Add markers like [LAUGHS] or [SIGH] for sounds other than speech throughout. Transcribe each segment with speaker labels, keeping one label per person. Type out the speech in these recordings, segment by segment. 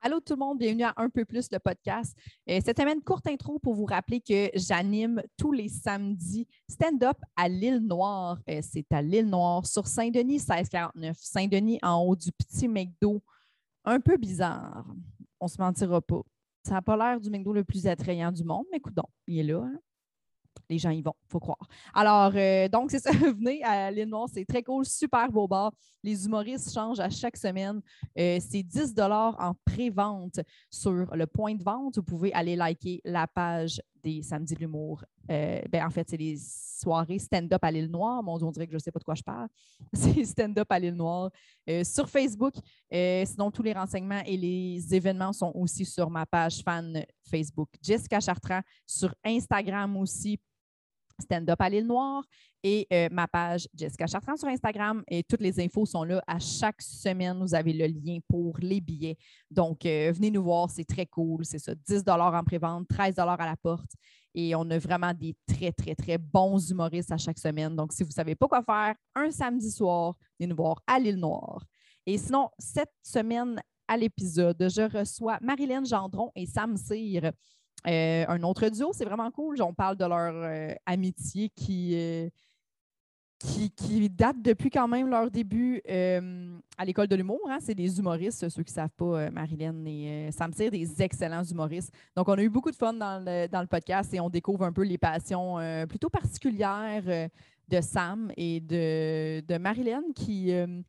Speaker 1: Allô tout le monde, bienvenue à Un peu plus le podcast. Euh, cette semaine, courte intro pour vous rappeler que j'anime tous les samedis stand-up à l'île Noire. Euh, c'est à l'île Noire sur Saint-Denis 1649, Saint-Denis en haut du petit McDo. Un peu bizarre, on se mentira pas. Ça n'a pas l'air du McDo le plus attrayant du monde, mais donc, il est là. hein. Les gens y vont, faut croire. Alors, euh, donc, c'est ça, [LAUGHS] venez à l'île Noire, c'est très cool, super beau bar. Les humoristes changent à chaque semaine. Euh, c'est 10 en pré-vente sur le point de vente. Vous pouvez aller liker la page des Samedis de l'humour. Euh, ben, en fait, c'est les soirées stand-up à l'île Noire. Mon Dieu, on dirait que je ne sais pas de quoi je parle. [LAUGHS] C'est stand-up à l'île Noire euh, sur Facebook. Euh, sinon, tous les renseignements et les événements sont aussi sur ma page fan Facebook Jessica Chartrand, sur Instagram aussi, stand-up à l'île Noire et euh, ma page Jessica Chartrand sur Instagram. Et toutes les infos sont là. À chaque semaine, vous avez le lien pour les billets. Donc, euh, venez nous voir, c'est très cool. C'est ça, 10 en pré-vente, 13 à la porte. Et on a vraiment des très, très, très bons humoristes à chaque semaine. Donc, si vous ne savez pas quoi faire, un samedi soir, venez nous voir à l'île Noire. Et sinon, cette semaine à l'épisode, je reçois Marilyn Gendron et Sam Cyr. Euh, un autre duo, c'est vraiment cool. On parle de leur euh, amitié qui, euh, qui, qui date depuis quand même leur début euh, à l'école de l'humour. hein. C'est des humoristes, ceux qui ne savent pas, euh, Marilyn et euh, Sam Cyr, des excellents humoristes. Donc, on a eu beaucoup de fun dans le, dans le podcast et on découvre un peu les passions euh, plutôt particulières euh, de Sam et de, de Marilyn qui, euh,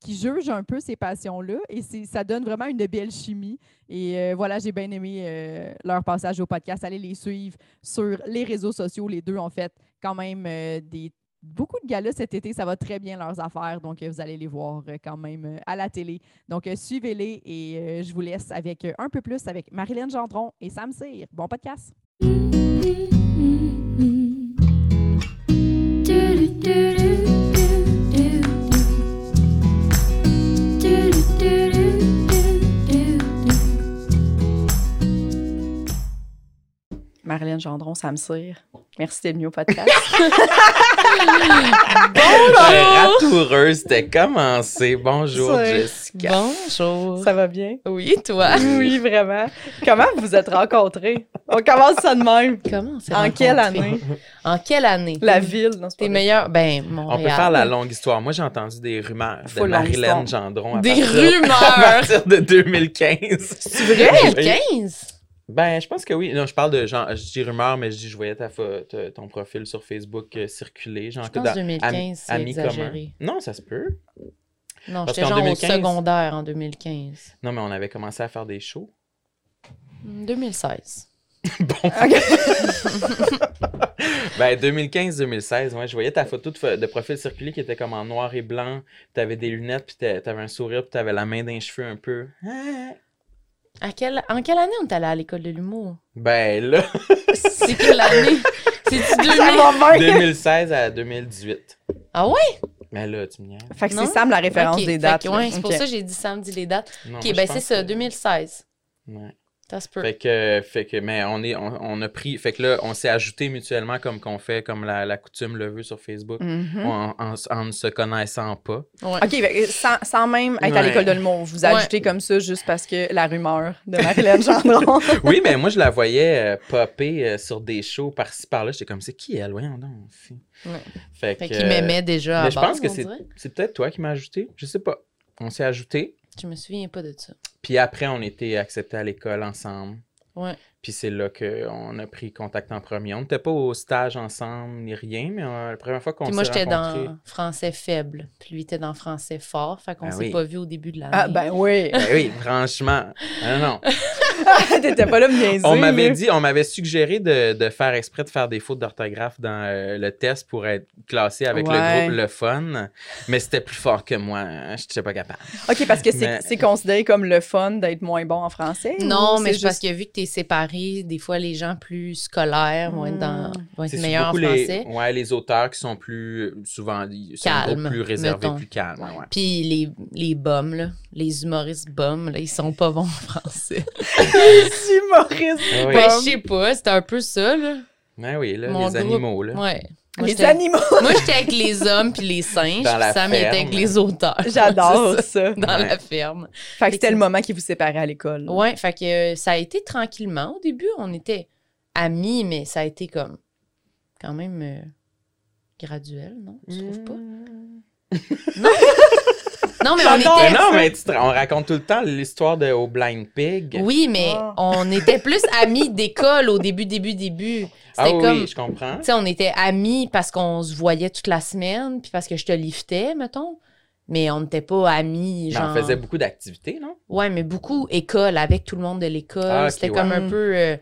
Speaker 1: qui juge un peu ces passions-là et c'est- ça donne vraiment une belle chimie. Et euh, voilà, j'ai bien aimé euh, leur passage au podcast. Allez les suivre sur les réseaux sociaux. Les deux ont fait quand même euh, des, beaucoup de galas cet été. Ça va très bien leurs affaires. Donc, euh, vous allez les voir euh, quand même euh, à la télé. Donc, euh, suivez-les et euh, je vous laisse avec euh, un peu plus avec Marilyn Gendron et Sam Cyr. Bon podcast. Marilyn Gendron, Sam Cyr. Merci d'être venu au podcast. [LAUGHS]
Speaker 2: Ratoureuse, c'était commencé. Bonjour,
Speaker 3: C'est-
Speaker 2: Jessica.
Speaker 3: Bonjour.
Speaker 4: Ça va bien?
Speaker 3: Oui, toi?
Speaker 4: Oui, vraiment. Comment vous êtes rencontrés? On commence ça de même.
Speaker 3: Comment c'est
Speaker 4: En quelle année?
Speaker 3: En quelle année?
Speaker 4: La ville, non, c'est pas
Speaker 3: Tes
Speaker 4: vrai.
Speaker 3: meilleurs. Ben,
Speaker 2: On
Speaker 3: Montréal.
Speaker 2: peut
Speaker 4: [LAUGHS]
Speaker 2: faire la longue histoire. Moi, j'ai entendu des rumeurs de
Speaker 4: Full longue
Speaker 2: Marilyn
Speaker 4: histoire.
Speaker 2: Gendron à,
Speaker 3: Des
Speaker 2: partir, [LAUGHS] à
Speaker 3: rumeurs!
Speaker 2: partir de 2015.
Speaker 3: C'est vrai? 2015?
Speaker 2: Ben, je pense que oui. Non, je parle de genre, je dis rumeurs, mais je dis, je voyais ta pho- ta- ton profil sur Facebook euh, circuler. Genre,
Speaker 3: Je
Speaker 2: que
Speaker 3: pense
Speaker 2: dans-
Speaker 3: 2015, c'est
Speaker 2: ami
Speaker 3: exagéré.
Speaker 2: commun. Non, ça se peut.
Speaker 3: Non,
Speaker 2: Parce
Speaker 3: j'étais
Speaker 2: qu'en
Speaker 3: genre
Speaker 2: 2015.
Speaker 3: au secondaire en 2015.
Speaker 2: Non, mais on avait commencé à faire des shows.
Speaker 4: Mm,
Speaker 3: Hmm, 2016.
Speaker 2: bon. ben, 2015-2016, ouais, je voyais ta photo de, fa- de profil circulé qui était comme en noir et blanc. T'avais des lunettes, puis t'a- t'avais un sourire, puis t'avais la main d'un cheveu un
Speaker 3: [LAUGHS]
Speaker 2: peu. Ah.
Speaker 3: À quelle... En quelle année on est allé à l'école
Speaker 4: [LAUGHS]
Speaker 3: de l'humour?
Speaker 2: Ben là,
Speaker 3: [LAUGHS] C'est quelle année? C'est-tu 2000?
Speaker 4: [LAUGHS] Ça va bien.
Speaker 2: 2016 à 2018.
Speaker 3: Ah ouais?
Speaker 2: Ben là, tu me niaises.
Speaker 4: Fait que
Speaker 3: Non?
Speaker 4: c'est Sam la référence
Speaker 3: Ok,
Speaker 4: des
Speaker 3: fait
Speaker 4: dates.
Speaker 3: que,
Speaker 4: là.
Speaker 3: ouais, c'est pour
Speaker 4: Ok.
Speaker 3: ça que j'ai dit samedi les dates.
Speaker 2: Non, Ah,
Speaker 3: Ok,
Speaker 2: moi, je
Speaker 3: ben
Speaker 2: pense
Speaker 3: c'est ça,
Speaker 2: que-
Speaker 3: 2016.
Speaker 2: Ouais.
Speaker 3: Ça se peut.
Speaker 2: Fait que, fait que, mais on est, on, on a pris, fait que là, on s'est ajouté mutuellement comme qu'on fait, comme la, la coutume le veut sur Facebook,
Speaker 3: Mm-hmm.
Speaker 4: Mhm.
Speaker 2: en, en, en ne se connaissant pas.
Speaker 3: Ouais.
Speaker 4: OK, fait que sans, sans même être à
Speaker 2: Ouais.
Speaker 4: l'école de l'humour, vous
Speaker 3: Ouais.
Speaker 4: ajoutez comme ça juste parce que la rumeur de Marilyn Gendron.
Speaker 2: [LAUGHS] Oui, mais moi, je la voyais euh, popper euh, sur des shows par-ci, par-là. J'étais comme, c'est qui elle? Voyons donc. fille.
Speaker 3: Ouais.
Speaker 2: Fait,
Speaker 3: Fait
Speaker 2: que,
Speaker 3: qu'il m'aimait déjà. à
Speaker 2: mais je pense
Speaker 3: base,
Speaker 2: que
Speaker 3: on dirait.
Speaker 2: C'est peut-être toi qui m'as ajouté. Je sais pas. On s'est ajouté.
Speaker 3: Je me souviens pas de ça.
Speaker 2: Puis après, on était acceptés à l'école ensemble.
Speaker 3: Ouais.
Speaker 2: Puis c'est là qu'on a pris contact en premier. On n'était pas au stage ensemble ni rien, mais euh, la première fois qu'on s'est
Speaker 3: Puis moi, j'étais
Speaker 2: rencontrés...
Speaker 3: dans français faible. Puis lui était dans français fort. Fait qu'on
Speaker 2: Ah
Speaker 3: s'est
Speaker 2: oui.
Speaker 3: pas vu au début de l'année.
Speaker 4: ah, ben oui. [LAUGHS]
Speaker 2: Ben oui, [LAUGHS] franchement. Non, non. non.
Speaker 4: T'étais pas là, bien
Speaker 2: On m'avait dit, on m'avait suggéré de, de faire exprès de faire des fautes d'orthographe dans euh, le test pour être classé avec le
Speaker 4: Ouais.
Speaker 2: groupe Le Fun, mais c'était plus fort que moi. hein, Je n'étais pas capable.
Speaker 4: OK, parce que c'est
Speaker 2: Mais-
Speaker 4: c'est considéré comme le fun d'être moins bon en français.
Speaker 3: Non,
Speaker 4: ou
Speaker 3: mais
Speaker 4: c'est
Speaker 3: je pense
Speaker 4: juste-
Speaker 3: que vu que t'es séparé, des fois, les gens plus scolaires vont être, dans, vont être
Speaker 2: C'est
Speaker 3: meilleurs en
Speaker 2: beaucoup
Speaker 3: français.
Speaker 2: les, ouais, les auteurs qui sont plus souvent ils sont
Speaker 3: Calmes,
Speaker 2: beaucoup plus réservés,
Speaker 3: mettons.
Speaker 2: plus calmes. ouais, ouais.
Speaker 3: Puis les, les bums, là, les humoristes bums, là, ils sont pas bons en français.
Speaker 4: [LAUGHS] Les humoristes.
Speaker 2: Ah oui.
Speaker 3: Ben, je sais pas, c'est un peu ça, là.
Speaker 2: Ah oui, là,
Speaker 3: Mon
Speaker 2: les
Speaker 3: groupe-
Speaker 2: animaux. Là.
Speaker 3: Ouais. Moi,
Speaker 1: les
Speaker 4: [LAUGHS]
Speaker 3: j'étais-
Speaker 1: animaux.
Speaker 3: Moi, j'étais avec les hommes puis les singes.
Speaker 2: Dans la
Speaker 3: puis Sam il était avec
Speaker 2: ferme.
Speaker 3: les auteurs.
Speaker 1: J'adore
Speaker 3: [LAUGHS] C'est
Speaker 1: ça.
Speaker 3: Dans
Speaker 2: Ouais.
Speaker 3: la ferme.
Speaker 1: Fait que c'était le moment qui vous séparait à l'école.
Speaker 3: Ouais, fait que euh, ça a été tranquillement. Au début, on était amis, mais ça a été comme quand même euh, graduel, non? Tu trouves pas?
Speaker 2: Mmh. [LAUGHS]
Speaker 3: Non, mais on
Speaker 1: J'adore.
Speaker 2: Mais
Speaker 3: était.
Speaker 2: non, mais tu te- on raconte tout le temps l'histoire de Au Blind Pig.
Speaker 3: Oui, mais
Speaker 2: Oh.
Speaker 1: Ah.
Speaker 3: on était plus amis d'école au début, début, début. C'était
Speaker 2: ah oui,
Speaker 3: comme.
Speaker 2: je comprends.
Speaker 3: Tu sais, on était amis parce qu'on se voyait toute la semaine, puis parce que je te liftais, mettons. Mais on n'était pas amis,
Speaker 2: Mais
Speaker 3: genre.
Speaker 2: on faisait beaucoup d'activités, non?
Speaker 3: Ouais, mais beaucoup école, avec tout le monde de l'école.
Speaker 2: Ah, ok,
Speaker 3: C'était
Speaker 2: ouais.
Speaker 3: comme un peu. euh,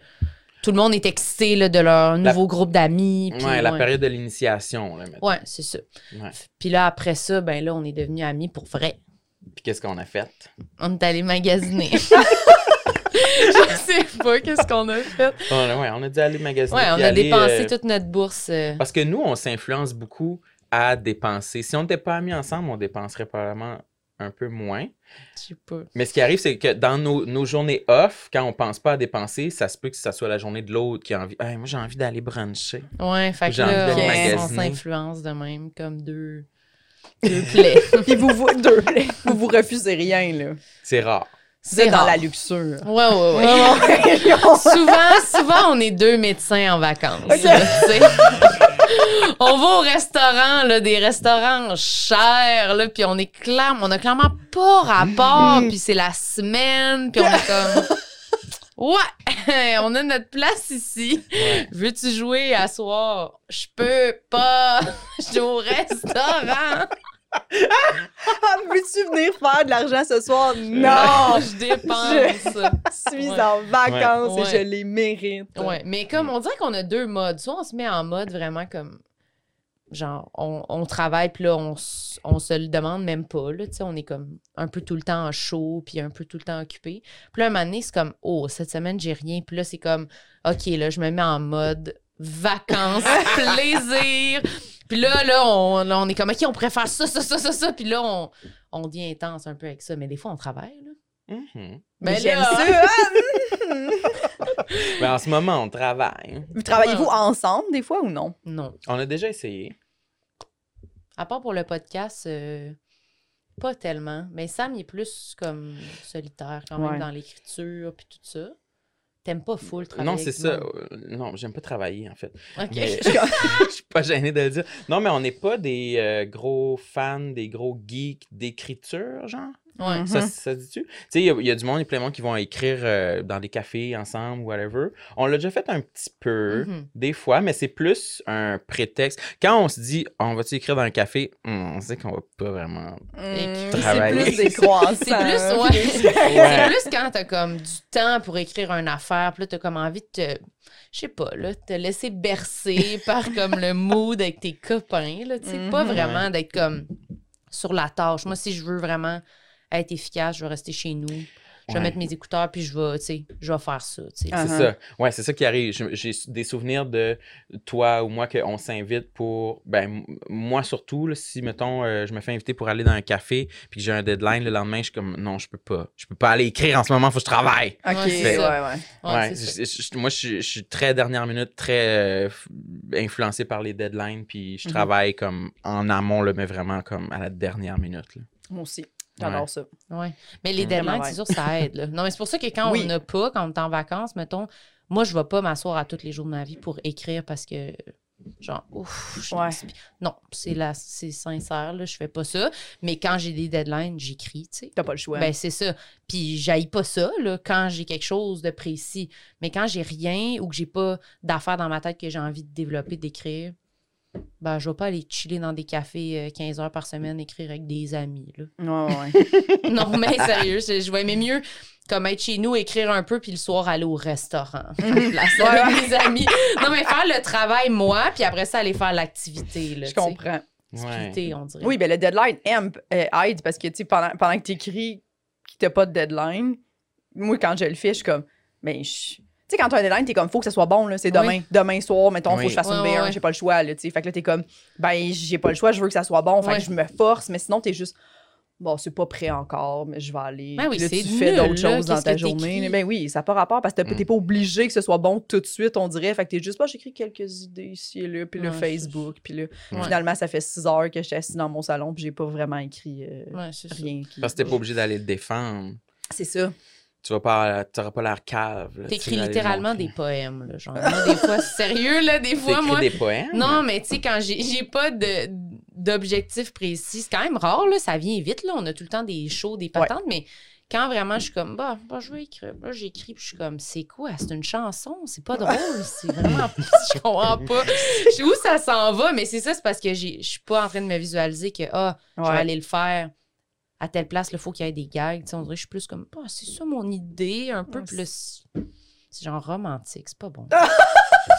Speaker 3: tout le monde est excité là, de leur nouveau groupe d'amis. puis
Speaker 2: ouais, la
Speaker 3: ouais.
Speaker 2: période de l'initiation. là, mettons.
Speaker 3: Ouais, c'est ça.
Speaker 2: Ouais.
Speaker 3: Puis là, après ça, ben là, on est devenus amis pour vrai.
Speaker 2: Puis qu'est-ce qu'on a fait?
Speaker 3: On est
Speaker 2: [LAUGHS]
Speaker 3: allés magasiner. Je sais pas qu'est-ce qu'on a fait.
Speaker 2: On, a- Ah, ouais, on a dû aller magasiner.
Speaker 3: Ouais, on
Speaker 2: puis
Speaker 3: a
Speaker 2: aller,
Speaker 3: dépensé
Speaker 2: euh,
Speaker 3: toute notre bourse. euh,
Speaker 2: Parce que nous, on s'influence beaucoup à dépenser. Si on n'était pas amis ensemble, on dépenserait probablement un peu moins.
Speaker 3: je sais pas.
Speaker 2: Mais ce qui arrive, c'est que dans nos, nos journées off, quand on pense pas à dépenser, ça se peut que ça soit la journée de l'autre qui a envie. Hey, moi, j'ai envie d'aller bruncher.
Speaker 3: Ouais, fait que
Speaker 2: J'ai envie
Speaker 3: là,
Speaker 2: d'aller
Speaker 3: on- on,
Speaker 2: magasiner.
Speaker 3: s'influence de même comme [LAUGHS] deux, deux plaies.
Speaker 1: Puis
Speaker 4: [LAUGHS]
Speaker 1: vous vous deux, vous vous refusez rien là.
Speaker 2: C'est rare.
Speaker 1: Vous êtes dans
Speaker 3: rare.
Speaker 1: la luxure.
Speaker 3: Ouais,
Speaker 4: [LAUGHS]
Speaker 3: ouais, ouais. [LAUGHS]
Speaker 1: Voyons.
Speaker 3: souvent, souvent, on est deux médecins en vacances.
Speaker 1: Ok.
Speaker 3: là, tu sais. on va au restaurant, là, des restaurants chers, là, puis on est clair, on a clairement pas rapport,
Speaker 1: Mm.
Speaker 3: puis c'est la semaine, puis on est comme. Ouais, [LAUGHS] on a notre place ici. Veux-tu jouer à soir? Je peux pas. [LAUGHS] Je vais au restaurant.
Speaker 1: Ah, Veux-tu venir faire de l'argent ce soir? Non!
Speaker 3: je dépense.
Speaker 1: Je [LAUGHS] suis
Speaker 3: Ouais.
Speaker 1: en vacances
Speaker 3: Ouais.
Speaker 1: et je les mérite.
Speaker 3: Ouais, mais comme on dirait qu'on a deux modes. Soit on se met en mode vraiment comme. Genre, on, on travaille, puis là, on, s- on se le demande même pas. Là, tu sais, on est comme un peu tout le temps en chaud, puis un peu tout le temps occupé. Puis là, un moment donné, c'est comme, oh, cette semaine, j'ai rien. Puis là, c'est comme, OK, là, je me mets en mode
Speaker 1: [LAUGHS]
Speaker 3: vacances, plaisir. Puis là, là on, là, on est comme, OK, on préfère ça, ça, ça, ça, ça. Puis là, on, on devient intense un peu avec ça. Mais des fois, on travaille. Là.
Speaker 2: Mhm.
Speaker 1: Mais
Speaker 3: Ben
Speaker 1: j'aime
Speaker 3: là,
Speaker 1: ça. hein?
Speaker 3: [LAUGHS]
Speaker 2: Mais en ce moment, on travaille.
Speaker 1: Vous travaillez-vous ensemble des fois ou non?
Speaker 3: Non.
Speaker 2: On a déjà essayé.
Speaker 3: À part pour le podcast, euh, pas tellement. Mais Sam, il est plus comme solitaire quand même
Speaker 1: Ouais.
Speaker 3: dans l'écriture puis tout ça. T'aimes pas full travailler.
Speaker 2: non, c'est
Speaker 3: avec
Speaker 2: ça.
Speaker 3: du monde.
Speaker 2: Euh, Non, j'aime pas travailler, en fait.
Speaker 3: OK.
Speaker 2: Mais- [LAUGHS] je suis pas gênée de le dire. Non, mais on n'est pas des euh, gros fans, des gros geeks d'écriture, genre.
Speaker 3: Ouais.
Speaker 2: Ça, ça se dit-tu? Tu sais, il y, a- il y a du monde, il y a plein de monde qui vont écrire euh, dans des cafés ensemble, whatever. On l'a déjà fait un petit peu,
Speaker 3: Mhm.
Speaker 2: des fois, mais c'est plus un prétexte. Quand on se dit, on va-tu écrire dans un café? Hum, on sait qu'on va pas vraiment.
Speaker 1: Hum, C'est
Speaker 2: Travailler.
Speaker 1: plus des croissants.
Speaker 3: [LAUGHS] C'est plus, ouais.
Speaker 1: [LAUGHS]
Speaker 3: c'est
Speaker 2: [LAUGHS] Ouais.
Speaker 3: plus quand t'as comme du temps pour écrire une affaire, puis là, t'as comme envie de te, je sais pas, là, te laisser bercer par comme le mood avec tes copains, là, tu sais, pas
Speaker 1: Mhm.
Speaker 3: vraiment d'être comme sur la tâche. Moi, si je veux vraiment être efficace, je vais rester chez nous, je vais
Speaker 2: Ouais.
Speaker 3: mettre mes écouteurs, puis je vais, tu sais, je vais faire ça, tu sais.
Speaker 1: Ah.
Speaker 2: C'est
Speaker 1: Uh-huh.
Speaker 2: ça. Ouais, c'est ça qui arrive. Je- J'ai des souvenirs de toi ou moi qu'on s'invite pour. Ben, m- moi surtout, là, si, mettons, euh, je me fais inviter pour aller dans un café puis que j'ai un deadline le lendemain, je suis comme, non, je peux pas. Je peux pas aller écrire en ce moment, faut que je travaille.
Speaker 1: Ok,
Speaker 3: Ouais,
Speaker 2: c'est
Speaker 1: ouais,
Speaker 3: ça.
Speaker 1: ouais.
Speaker 3: Ouais,
Speaker 2: Ouais,
Speaker 3: c'est ça.
Speaker 2: je- je- je- moi, je, suis- je suis très dernière minute, très euh, f- influencé par les deadlines, puis je
Speaker 3: Mm-hmm.
Speaker 1: Mhm.
Speaker 2: travaille comme en amont, là, mais vraiment comme à la dernière minute. là.
Speaker 1: Moi aussi. J'adore ça.
Speaker 3: Ouais. Mais les
Speaker 2: Mm.
Speaker 3: deadlines,
Speaker 1: Vraiment,
Speaker 3: c'est sûr, ça aide. là. Non, mais c'est pour ça que quand
Speaker 1: Oui.
Speaker 3: on n'a pas, quand on est en vacances, mettons, moi, je ne vais pas m'asseoir à tous les jours de ma vie pour écrire parce que, genre, ouf, je suis
Speaker 1: Ouais.
Speaker 3: inspi- Non, c'est la- c'est sincère, là, je fais pas ça. Mais quand j'ai des deadlines, j'écris, tu sais.
Speaker 1: T'as pas le choix.
Speaker 3: Ben, c'est ça. Puis, j'aille pas ça, là, quand j'ai quelque chose de précis. Mais quand j'ai rien ou que j'ai pas d'affaires dans ma tête que j'ai envie de développer, d'écrire, ben, je vais pas aller chiller dans des cafés euh, 15 heures par semaine, écrire avec des amis, là.
Speaker 1: Ouais, ouais, ouais.
Speaker 3: Non, mais sérieux, je, je vais aimer mieux comme être chez nous, écrire un peu, puis le soir aller
Speaker 1: [LAUGHS]
Speaker 3: au restaurant. à la place avec mes amis. Non, mais faire le travail, moi, puis après ça, aller faire l'activité.
Speaker 1: Je
Speaker 3: là, tu sais.
Speaker 1: comprends.
Speaker 2: Ouais.
Speaker 3: Discuter, on dirait.
Speaker 1: Oui, ben le deadline aime- euh, aide parce que tu sais, pendant, pendant que t'écris que t'as pas de deadline, moi quand je le fais, je suis comme ben je- tu sais quand t'as un deadline, t'es comme faut que ça soit bon là, c'est
Speaker 3: Oui.
Speaker 1: demain, demain soir, mettons, faut
Speaker 2: Oui.
Speaker 1: que je fasse une
Speaker 3: Ouais,
Speaker 1: B1,
Speaker 3: ouais.
Speaker 1: j'ai pas le choix là, tu sais. Fait que là t'es comme ben j'ai pas le choix, je veux que ça soit bon, fait
Speaker 3: Ouais.
Speaker 1: que je me force, mais sinon t'es juste bon, c'est pas prêt encore, mais je vais aller.
Speaker 3: Ben
Speaker 1: Puis
Speaker 3: oui,
Speaker 1: là,
Speaker 3: c'est
Speaker 1: tu fais
Speaker 3: nul,
Speaker 1: d'autres
Speaker 3: là.
Speaker 1: choses dans
Speaker 3: Qu'est-ce
Speaker 1: ta
Speaker 3: que
Speaker 1: journée.
Speaker 3: t'écris?
Speaker 1: Ben oui, ça n'a pas rapport parce que t'es
Speaker 2: Mm.
Speaker 1: t'es pas obligé que ce soit bon tout de suite, on dirait. Fait que t'es juste, bah, j'écris quelques idées ici et là, puis le
Speaker 3: Ouais,
Speaker 1: Facebook, puis là.
Speaker 2: Ouais.
Speaker 1: Finalement, ça fait six heures que j'étais assis dans mon salon, puis j'ai pas vraiment écrit euh,
Speaker 3: Ouais, c'est ça.
Speaker 1: rien. qui-
Speaker 2: Parce que t'es pas obligé d'aller te défendre.
Speaker 1: C'est ça.
Speaker 2: Tu vas pas, t'auras pas l'air cave. là, tu
Speaker 3: T'écris
Speaker 2: vas aller
Speaker 3: littéralement
Speaker 2: montrer.
Speaker 3: des poèmes, là, genre. Moi, des fois, [LAUGHS] sérieux, là, des fois,
Speaker 2: T'écris
Speaker 3: moi.
Speaker 2: des poèmes?
Speaker 3: Non, mais tu sais, quand j'ai j'ai pas de- d'objectif précis, c'est quand même rare, là, ça vient vite, là. On a tout le temps des shows, des patentes, mais quand vraiment je suis comme, bah, bah, je vais écrire, là, j'écris, puis je suis comme, c'est quoi? C'est une chanson? C'est pas
Speaker 1: [LAUGHS]
Speaker 3: drôle, c'est vraiment. je comprends pas. Je sais où ça s'en va, mais c'est ça, c'est parce que j'ai- je suis pas en train de me visualiser que, ah, je vais
Speaker 1: Ouais.
Speaker 3: aller le faire à telle place, il faut qu'il y ait des gags. Tu sais, on dirait que je suis plus comme, Ah, c'est ça mon idée, un peu
Speaker 1: Ouais,
Speaker 3: plus. C'est genre romantique, c'est pas bon.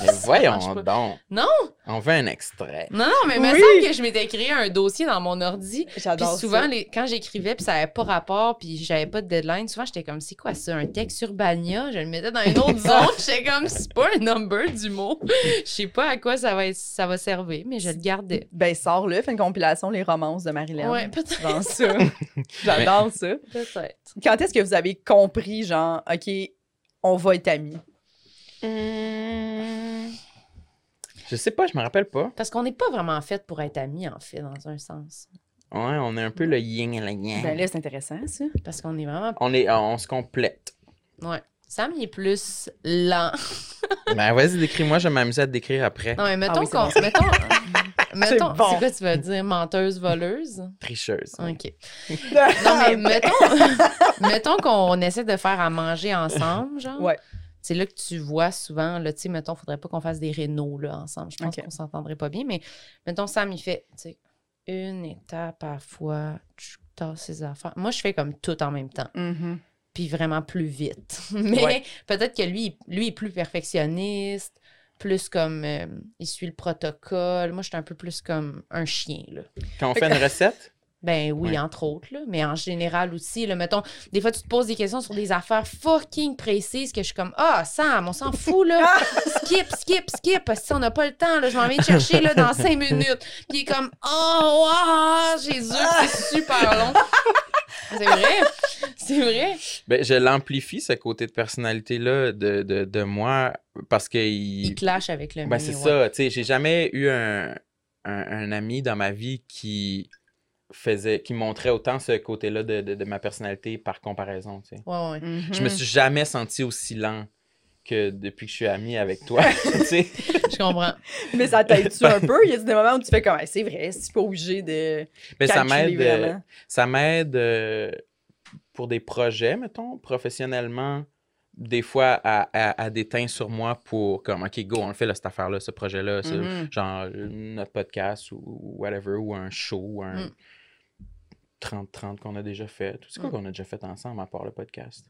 Speaker 2: Mais voyons
Speaker 3: marche pas.
Speaker 2: donc.
Speaker 3: Non.
Speaker 2: On veut un extrait.
Speaker 3: Non, non, mais il me
Speaker 1: Oui.
Speaker 3: semble que je m'étais créé un dossier dans mon ordi. Puis
Speaker 1: J'adore
Speaker 3: souvent,
Speaker 1: ça.
Speaker 3: les- quand j'écrivais, puis ça n'avait pas rapport, puis j'avais pas de deadline, souvent j'étais comme, c'est quoi ça, un texte Urbania? Je le mettais dans une autre
Speaker 1: [LAUGHS]
Speaker 3: zone, j'étais comme, c'est pas un number du mot. Je sais pas à quoi ça va, être- ça va servir, mais je le gardais.
Speaker 1: Ben, sors-le, fais une compilation, les romances de Marilyn.
Speaker 3: Ouais, peut-être.
Speaker 1: Dans
Speaker 2: [LAUGHS]
Speaker 1: ça. J'adore ça.
Speaker 3: peut-être.
Speaker 1: Quand est-ce que vous avez compris, genre, OK, on va être amis?
Speaker 2: Je sais pas, je me rappelle pas.
Speaker 3: Parce qu'on n'est pas vraiment fait pour être amis, en fait, dans un sens.
Speaker 2: Ouais, on est un peu le yin et le yang.
Speaker 1: Ben là, c'est intéressant, ça.
Speaker 3: Parce qu'on est vraiment.
Speaker 2: On, est, on se complète.
Speaker 3: Ouais. Sam, il est plus lent.
Speaker 2: Ben vas-y, décris-moi, je vais m'amuser à te décrire après.
Speaker 3: Non, mais mettons
Speaker 1: Ah oui, c'est
Speaker 3: qu'on.
Speaker 1: bon. [LAUGHS]
Speaker 3: Mettons. mettons.
Speaker 1: bon.
Speaker 3: C'est quoi tu vas dire? Menteuse, voleuse?
Speaker 2: Tricheuse.
Speaker 3: OK. Non,
Speaker 1: [LAUGHS]
Speaker 3: mais mettons, mettons qu'on essaie de faire à manger ensemble, genre.
Speaker 1: Ouais.
Speaker 3: C'est là que tu vois souvent, là, tu sais, mettons, faudrait pas qu'on fasse des rénaux, là, ensemble. Je pense
Speaker 1: Ok.
Speaker 3: qu'on s'entendrait pas bien, mais mettons, Sam, il fait, tu sais, une étape à la fois, tu tasses ses affaires. Moi, je fais comme tout en même temps
Speaker 1: Mhm.
Speaker 3: puis vraiment plus vite. [LAUGHS] Mais
Speaker 2: Ouais.
Speaker 3: peut-être que lui, lui est plus perfectionniste, plus comme euh, il suit le protocole. Moi, je suis un peu plus comme un chien. Là.
Speaker 2: Quand on fait une recette,
Speaker 3: Ben oui,
Speaker 2: Ouais.
Speaker 3: entre autres, là, mais en général aussi. Là, mettons, des fois, tu te poses des questions sur des affaires fucking précises que je suis comme Ah, Sam, on s'en
Speaker 2: [LAUGHS]
Speaker 3: fout, là. skip, skip, skip. Si on n'a pas le temps, là, je m'en viens te chercher là, dans cinq minutes. Puis il est comme Oh, wow, Jésus, c'est
Speaker 2: [LAUGHS]
Speaker 3: super long. c'est vrai. C'est vrai.
Speaker 2: ben, je l'amplifie, ce côté de personnalité-là de, de, de moi, parce que...
Speaker 3: Il clash avec le
Speaker 2: Ben,
Speaker 3: mien,
Speaker 2: c'est
Speaker 3: ouais.
Speaker 2: ça, tu sais, j'ai jamais eu un, un, un ami dans ma vie qui faisait, qui montrait autant ce côté-là de, de- de ma personnalité par comparaison, tu sais.
Speaker 3: Ouais, ouais.
Speaker 1: mhm.
Speaker 2: Je me suis jamais senti aussi lent que depuis que je suis ami avec
Speaker 3: [LAUGHS]
Speaker 2: toi, tu sais.
Speaker 3: Je comprends.
Speaker 1: Mais ça t'aide-tu un peu? Il y a des moments où tu fais comme, Hey, c'est vrai, si pas obligé de.
Speaker 2: Mais ça
Speaker 1: calculer
Speaker 2: m'aide, euh,
Speaker 1: vraiment.
Speaker 2: ça m'aide euh, pour des projets, mettons, professionnellement, des fois à, à, à des teints sur moi pour comme, OK, go, on le fait, là, cette affaire-là, ce projet-là, ce-
Speaker 1: Mhm.
Speaker 3: Mm-hmm.
Speaker 2: genre euh, notre podcast ou whatever, ou un show, ou un
Speaker 3: Mm.
Speaker 2: 30-30 qu'on a déjà fait. Tout ce
Speaker 3: Mm.
Speaker 2: qu'on a déjà fait ensemble à part le podcast.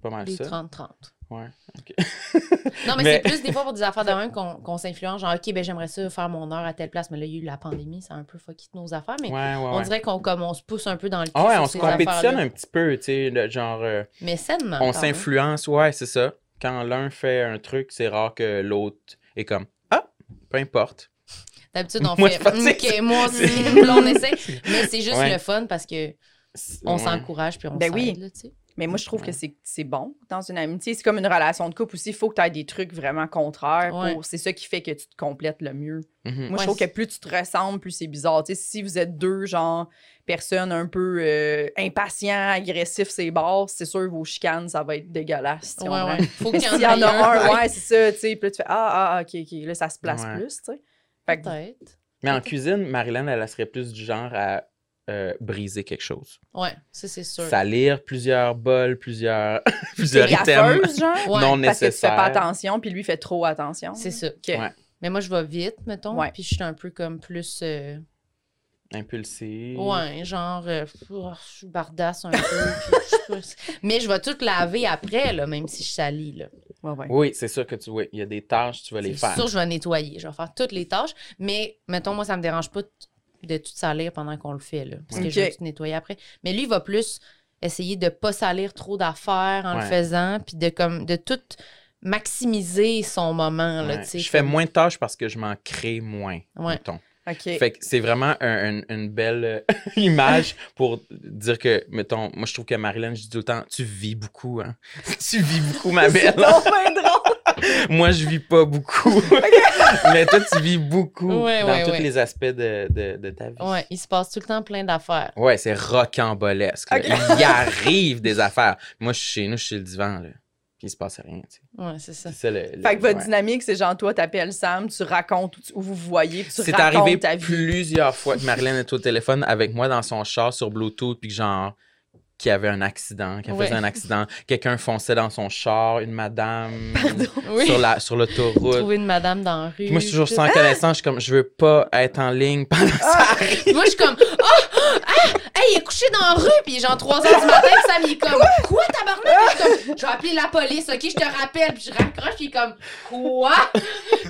Speaker 2: Pas mal
Speaker 3: Des
Speaker 2: ça.
Speaker 3: 30-30.
Speaker 2: Ouais.
Speaker 3: [LAUGHS] Non, mais,
Speaker 2: Mais-
Speaker 3: c'est plus des fois pour des affaires de même qu'on qu'on s'influence. Genre, OK, ben j'aimerais ça faire mon heure à telle place, mais là, il y a eu la pandémie, ça a un peu fucké toutes nos affaires. Mais
Speaker 2: Ouais, ouais,
Speaker 3: on
Speaker 2: ouais.
Speaker 3: dirait qu'on comme, on se pousse un peu dans le cul
Speaker 2: Ah ouais,
Speaker 3: sur
Speaker 2: on se
Speaker 3: ces
Speaker 2: compétitionne
Speaker 3: affaires-là.
Speaker 2: un petit peu, tu sais, le- genre, euh,
Speaker 3: Mais sainement.
Speaker 2: on
Speaker 3: quand même.
Speaker 2: s'influence, ouais, c'est ça. Quand l'un fait un truc, c'est rare que l'autre est comme, ah, peu importe.
Speaker 3: D'habitude, on
Speaker 2: [LAUGHS] Moi,
Speaker 3: fait
Speaker 2: je pensais que
Speaker 3: OK, moi [LAUGHS] aussi,
Speaker 2: [LAUGHS] c'est-
Speaker 3: là, on essaie. Mais c'est juste
Speaker 2: Ouais.
Speaker 3: le fun parce que
Speaker 2: C'est-
Speaker 3: on
Speaker 2: ouais.
Speaker 3: s'encourage puis on
Speaker 1: Ben oui.
Speaker 3: s'aide, là, tu sais.
Speaker 1: Mais moi, je trouve que c'est c'est bon dans une amitié. C'est comme une relation de couple aussi. Il faut que tu aies des trucs vraiment contraires.
Speaker 3: Ouais.
Speaker 1: Pour... C'est ça qui fait que tu te complètes le mieux.
Speaker 2: Mhm.
Speaker 1: Moi,
Speaker 3: Ouais,
Speaker 1: je trouve que
Speaker 3: c'est-
Speaker 1: plus tu te ressembles, plus c'est bizarre. Tu sais, si vous êtes deux, genre, personnes un peu euh, impatients, agressifs, c'est barres, c'est sûr, vos chicanes, ça va être dégueulasse. tu
Speaker 3: Ouais,
Speaker 1: comprends?
Speaker 3: ouais. Faut
Speaker 1: [LAUGHS] Mais
Speaker 3: qu'il
Speaker 1: s'il y en a
Speaker 3: aille
Speaker 1: un, ouais, c'est ça, tu sais. Puis là, tu fais Ah, ah, ok, ok. Là, ça se place
Speaker 2: Ouais.
Speaker 1: plus, tu sais. Fait que,
Speaker 3: Peut-être.
Speaker 2: Mais en cuisine, Marilyn, elle elle serait plus du genre à euh, briser quelque chose.
Speaker 3: Ouais, ça, c'est sûr.
Speaker 2: Salir plusieurs bols, plusieurs, [LAUGHS]
Speaker 1: t'es
Speaker 2: plusieurs items.
Speaker 1: gaffeuse, genre,
Speaker 3: Ouais,
Speaker 1: parce que tu
Speaker 2: non
Speaker 1: fais
Speaker 2: nécessaires.
Speaker 1: pas attention, puis lui fait trop attention.
Speaker 3: c'est ça.
Speaker 1: Ok.
Speaker 2: Ouais.
Speaker 3: Mais moi, je vais vite, mettons.
Speaker 1: Ouais.
Speaker 3: Puis je suis un peu comme plus. euh,
Speaker 2: Impulsif.
Speaker 3: Ouais, genre, euh, pff, oh, je suis bardasse un peu. puis je suis pas- [LAUGHS] Mais je vais tout laver après, là, même si je salis. Là.
Speaker 1: Ouais, ouais.
Speaker 2: Oui, c'est sûr que tu oui, Il y a des tâches, tu vas les
Speaker 3: C'est
Speaker 2: faire.
Speaker 3: sûr, je vais nettoyer. Je vais faire toutes les tâches. Mais, mettons, moi, ça me dérange pas t- de tout salir pendant qu'on le fait, là, parce que je
Speaker 1: Ok.
Speaker 3: vais tout nettoyer après. Mais lui, il va plus essayer de pas salir trop d'affaires en le
Speaker 2: Ouais.
Speaker 3: faisant, puis de, comme, de tout maximiser son moment. Là,
Speaker 2: Ouais.
Speaker 3: tu sais,
Speaker 2: Je fais
Speaker 3: comme-
Speaker 2: moins de tâches parce que je m'en crée moins.
Speaker 3: Ouais.
Speaker 2: mettons.
Speaker 1: OK.
Speaker 2: Fait que c'est vraiment un- un- une belle euh, [LAUGHS] image pour dire que, mettons, moi je trouve que Marilyn, je dis tout le temps, tu vis beaucoup, hein. [LAUGHS] tu vis beaucoup, ma belle.
Speaker 1: [LAUGHS] C'est donc bien drôle.
Speaker 2: [LAUGHS] moi je vis pas
Speaker 3: [LAUGHS]
Speaker 2: beaucoup. [LAUGHS] Mais toi, tu vis beaucoup
Speaker 3: Ouais,
Speaker 2: dans
Speaker 3: ouais,
Speaker 2: tous
Speaker 3: ouais.
Speaker 2: les aspects de, de- de ta vie.
Speaker 3: Ouais, il se passe tout le temps plein d'affaires.
Speaker 2: Ouais, c'est rocambolesque. là.
Speaker 1: Ok.
Speaker 2: Il y arrive des affaires. Moi, je suis chez nous, je suis sur le divan, là. Puis il se passe rien, tu sais.
Speaker 3: Ouais, c'est ça.
Speaker 2: C'est ça le. le-
Speaker 1: Fait que votre
Speaker 2: ouais.
Speaker 1: dynamique, c'est genre, toi, t'appelles Sam, tu racontes où, tu- où vous voyez, puis tu
Speaker 2: C'est
Speaker 1: racontes
Speaker 2: arrivé
Speaker 1: ta vie.
Speaker 2: plusieurs fois que Marilyn était au téléphone avec moi dans son char sur Bluetooth, puis que genre, qu'il y avait un accident, qu'elle
Speaker 3: Ouais.
Speaker 2: faisait un accident, quelqu'un fonçait dans son char, une madame
Speaker 3: Oui.
Speaker 2: sur la sur l'autoroute.
Speaker 3: [LAUGHS] Trouver une madame dans la rue.
Speaker 2: Puis moi, je suis toujours
Speaker 3: tout.
Speaker 2: sans connaissance, je suis comme, je veux pas être en ligne pendant ça.
Speaker 3: Moi, je suis comme, ah, ah, hey, il est couché dans la rue, puis genre 3 h du matin, puis Sam, il est comme, quoi, tabarnak? Puis je suis comme, je vais appeler la police, ok, je te rappelle, puis je raccroche, puis il est comme, quoi?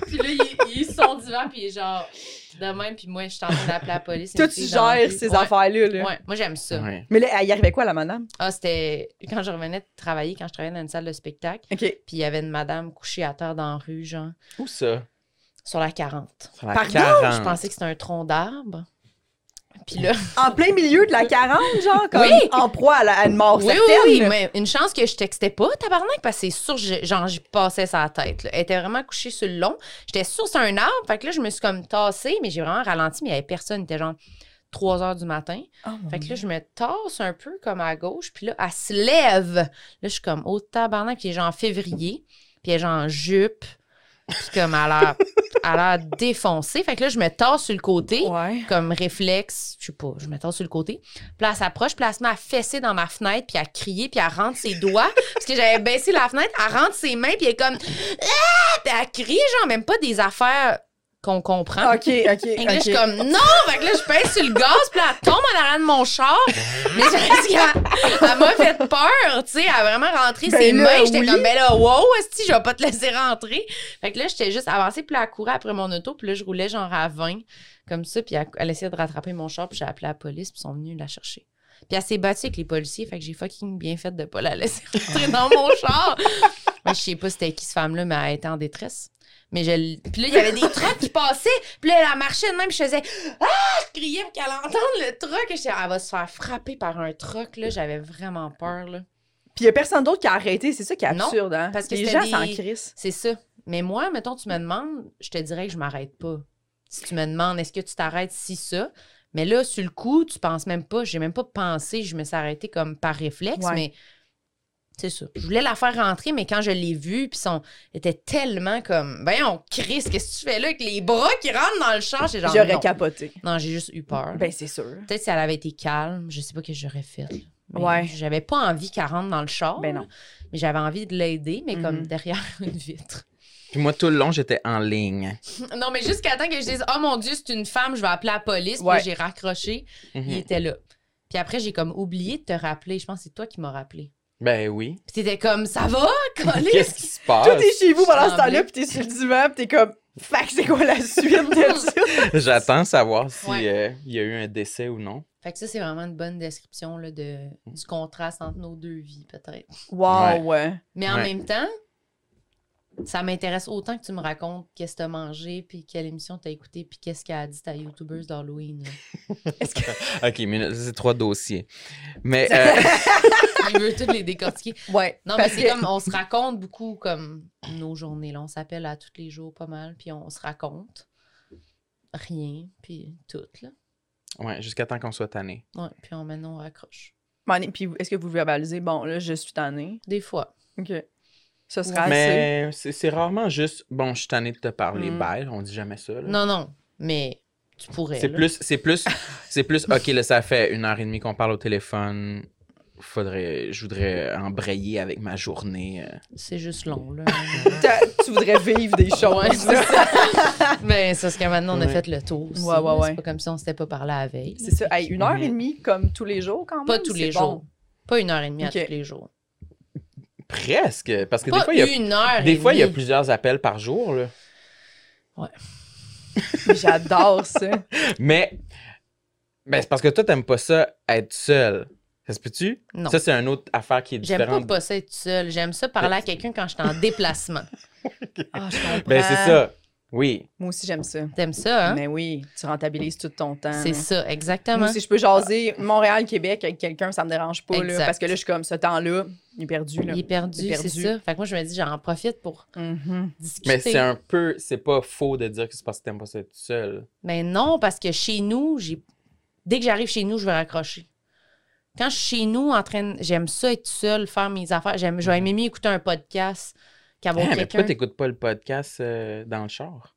Speaker 3: puis là, il, il est sur son divan, puis il est genre, de même, puis moi, je suis en train d'appeler la police.
Speaker 1: Toi,
Speaker 3: Une
Speaker 1: tu
Speaker 3: fille dans la
Speaker 1: gères
Speaker 3: rue.
Speaker 1: ces
Speaker 3: Ouais,
Speaker 1: affaires-là. là.
Speaker 3: Ouais, moi, j'aime ça.
Speaker 2: Ouais.
Speaker 1: Mais là, il arrivait quoi, la madame?
Speaker 3: Ah, c'était quand je revenais de travailler, quand je travaillais dans une salle de spectacle,
Speaker 1: OK.
Speaker 3: puis il y avait une madame couchée à terre dans la rue, genre,
Speaker 2: Où ça?
Speaker 3: sur la 40.
Speaker 2: Sur la
Speaker 1: Pardon?
Speaker 2: 40.
Speaker 3: Je pensais que c'était un tronc d'arbre. Puis là,
Speaker 1: En plein milieu de la 40, genre, comme
Speaker 3: Oui.
Speaker 1: en proie à, la- à une mort
Speaker 3: oui,
Speaker 1: certaine.
Speaker 3: oui, oui, mais une chance que je textais pas, tabarnak, parce que c'est sûr, je- genre, j'y passais sa tête. là. Elle était vraiment couchée sur le long. J'étais sûre c'est un arbre. Fait que là, je me suis comme tassée, mais j'ai vraiment ralenti, mais il y avait personne. Il était genre 3 heures du matin.
Speaker 1: Oh, mon
Speaker 3: Fait que là, je me tasse un peu comme à gauche, puis là, elle se lève. Là, je suis comme au tabarnak, puis elle est genre en février, puis elle est genre en jupe, puis comme à l'air, à l'air défoncée. Fait que là, je me tasse sur le côté,
Speaker 1: Dieu. Ouais.
Speaker 3: comme réflexe, je sais pas, je me tasse sur le côté. Puis là, elle s'approche, puis là, elle se met à fesser dans ma fenêtre, puis à crier, puis à rendre ses doigts, [LAUGHS] parce que j'avais baissé la fenêtre, elle rentre ses mains, puis elle est comme, ah! Puis elle crie, genre, même pas des affaires qu'on comprend.
Speaker 1: OK, OK,
Speaker 3: [LAUGHS] Fait que là, je suis
Speaker 1: OK.
Speaker 3: comme non! Fait que là, je pèse sur le gaz, puis là, elle tombe en arrière de mon char. Mais je parce qu'elle- [LAUGHS] elle m'a fait peur, tu sais. Elle a vraiment rentré
Speaker 1: Ben
Speaker 3: ses
Speaker 1: là,
Speaker 3: mains. J'étais
Speaker 1: oui.
Speaker 3: comme, ben là, wow, si je vais pas te laisser rentrer. Fait que là, j'étais juste avancée, puis là, elle courait après mon auto, puis là, je roulais genre à 20, comme ça, puis elle, elle essayait de rattraper mon char, puis j'ai appelé la police, puis ils sont venus la chercher. Puis elle s'est battue avec les policiers, fait que j'ai fucking bien fait de pas la laisser [LAUGHS] rentrer dans mon char. Moi, je sais pas c'était qui, cette femme-là, mais elle était en détresse. Mais je... l- Puis là, il y avait des trucks qui passaient. Puis là, elle marchait de même. Je faisais « Ah! » Je criais pour qu'elle entende le truck. Et j'étais « Elle va se faire frapper par un truck. » là. J'avais vraiment peur, là.
Speaker 1: Puis il y a personne d'autre qui a arrêté, c'est ça qui est
Speaker 3: Non,
Speaker 1: absurde, hein?
Speaker 3: parce que
Speaker 1: les
Speaker 3: c'était
Speaker 1: gens s'en
Speaker 3: des-
Speaker 1: crissent.
Speaker 3: C'est ça. Mais moi, mettons, tu me demandes, je te dirais que je m'arrête pas. Si tu me demandes, est-ce que tu t'arrêtes si ça? Mais là, sur le coup, tu penses même pas. J'ai même pas pensé. Je me suis arrêtée comme par réflexe,
Speaker 1: Ouais.
Speaker 3: mais c'est ça. Je voulais la faire rentrer, mais quand je l'ai vue, puis son était tellement comme, ben on Chris, qu'est-ce que tu fais là avec les bras qui rentrent dans le champ? J'ai genre,
Speaker 1: J'aurais
Speaker 3: non.
Speaker 1: capoté.
Speaker 3: Non, j'ai juste eu peur.
Speaker 1: Ben, c'est sûr.
Speaker 3: Peut-être si elle avait été calme, je sais pas ce que j'aurais fait. là. Mais
Speaker 1: Ouais.
Speaker 3: J'avais pas envie qu'elle rentre dans le char.
Speaker 1: Ben non.
Speaker 3: Mais j'avais envie de l'aider, mais comme
Speaker 1: Mhm.
Speaker 3: derrière [LAUGHS] une vitre.
Speaker 2: Puis moi, tout le long, j'étais en ligne.
Speaker 3: Non, mais jusqu'à temps que je dise, oh mon Dieu, c'est une femme, je vais appeler la police. Puis
Speaker 1: Ouais.
Speaker 3: là, j'ai raccroché, il
Speaker 2: Mhm.
Speaker 3: était là. Puis après, j'ai comme oublié de te rappeler. Je pense que c'est toi qui m'as rappelé.
Speaker 2: Ben oui.
Speaker 3: Puis t'étais comme, ça va,
Speaker 2: Qu'est-ce qui
Speaker 3: Colis?
Speaker 2: se passe?
Speaker 1: Toi, t'es chez vous pendant ce
Speaker 3: tremblais.
Speaker 1: temps-là, puis t'es sur le divan, puis t'es comme, fuck, c'est quoi la suite
Speaker 3: [LAUGHS]
Speaker 1: de ça?
Speaker 2: J'attends savoir s'il
Speaker 3: Ouais.
Speaker 2: y a eu un décès ou non.
Speaker 3: Fait que ça, c'est vraiment une bonne description là, de, du contraste entre nos deux vies, peut-être.
Speaker 1: Wow, ouais.
Speaker 3: Mais en
Speaker 2: Ouais.
Speaker 3: même temps, ça m'intéresse autant que tu me racontes qu'est-ce que t'as mangé, puis quelle émission t'as écouté, puis qu'est-ce qu'a dit ta youtubeuse d'Halloween. là.
Speaker 1: Est-ce que.
Speaker 2: OK, mais là, c'est trois dossiers. Mais euh,
Speaker 3: Je veux toutes les décortiquer.
Speaker 1: Ouais.
Speaker 3: Non, mais
Speaker 1: parce
Speaker 3: c'est
Speaker 1: que-
Speaker 3: comme, on se raconte beaucoup comme nos journées. Là. On s'appelle à tous les jours pas mal, puis on se raconte rien, puis tout. Là.
Speaker 2: ouais, jusqu'à temps qu'on soit tanné.
Speaker 3: Ouais, puis on, maintenant, on raccroche.
Speaker 1: M'en est- Puis est-ce que vous verbalisez, bon, là, je suis tannée?
Speaker 3: Des fois.
Speaker 1: OK. Ce sera assez.
Speaker 2: Mais c'est c'est rarement juste bon, je suis tanné de te parler,
Speaker 1: Mm.
Speaker 2: bye. On dit jamais ça. là.
Speaker 3: Hmm. Non, non, mais tu pourrais.
Speaker 2: C'est
Speaker 3: là.
Speaker 2: plus, c'est
Speaker 3: [LAUGHS]
Speaker 2: plus, c'est plus, ok, là, ça fait une heure et demie qu'on parle au téléphone. Faudrait, je voudrais embrayer avec ma journée. euh.
Speaker 3: C'est juste long, là. [LAUGHS]
Speaker 1: T'as- Tu voudrais vivre des
Speaker 3: Ouais,
Speaker 1: choses.
Speaker 3: c'est ça. mais c'est parce que maintenant, on a
Speaker 2: Ouais.
Speaker 3: fait le tour. aussi,
Speaker 1: Ouais, ouais,
Speaker 3: là.
Speaker 1: ouais.
Speaker 3: C'est pas comme si on s'était pas parlé la veille.
Speaker 1: C'est ça. Hey, une heure et demie, comme tous les jours, quand même.
Speaker 3: Pas tous les
Speaker 1: c'est
Speaker 3: jours.
Speaker 1: bon.
Speaker 3: Pas une heure et demie
Speaker 1: Ok.
Speaker 3: à tous les jours.
Speaker 2: Presque, parce que
Speaker 3: Pas
Speaker 2: des fois, il y a,
Speaker 3: une heure
Speaker 2: des
Speaker 3: et
Speaker 2: fois, il y a
Speaker 3: demie.
Speaker 2: plusieurs appels par jour, là.
Speaker 1: J'adore ça.
Speaker 3: [LAUGHS]
Speaker 2: Mais, ben, c'est parce que toi, t'aimes pas ça être seul. Ça se peut-tu?
Speaker 3: Non.
Speaker 2: Ça, c'est une autre affaire qui est
Speaker 3: J'aime pas
Speaker 2: différente.
Speaker 3: passer être seule. J'aime ça parler à quelqu'un quand je suis en déplacement.
Speaker 1: Ah, je comprends.
Speaker 2: ben, c'est ça. Oui.
Speaker 1: Moi aussi, j'aime ça.
Speaker 3: T'aimes ça, hein?
Speaker 1: Mais oui, tu rentabilises tout ton temps.
Speaker 3: C'est
Speaker 1: là.
Speaker 3: ça, hein. exactement.
Speaker 1: Moi, si je peux jaser Montréal-Québec avec quelqu'un, ça me dérange pas. là,
Speaker 3: Exact.
Speaker 1: parce que là, je suis comme ce temps-là, il est perdu. Là.
Speaker 3: Il est perdu,
Speaker 1: Il est
Speaker 3: c'est
Speaker 1: perdu.
Speaker 3: ça. Fait que moi, je me dis, j'en profite pour
Speaker 1: Mhm.
Speaker 3: discuter.
Speaker 2: Mais c'est un peu, c'est pas faux de dire que c'est parce que t'aimes pas ça être seul.
Speaker 3: Mais non, parce que chez nous, j'ai dès que j'arrive chez nous, je vais raccrocher. Quand je suis chez nous, en train, de- j'aime ça être seule, faire mes affaires. J'aime, je vais aimer mieux écouter un podcast qu'avoir
Speaker 2: Mhm. Hein, mais
Speaker 3: quelqu'un.
Speaker 2: pourquoi t'écoutes pas le podcast euh, dans le char?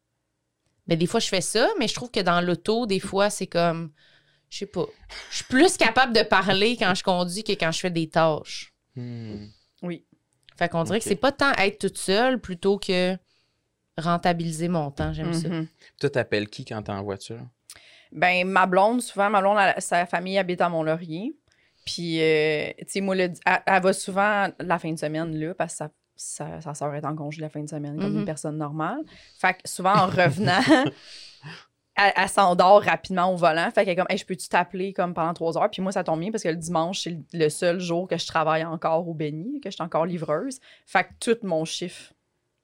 Speaker 3: Mais des fois, je fais ça, mais je trouve que dans l'auto,
Speaker 1: Mm.
Speaker 3: des fois, c'est comme, je sais pas, je suis plus capable de parler quand je conduis que quand je fais des tâches.
Speaker 2: Hmm.
Speaker 3: Fait qu'on dirait que
Speaker 2: Ok.
Speaker 3: c'est pas tant être toute seule plutôt que rentabiliser mon temps. J'aime ça.
Speaker 1: Mhm.
Speaker 2: Toi, t'appelles qui quand t'es en voiture?
Speaker 1: Ben, ma blonde, souvent, ma blonde, elle- sa famille habite à Mont-Laurier. Puis, euh, tu sais, moi, le- elle, elle va souvent la fin de semaine, là, parce que sa, sa, sa soeur est en congé la fin de semaine, comme
Speaker 3: Mhm.
Speaker 1: une personne normale. Fait que souvent, en revenant, [LAUGHS] elle, elle s'endort rapidement au volant. Fait qu'elle est comme, hey, je peux-tu t'appeler comme pendant trois heures? Puis moi, ça tombe bien parce que le dimanche, c'est le, le seul jour que je travaille encore au Béni, que je suis encore livreuse. Fait que tout mon chiffre,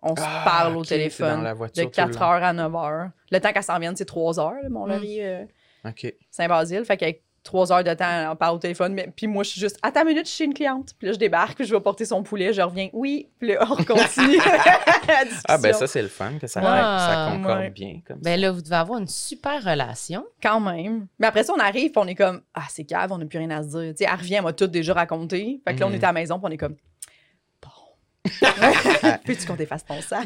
Speaker 1: on se
Speaker 2: Ah,
Speaker 1: parle au
Speaker 2: ok, t'es dans
Speaker 1: téléphone.
Speaker 2: la
Speaker 1: De
Speaker 2: voiture tout le
Speaker 1: 4
Speaker 2: long. Hmm.
Speaker 1: heures à 9 heures. Le temps qu'elle s'en vienne, c'est 3 heures, là, Mont-Laurier. euh,
Speaker 2: OK.
Speaker 1: Saint-Basile. Fait qu'avec trois heures de temps, on parle au téléphone. Mais, puis moi, je suis juste, à ta minute, je suis chez une cliente. Puis là, je débarque, puis je vais porter son poulet, je reviens. Oui, puis là,
Speaker 2: [LAUGHS]
Speaker 1: on continue [LAUGHS] la discussion.
Speaker 2: Ah, ben ça, c'est le fun, que ça,
Speaker 3: Ah,
Speaker 2: ça concorde
Speaker 1: ouais.
Speaker 2: bien comme ça.
Speaker 3: Ben là, vous devez avoir une super
Speaker 1: [LAUGHS]
Speaker 3: relation.
Speaker 1: Quand même. Mais après ça, on arrive, puis on est comme, ah, c'est cave, on n'a plus rien à se dire. Tu sais, elle revient, elle m'a tout déjà raconté. Fait que là, on
Speaker 2: Mhm.
Speaker 1: était à la maison, puis on est comme, bon.
Speaker 2: [LAUGHS]
Speaker 1: Peux-tu qu'on t'efface ton sac?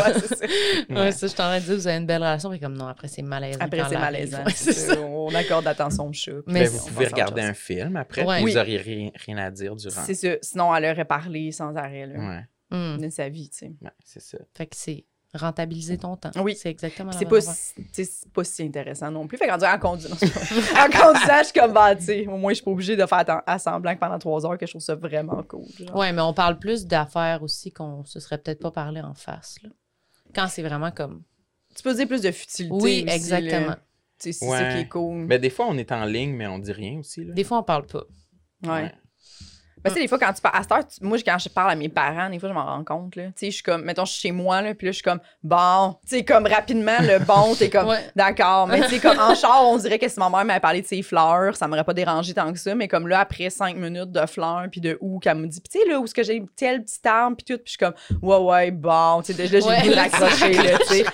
Speaker 1: [LAUGHS] Ouais, c'est ça.
Speaker 3: Ouais, ça, je t'en ai dit, vous avez une belle relation, mais comme non, après, c'est malaisant.
Speaker 1: Après,
Speaker 3: quand
Speaker 1: c'est
Speaker 3: la-
Speaker 1: malaisant.
Speaker 3: Ouais,
Speaker 2: [LAUGHS]
Speaker 3: c'est ça.
Speaker 1: On accorde attention au chat.
Speaker 3: Mais
Speaker 2: Ben,
Speaker 3: c'est-
Speaker 2: vous
Speaker 1: on passe
Speaker 2: pouvez
Speaker 1: à autre
Speaker 2: regarder
Speaker 1: chose.
Speaker 2: un film après,
Speaker 3: Ouais.
Speaker 2: puis
Speaker 1: Oui.
Speaker 2: vous auriez rien, rien à dire durant.
Speaker 1: C'est ça. Sinon, elle aurait parlé sans arrêt, là,
Speaker 2: Ouais,
Speaker 3: Hmm.
Speaker 1: de sa vie, tu sais.
Speaker 2: ouais, c'est ça.
Speaker 3: Fait que c'est rentabiliser ton temps.
Speaker 1: Oui.
Speaker 3: C'est exactement
Speaker 1: Puis
Speaker 3: la
Speaker 1: c'est
Speaker 3: même
Speaker 1: pas,
Speaker 3: affaire.
Speaker 1: si- tu sais, c'est pas si intéressant non plus. Fait qu'en disant, en conduisant,
Speaker 3: [LAUGHS]
Speaker 1: en conduisant, je suis comme, bah, tu sais, au moins, je suis pas obligée de faire atten- à semblant que pendant trois heures que je trouve ça vraiment cool. genre.
Speaker 3: Ouais, mais on parle plus d'affaires aussi qu'on se serait peut-être pas parlé en face. là. Quand c'est vraiment comme.
Speaker 1: Tu peux dire plus de futilité.
Speaker 3: Oui,
Speaker 1: aussi, là.
Speaker 3: exactement.
Speaker 1: Tu sais, c'est
Speaker 2: Ouais.
Speaker 1: ça qui est cool.
Speaker 2: Ben, des fois, on est en ligne, mais on dit rien aussi. Là.
Speaker 3: Des fois, on parle pas.
Speaker 1: ouais.
Speaker 2: Ouais.
Speaker 1: Ben, tu sais, des fois, quand tu parles, à cette heure, tu- moi, quand je parle à mes parents, des fois, je m'en rends compte, là. Tu sais, je suis comme, mettons, je suis chez moi, là, puis là, je suis comme, bon. Tu sais, comme rapidement, le bon, t'es comme,
Speaker 3: [LAUGHS] Ouais.
Speaker 1: d'accord. Mais tu sais, comme
Speaker 3: [LAUGHS]
Speaker 1: en char, on dirait que si ma mère m'avait parlé de ses fleurs, ça m'aurait pas dérangé tant que ça. Mais comme là, après cinq minutes de fleurs, puis de où, qu'elle me dit, puis tu sais, là, où est-ce que j'ai tel petit arbre, puis tout, puis je suis comme, ouais, ouais, bon. Tu sais, déjà, j'ai
Speaker 3: Ouais,
Speaker 1: le goût de
Speaker 3: là,
Speaker 1: raccrocher, là, tu
Speaker 3: [LAUGHS]
Speaker 1: sais.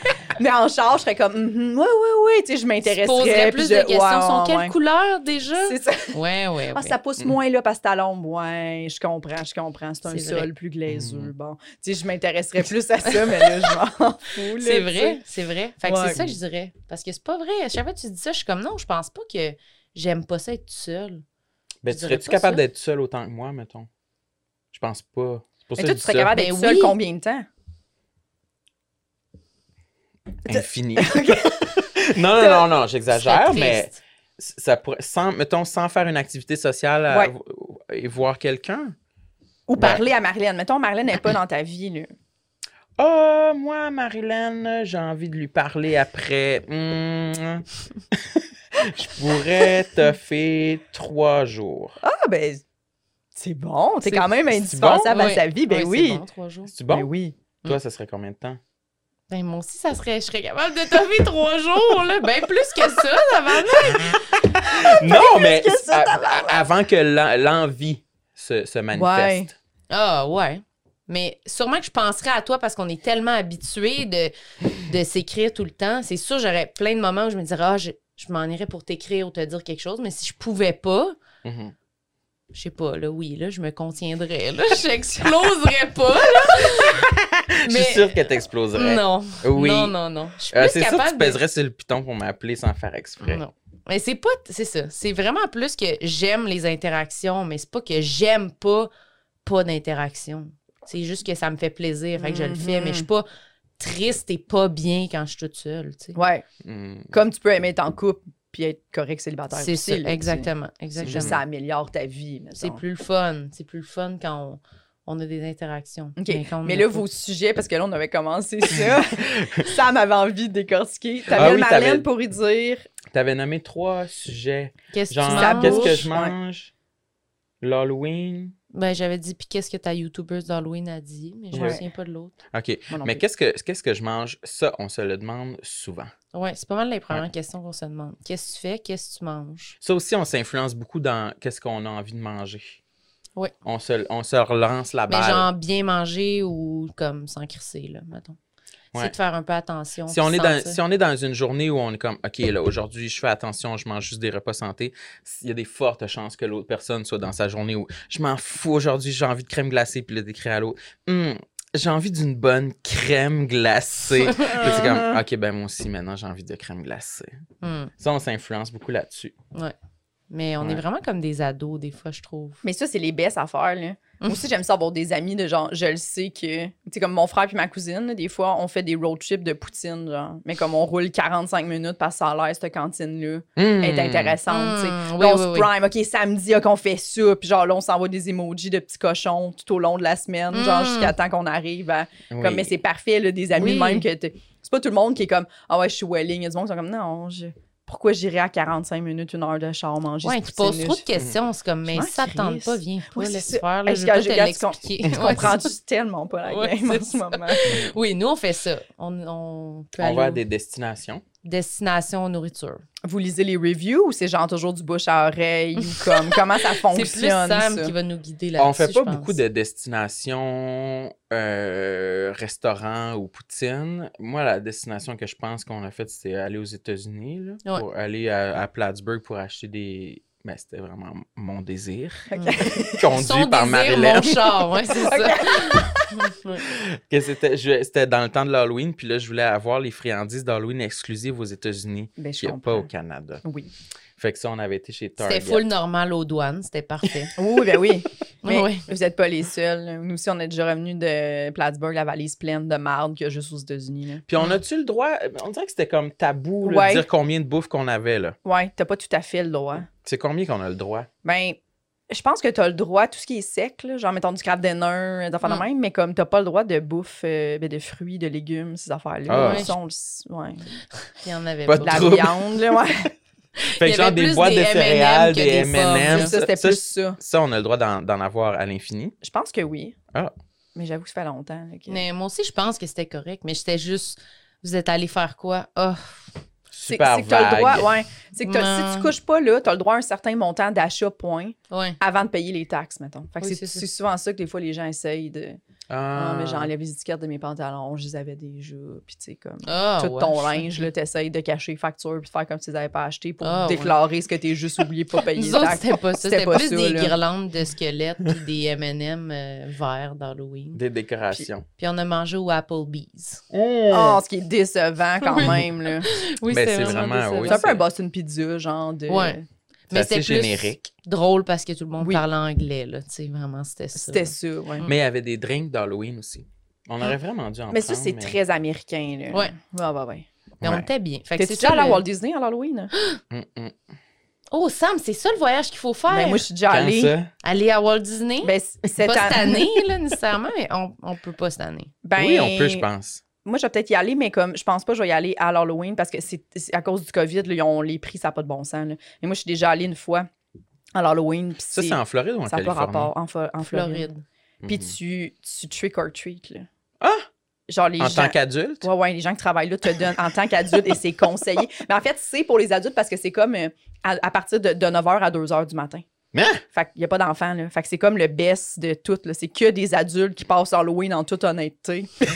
Speaker 1: Mais en char, je serais comme, Mhm, ouais, ouais, ouais, tu sais, je
Speaker 3: Tu
Speaker 1: m'intéresserais.
Speaker 3: poserais
Speaker 1: puis
Speaker 3: plus
Speaker 1: je-
Speaker 3: de questions.
Speaker 1: ouais,
Speaker 3: sont
Speaker 1: ouais,
Speaker 3: quelles
Speaker 1: ouais.
Speaker 3: couleurs déjà?
Speaker 1: C'est ça.
Speaker 3: [LAUGHS] Ouais, ouais, ouais.
Speaker 1: Ah, ça pousse moins là parce que t'as l'ombre. Ouais, je comprends, je comprends. C'est un
Speaker 3: C'est vrai.
Speaker 1: sol plus glaiseux.
Speaker 2: Mhm.
Speaker 1: Bon, tu sais, je m'intéresserais plus à ça, mais là, je m'en fous. là,
Speaker 3: C'est
Speaker 1: tu
Speaker 3: vrai,
Speaker 1: sais.
Speaker 3: c'est vrai. Fait que
Speaker 1: Ouais.
Speaker 3: c'est ça que je dirais. Parce que c'est pas vrai. À chaque fois que tu dis ça, je suis comme non, je pense pas que j'aime pas ça être toute seule.
Speaker 2: Ben,
Speaker 3: Je
Speaker 2: tu
Speaker 3: dirais
Speaker 2: serais-tu
Speaker 3: pas
Speaker 2: capable
Speaker 3: ça.
Speaker 2: d'être seul autant que moi, mettons? Je pense pas. C'est pour
Speaker 1: Mais toi,
Speaker 2: ça que
Speaker 1: tu
Speaker 2: je
Speaker 1: serais
Speaker 2: dis ça.
Speaker 1: capable
Speaker 3: Ben
Speaker 1: d'être
Speaker 3: oui.
Speaker 1: seul combien de temps?
Speaker 2: Infini.
Speaker 1: [LAUGHS]
Speaker 2: non, non, non, non, j'exagère,
Speaker 3: C'est
Speaker 2: mais
Speaker 3: triste.
Speaker 2: ça pourrait, sans, mettons, sans faire une activité sociale à-
Speaker 1: Ouais.
Speaker 2: et voir quelqu'un.
Speaker 1: Ou
Speaker 2: Ben-
Speaker 1: parler à Marlène. Mettons, Marlène n'est pas dans ta vie, là.
Speaker 2: Ah, moi, Marilyn, j'ai envie de lui parler après. Hmm. [LAUGHS] je pourrais toffer trois jours.
Speaker 1: Ah, ben, c'est bon. T'es
Speaker 3: C'est-
Speaker 1: quand même
Speaker 2: c'est
Speaker 1: indispensable à
Speaker 3: Ouais.
Speaker 1: sa vie. Ben
Speaker 3: Ouais,
Speaker 1: oui.
Speaker 3: c'est bon, trois jours.
Speaker 2: C'est bon?
Speaker 1: Ben oui.
Speaker 2: Toi, ça serait combien de temps?
Speaker 3: Ben, moi aussi, ça serait, je serais capable de t'offrir trois jours, là. Ben, plus que ça, ça va venir. Ah,
Speaker 2: non, mais
Speaker 1: que ça,
Speaker 2: a- a- avant que l'en- l'envie se, se manifeste.
Speaker 3: Ah, ouais. Mais sûrement que je penserais à toi parce qu'on est tellement habitué de, de s'écrire tout le temps. C'est sûr, j'aurais plein de moments où je me dirais, ah, je, je m'en irais pour t'écrire ou te dire quelque chose, mais si je pouvais pas,
Speaker 2: Mhm.
Speaker 3: je sais pas, là, oui, là, je me contiendrais, là, [LAUGHS] j'exploserais pas, là.
Speaker 2: Je suis sûre qu'elle t'exploserait.
Speaker 3: Non.
Speaker 2: Oui.
Speaker 3: Non, non, non. Je suis
Speaker 2: Euh,
Speaker 3: plus
Speaker 2: c'est sûr que tu
Speaker 3: capable de-
Speaker 2: pèserais sur le piton pour m'appeler sans faire exprès.
Speaker 3: Non. Mais c'est pas. C'est ça. C'est vraiment plus que j'aime les interactions, mais c'est pas que j'aime pas pas d'interaction. C'est juste que ça me fait plaisir. Fait que je le fais,
Speaker 1: Mhm.
Speaker 3: mais je suis pas triste et pas bien quand je suis toute seule. tu sais.
Speaker 1: Ouais.
Speaker 2: Hmm.
Speaker 1: Comme tu peux aimer être en couple puis être correct célibataire.
Speaker 3: c'est
Speaker 1: aussi,
Speaker 3: ça.
Speaker 1: là, tu sais.
Speaker 3: Exactement.
Speaker 1: C'est
Speaker 3: Exactement.
Speaker 1: juste, ça améliore ta vie.
Speaker 3: C'est
Speaker 1: mettons.
Speaker 3: plus le fun. C'est plus le fun quand on, on a des interactions.
Speaker 1: OK.
Speaker 3: quand on
Speaker 1: Mais
Speaker 3: en
Speaker 1: là,
Speaker 3: a pas-
Speaker 1: vos sujets, parce que là, on avait commencé
Speaker 2: [LAUGHS]
Speaker 1: ça. Sam avait envie de décortiquer. T'avais
Speaker 2: Ah
Speaker 1: le
Speaker 2: oui,
Speaker 1: Marlène
Speaker 2: t'avais-
Speaker 1: pour y dire.
Speaker 2: T'avais nommé trois sujets.
Speaker 3: Qu'est-ce que tu
Speaker 2: Genre,
Speaker 1: manges?
Speaker 3: manges?
Speaker 2: qu'est-ce que je
Speaker 1: Ouais.
Speaker 2: mange? L'Halloween.
Speaker 3: Ben, j'avais dit, puis qu'est-ce que ta YouTubeuse d'Halloween a dit, mais je ne me
Speaker 1: Ouais.
Speaker 3: souviens pas de l'autre.
Speaker 2: OK.
Speaker 1: Moi non
Speaker 2: Mais
Speaker 1: plus.
Speaker 2: qu'est-ce que, qu'est-ce que je mange? Ça, on se le demande souvent.
Speaker 3: Ouais, c'est pas mal les premières questions qu'on se demande. Qu'est-ce que tu fais? Qu'est-ce que tu manges?
Speaker 2: Ça aussi, on s'influence beaucoup dans qu'est-ce qu'on a envie de manger.
Speaker 3: Oui.
Speaker 2: On se, on se relance la
Speaker 3: Mais
Speaker 2: balle.
Speaker 3: genre bien manger ou comme sans crisser, là, mettons.
Speaker 2: Ouais.
Speaker 3: C'est de faire un peu attention.
Speaker 2: si
Speaker 3: puis
Speaker 2: on, est dans,
Speaker 3: sentir.
Speaker 2: si on est dans une journée où on est comme, OK, là, aujourd'hui, je fais attention, je mange juste des repas santé, il y a des fortes chances que l'autre personne soit dans sa journée où je m'en fous aujourd'hui, j'ai envie de crème glacée, puis le décrit à l'autre, Hmm, j'ai envie d'une bonne crème glacée. Puis là, c'est
Speaker 1: Euh,
Speaker 2: comme, OK, ben moi aussi, maintenant, j'ai envie de crème glacée.
Speaker 3: Hmm.
Speaker 2: Ça, on s'influence beaucoup là-dessus.
Speaker 3: Mais on
Speaker 2: Ouais.
Speaker 3: est vraiment comme des ados, des fois, je trouve.
Speaker 1: Mais ça, c'est les best affaires, là. Moi aussi, j'aime ça avoir des amis de genre, je le sais que. Tu sais, comme mon frère puis ma cousine, là, des fois, on fait des road trips de poutine, genre. Mais comme on roule 45 minutes parce que ça a l'air, cette cantine-là, est
Speaker 2: Hmm.
Speaker 1: intéressante, tu sais. Là,
Speaker 3: Hmm, oui,
Speaker 1: on se
Speaker 3: oui, oui.
Speaker 1: prime, OK, samedi, OK, on fait ça. Puis genre, là, on s'envoie des emojis de petits cochons tout au long de la semaine, genre,
Speaker 3: Mm.
Speaker 2: Hmm.
Speaker 1: jusqu'à temps qu'on arrive à.
Speaker 2: Oui.
Speaker 1: Comme, mais c'est parfait, là, des amis
Speaker 3: Oui.
Speaker 1: de même que. t'es- C'est pas tout le monde qui est comme, ah ouais, je suis welling. Il y a du monde qui sont comme, non, je- pourquoi j'irais à 45 minutes, une heure de char manger
Speaker 3: Ouais,
Speaker 1: cette
Speaker 3: tu poses
Speaker 1: poutine-là?
Speaker 3: trop de questions. C'est comme, mais
Speaker 1: Ouais,
Speaker 3: ça te tente
Speaker 1: Chris.
Speaker 3: pas, viens pas,
Speaker 1: Ouais, c'est
Speaker 3: laisse
Speaker 1: ça.
Speaker 3: faire. Là,
Speaker 1: Hey,
Speaker 3: je veux pas te
Speaker 1: regarde, regarde, [LAUGHS] tu com-
Speaker 3: l'expliquer.
Speaker 1: Je
Speaker 3: Ouais,
Speaker 1: comprends
Speaker 3: c'est-
Speaker 1: juste tellement pas la
Speaker 3: Ouais,
Speaker 1: game en
Speaker 3: c'est
Speaker 1: ce
Speaker 3: ça.
Speaker 1: moment.
Speaker 3: Oui, nous, on fait ça. On, on peut
Speaker 2: on
Speaker 3: aller
Speaker 2: va à
Speaker 3: aux
Speaker 2: des destinations.
Speaker 3: destinations nourriture.
Speaker 1: Vous lisez les reviews ou c'est genre toujours du bouche à oreille ou
Speaker 3: [LAUGHS]
Speaker 1: comme comment ça
Speaker 3: C'est
Speaker 1: fonctionne
Speaker 3: plus Sam
Speaker 1: ça?
Speaker 3: qui va nous guider là-dessus.
Speaker 2: On fait
Speaker 3: je
Speaker 2: pas
Speaker 3: pense.
Speaker 2: beaucoup de destinations euh, restaurants ou poutine. Moi, la destination que je pense qu'on a faite, c'était aller aux États-Unis, là,
Speaker 3: Ouais.
Speaker 2: pour aller à, à Plattsburgh pour acheter des. Ben, c'était vraiment mon désir. [LAUGHS]
Speaker 3: Son
Speaker 2: Conduit par
Speaker 3: désir,
Speaker 2: Marilyn.
Speaker 3: Mon char,
Speaker 1: [LAUGHS]
Speaker 3: ouais, c'est ça. Ouais.
Speaker 2: Que c'était, je- c'était dans le temps de l'Halloween, puis là, je voulais avoir les friandises d'Halloween exclusives aux États-Unis,
Speaker 1: Ben, je
Speaker 2: qui n'est pas au
Speaker 1: comprends.
Speaker 2: Canada.
Speaker 1: Oui.
Speaker 2: Fait que ça, on avait été chez Target.
Speaker 3: C'était full normal aux douanes, c'était parfait.
Speaker 1: Oui, ben oui. [LAUGHS] Mais
Speaker 3: Ouais.
Speaker 1: vous n'êtes pas les seuls. Nous aussi, on est déjà revenus de Plattsburgh, la valise pleine de marde qu'il y a juste aux États-Unis. là.
Speaker 2: Puis on a-tu le droit? On dirait que c'était comme tabou là,
Speaker 1: Ouais.
Speaker 2: de dire combien de bouffe qu'on avait. là.
Speaker 1: Ouais, t'as pas tout à fait le droit.
Speaker 2: C'est combien qu'on a le droit?
Speaker 1: Ben, je pense que t'as le droit à tout ce qui est sec, là, genre mettons du crabe dinner, euh, des affaires
Speaker 3: Mm.
Speaker 1: de même, mais comme t'as pas le droit de bouffe, euh, ben, de fruits, de légumes, ces affaires-là.
Speaker 2: Ah.
Speaker 1: Ils sont le- ouais.
Speaker 3: Il y en avait
Speaker 2: Pas
Speaker 3: pas.
Speaker 2: de
Speaker 1: La
Speaker 2: Trouble.
Speaker 1: viande, là,
Speaker 2: [LAUGHS]
Speaker 1: ouais.
Speaker 2: Fait
Speaker 3: Il y
Speaker 2: que genre
Speaker 3: avait
Speaker 2: des
Speaker 3: plus
Speaker 2: boîtes
Speaker 3: des
Speaker 2: de
Speaker 3: M&M
Speaker 2: céréales,
Speaker 3: que
Speaker 2: des
Speaker 3: des formes,
Speaker 2: M&M.
Speaker 3: là.
Speaker 1: Ça, c'était
Speaker 2: ça,
Speaker 1: plus ça.
Speaker 2: ça, on a le droit d'en d'en avoir à l'infini.
Speaker 1: Je pense que oui.
Speaker 2: Ah.
Speaker 1: Mais j'avoue que ça fait longtemps. là, que-
Speaker 3: Mais moi aussi, je pense que c'était correct, mais j'étais juste. Vous êtes allé faire quoi? Ah,
Speaker 1: C'est
Speaker 2: Super
Speaker 1: c'est que t'as le
Speaker 2: vague.
Speaker 1: droit, ouais. C'est que t'as-
Speaker 3: Ouais.
Speaker 1: si tu couches pas là, t'as le droit à un certain montant d'achat point
Speaker 3: ouais.
Speaker 1: avant de payer les taxes, mettons. Fait que
Speaker 3: Oui,
Speaker 1: c'est,
Speaker 3: c'est ça.
Speaker 1: c'est souvent ça que des fois les gens essayent de.
Speaker 2: Ah.
Speaker 1: Ah, mais j'enlève les étiquettes de mes pantalons, je les avais déjà. Puis tu sais, comme.
Speaker 3: Ah,
Speaker 1: tout
Speaker 3: ouais,
Speaker 1: ton
Speaker 3: je-
Speaker 1: linge, là, t'essayes de cacher les factures puis de faire comme si tu les avais pas acheté pour
Speaker 3: Ah,
Speaker 1: déclarer ce que t'es juste oublié de pas payer les
Speaker 3: [LAUGHS] Nous autres,
Speaker 1: taxes.
Speaker 3: c'était pas ça.
Speaker 1: C'était
Speaker 3: C'était
Speaker 1: pas
Speaker 3: plus
Speaker 1: ça,
Speaker 3: des
Speaker 1: là.
Speaker 3: guirlandes de squelettes puis des M&M euh, verts d'Halloween.
Speaker 2: Des décorations.
Speaker 3: Puis on a mangé au Applebee's.
Speaker 1: Oh, ce qui est décevant quand
Speaker 3: Oui.
Speaker 1: même, là.
Speaker 3: Oui,
Speaker 2: Ben, c'est vraiment- oui,
Speaker 1: C'est un peu
Speaker 2: c'est-
Speaker 1: un Boston Pizza, genre de.
Speaker 3: Ouais.
Speaker 2: C'est
Speaker 3: Mais
Speaker 2: assez
Speaker 3: c'était plus
Speaker 2: générique.
Speaker 3: drôle parce que tout le monde
Speaker 1: Oui.
Speaker 3: parle anglais, là. Tu sais, vraiment, c'était ça.
Speaker 1: C'était ça, ouais.
Speaker 2: Mm. Mais il y avait des drinks d'Halloween aussi. On aurait vraiment dû en
Speaker 1: Mm. Mais ça,
Speaker 2: prendre.
Speaker 1: c'est très américain, là.
Speaker 3: Ouais.
Speaker 1: Ouais, ouais, ouais.
Speaker 3: Mais
Speaker 2: Ouais.
Speaker 3: on était bien. Fait que
Speaker 1: T'es-tu
Speaker 3: c'est
Speaker 1: déjà
Speaker 3: ça.
Speaker 1: allé à
Speaker 3: le-
Speaker 1: Walt Disney à l'Halloween?
Speaker 2: Mm, mm.
Speaker 3: Oh, Sam, c'est ça le voyage qu'il faut faire.
Speaker 1: Ben, moi, je suis déjà
Speaker 2: Quand
Speaker 1: allée.
Speaker 2: ça?
Speaker 3: Aller à Walt Disney.
Speaker 1: Ben, c- cette
Speaker 3: pas cette
Speaker 1: année. [LAUGHS]
Speaker 3: année, là, nécessairement, mais on, on peut pas cette année.
Speaker 1: Ben,
Speaker 2: Oui, on peut, je pense.
Speaker 1: Moi, je vais peut-être y aller, mais comme je pense pas que je vais y aller à l'Halloween parce que c'est c'est à cause du COVID, là, ils ont les prix, ça n'a pas de bon sens. là. Mais moi, je suis déjà allée une fois à l'Halloween. puis
Speaker 2: Ça, c'est en Floride ou en
Speaker 1: Ça n'a pas
Speaker 2: Californie?
Speaker 1: rapport en, Fo- en
Speaker 3: En
Speaker 1: Floride.
Speaker 3: Floride.
Speaker 2: Mhm.
Speaker 1: Puis tu, tu trick or treat. Là.
Speaker 2: Ah!
Speaker 1: Genre les
Speaker 2: En
Speaker 1: gens.
Speaker 2: tant qu'adulte?
Speaker 1: Ouais, ouais, les gens qui travaillent là te donnent en tant qu'adulte et c'est conseillé. Mais en fait, c'est pour les adultes parce que c'est comme euh, à, à partir de, 9h à 2h du matin.
Speaker 2: Mais? hein?
Speaker 1: Fait qu'il n'y a pas d'enfants, là. Fait que c'est comme le best de tout, là. C'est que des adultes qui passent Halloween en toute honnêteté.
Speaker 2: Mais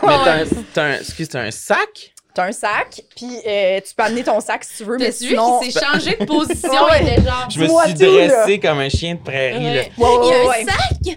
Speaker 2: t'as un, t'as un- excuse, t'as un sac?
Speaker 1: T'as un sac, puis euh, tu peux amener ton sac si tu veux, mais
Speaker 3: T'as-tu vu
Speaker 1: sinon... ben,
Speaker 3: qu'il s'est changé
Speaker 1: [LAUGHS]
Speaker 3: de position?
Speaker 1: Ouais.
Speaker 3: Il était genre...
Speaker 2: Je me
Speaker 1: Dis-moi
Speaker 2: suis
Speaker 1: tout, là.
Speaker 2: dressé comme un chien de prairie. là.
Speaker 3: Ouais.
Speaker 1: Ouais, ouais,
Speaker 3: Il y a un
Speaker 1: ouais.
Speaker 3: sac!
Speaker 1: Il y a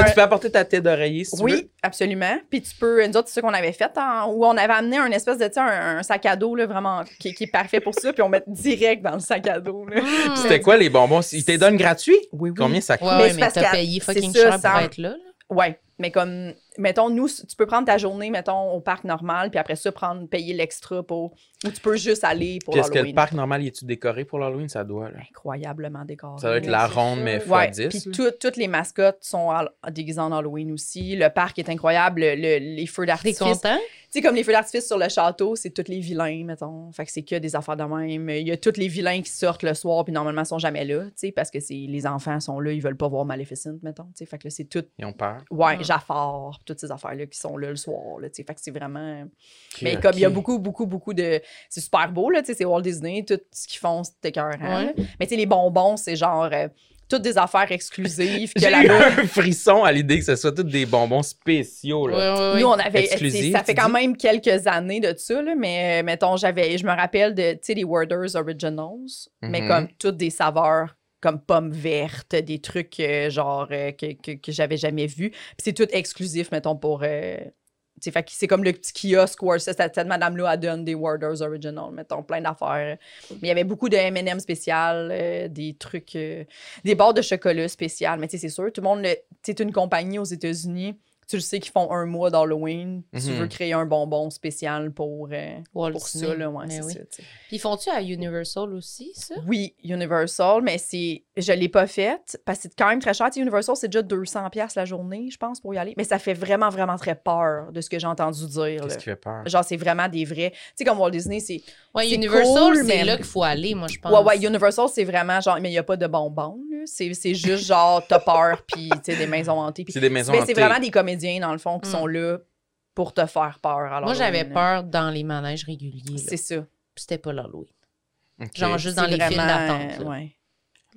Speaker 2: Mais
Speaker 1: un-
Speaker 2: tu peux apporter ta tête d'oreiller si tu
Speaker 1: oui,
Speaker 2: veux.
Speaker 1: absolument. Puis tu peux, nous autres, c'est ça qu'on avait fait, en- où on avait amené un espèce de, tu sais, un, un sac à dos, là, vraiment, qui, qui est parfait pour ça, puis on met [LAUGHS] direct dans le sac à dos, là.
Speaker 3: Hmm.
Speaker 2: C'était quoi les bonbons? Ils te les donnent gratuits?
Speaker 1: Mm. Oui, oui.
Speaker 2: Combien ça coûte?
Speaker 3: Ouais,
Speaker 1: Mais
Speaker 3: ouais,
Speaker 1: c'est
Speaker 3: mais
Speaker 1: parce
Speaker 3: t'as
Speaker 1: que-
Speaker 3: payé fucking
Speaker 1: c'est ça,
Speaker 3: cher pour
Speaker 1: Sam.
Speaker 3: être là. là.
Speaker 1: Ouais, mais comme mettons, nous, tu peux prendre ta journée, mettons, au parc normal, puis après ça, prendre, payer l'extra pour. Ou tu peux juste aller pour
Speaker 2: Puis est-ce que le
Speaker 1: l'Halloween.
Speaker 2: parc normal, il est-tu décoré pour l'Halloween? Ça doit, là.
Speaker 1: Incroyablement décoré.
Speaker 2: Ça doit être
Speaker 3: Oui,
Speaker 2: la
Speaker 3: c'est
Speaker 2: ronde,
Speaker 3: sûr.
Speaker 2: mais
Speaker 3: Ouais,
Speaker 2: fois
Speaker 1: Ouais,
Speaker 2: 10.
Speaker 1: puis tout- toutes les mascottes sont hall- déguisées en Halloween aussi. Le parc est incroyable. Le- le- les feux
Speaker 3: T'es
Speaker 1: d'artifice.
Speaker 3: content?
Speaker 1: Tu sais, comme les feux d'artifice sur le château, c'est tous les vilains, mettons. Fait que c'est que des affaires de même. Il y a tous les vilains qui sortent le soir, puis normalement, sont jamais là, tu sais, parce que c'est les enfants sont là, ils veulent pas voir Maleficent, mettons. Tu sais, fait que là, c'est tout.
Speaker 2: Ils ont peur.
Speaker 1: Ouais,
Speaker 3: Mm.
Speaker 1: Jafar, toutes ces affaires-là qui sont là le soir, là, tu sais. Fait que c'est vraiment. Mais comme il y a
Speaker 2: Ok.
Speaker 1: beaucoup, beaucoup, beaucoup de. C'est super beau, là, tu sais, c'est Walt Disney, tout ce qu'ils font, c'est écœurant.
Speaker 3: Ouais.
Speaker 1: là. Mais tu sais, les bonbons, c'est genre. euh, toutes des affaires exclusives que
Speaker 2: J'ai
Speaker 1: la
Speaker 2: eu un [LAUGHS] frisson à l'idée que ce soit tous des bonbons spéciaux,
Speaker 3: Ouais,
Speaker 2: là.
Speaker 3: ouais, ouais.
Speaker 1: Nous, on avait.
Speaker 2: Exclusive,
Speaker 1: c'est- ça
Speaker 2: tu
Speaker 1: fait quand
Speaker 2: dis?
Speaker 1: même quelques années de ça, là, mais euh, mettons, j'avais, je me rappelle de, tu sais, les Worders Originals, mais
Speaker 2: Mhm.
Speaker 1: comme toutes des saveurs comme pommes vertes, des trucs euh, genre euh, que, que, que j'avais jamais vu. Puis c'est tout exclusif, mettons, pour. euh, tu sais, fait que c'est comme le petit kiosque Word. Ça, c'était Madame Lou donne des Worders Original, mettons, plein d'affaires. Mais il y avait beaucoup de M&M spécial, euh, des trucs, euh, des barres de chocolat spéciales. Mais tu sais, c'est sûr, tout le monde, le- tu sais, une compagnie aux États-Unis, tu le sais qu'ils font un mois d'Halloween. Tu
Speaker 2: Mhm.
Speaker 1: veux créer un bonbon spécial pour, euh,
Speaker 3: Walt
Speaker 1: pour ça,
Speaker 3: Disney.
Speaker 1: là, ouais,
Speaker 3: Mais
Speaker 1: c'est
Speaker 3: oui.
Speaker 1: ça, tu sais.
Speaker 3: Ils font-tu à Universal aussi, ça?
Speaker 1: Oui, Universal, mais c'est je l'ai pas faite parce que c'est quand même très cher. Tu sais, Universal, c'est déjà 200 pièces la journée, je pense pour y aller, mais ça fait vraiment vraiment très peur de ce que j'ai entendu dire. là.
Speaker 2: Qu'est-ce qui fait peur?
Speaker 1: Genre c'est vraiment des vrais. Tu sais comme Walt Disney, c'est
Speaker 3: Ouais,
Speaker 1: C'est
Speaker 3: Universal,
Speaker 1: cool,
Speaker 3: c'est
Speaker 1: mais-
Speaker 3: là qu'il faut aller, moi, je pense.
Speaker 1: Ouais ouais, Universal, c'est vraiment genre mais il y a pas de bonbons, là. c'est c'est juste genre t'as
Speaker 3: [LAUGHS]
Speaker 1: peur puis tu sais des maisons hantées puis
Speaker 2: C'est des maisons
Speaker 1: mais c'est
Speaker 2: hantées.
Speaker 1: vraiment des comédiens dans le fond qui
Speaker 3: Mm.
Speaker 1: sont là pour te faire peur. Alors
Speaker 3: Moi, j'avais
Speaker 1: là,
Speaker 3: peur dans les manèges réguliers. là.
Speaker 1: C'est ça.
Speaker 3: C'était pas l'Halloween.
Speaker 2: Ok.
Speaker 3: Genre juste dans
Speaker 1: C'est
Speaker 3: les files
Speaker 1: vraiment,
Speaker 3: d'attente. là.
Speaker 1: ouais.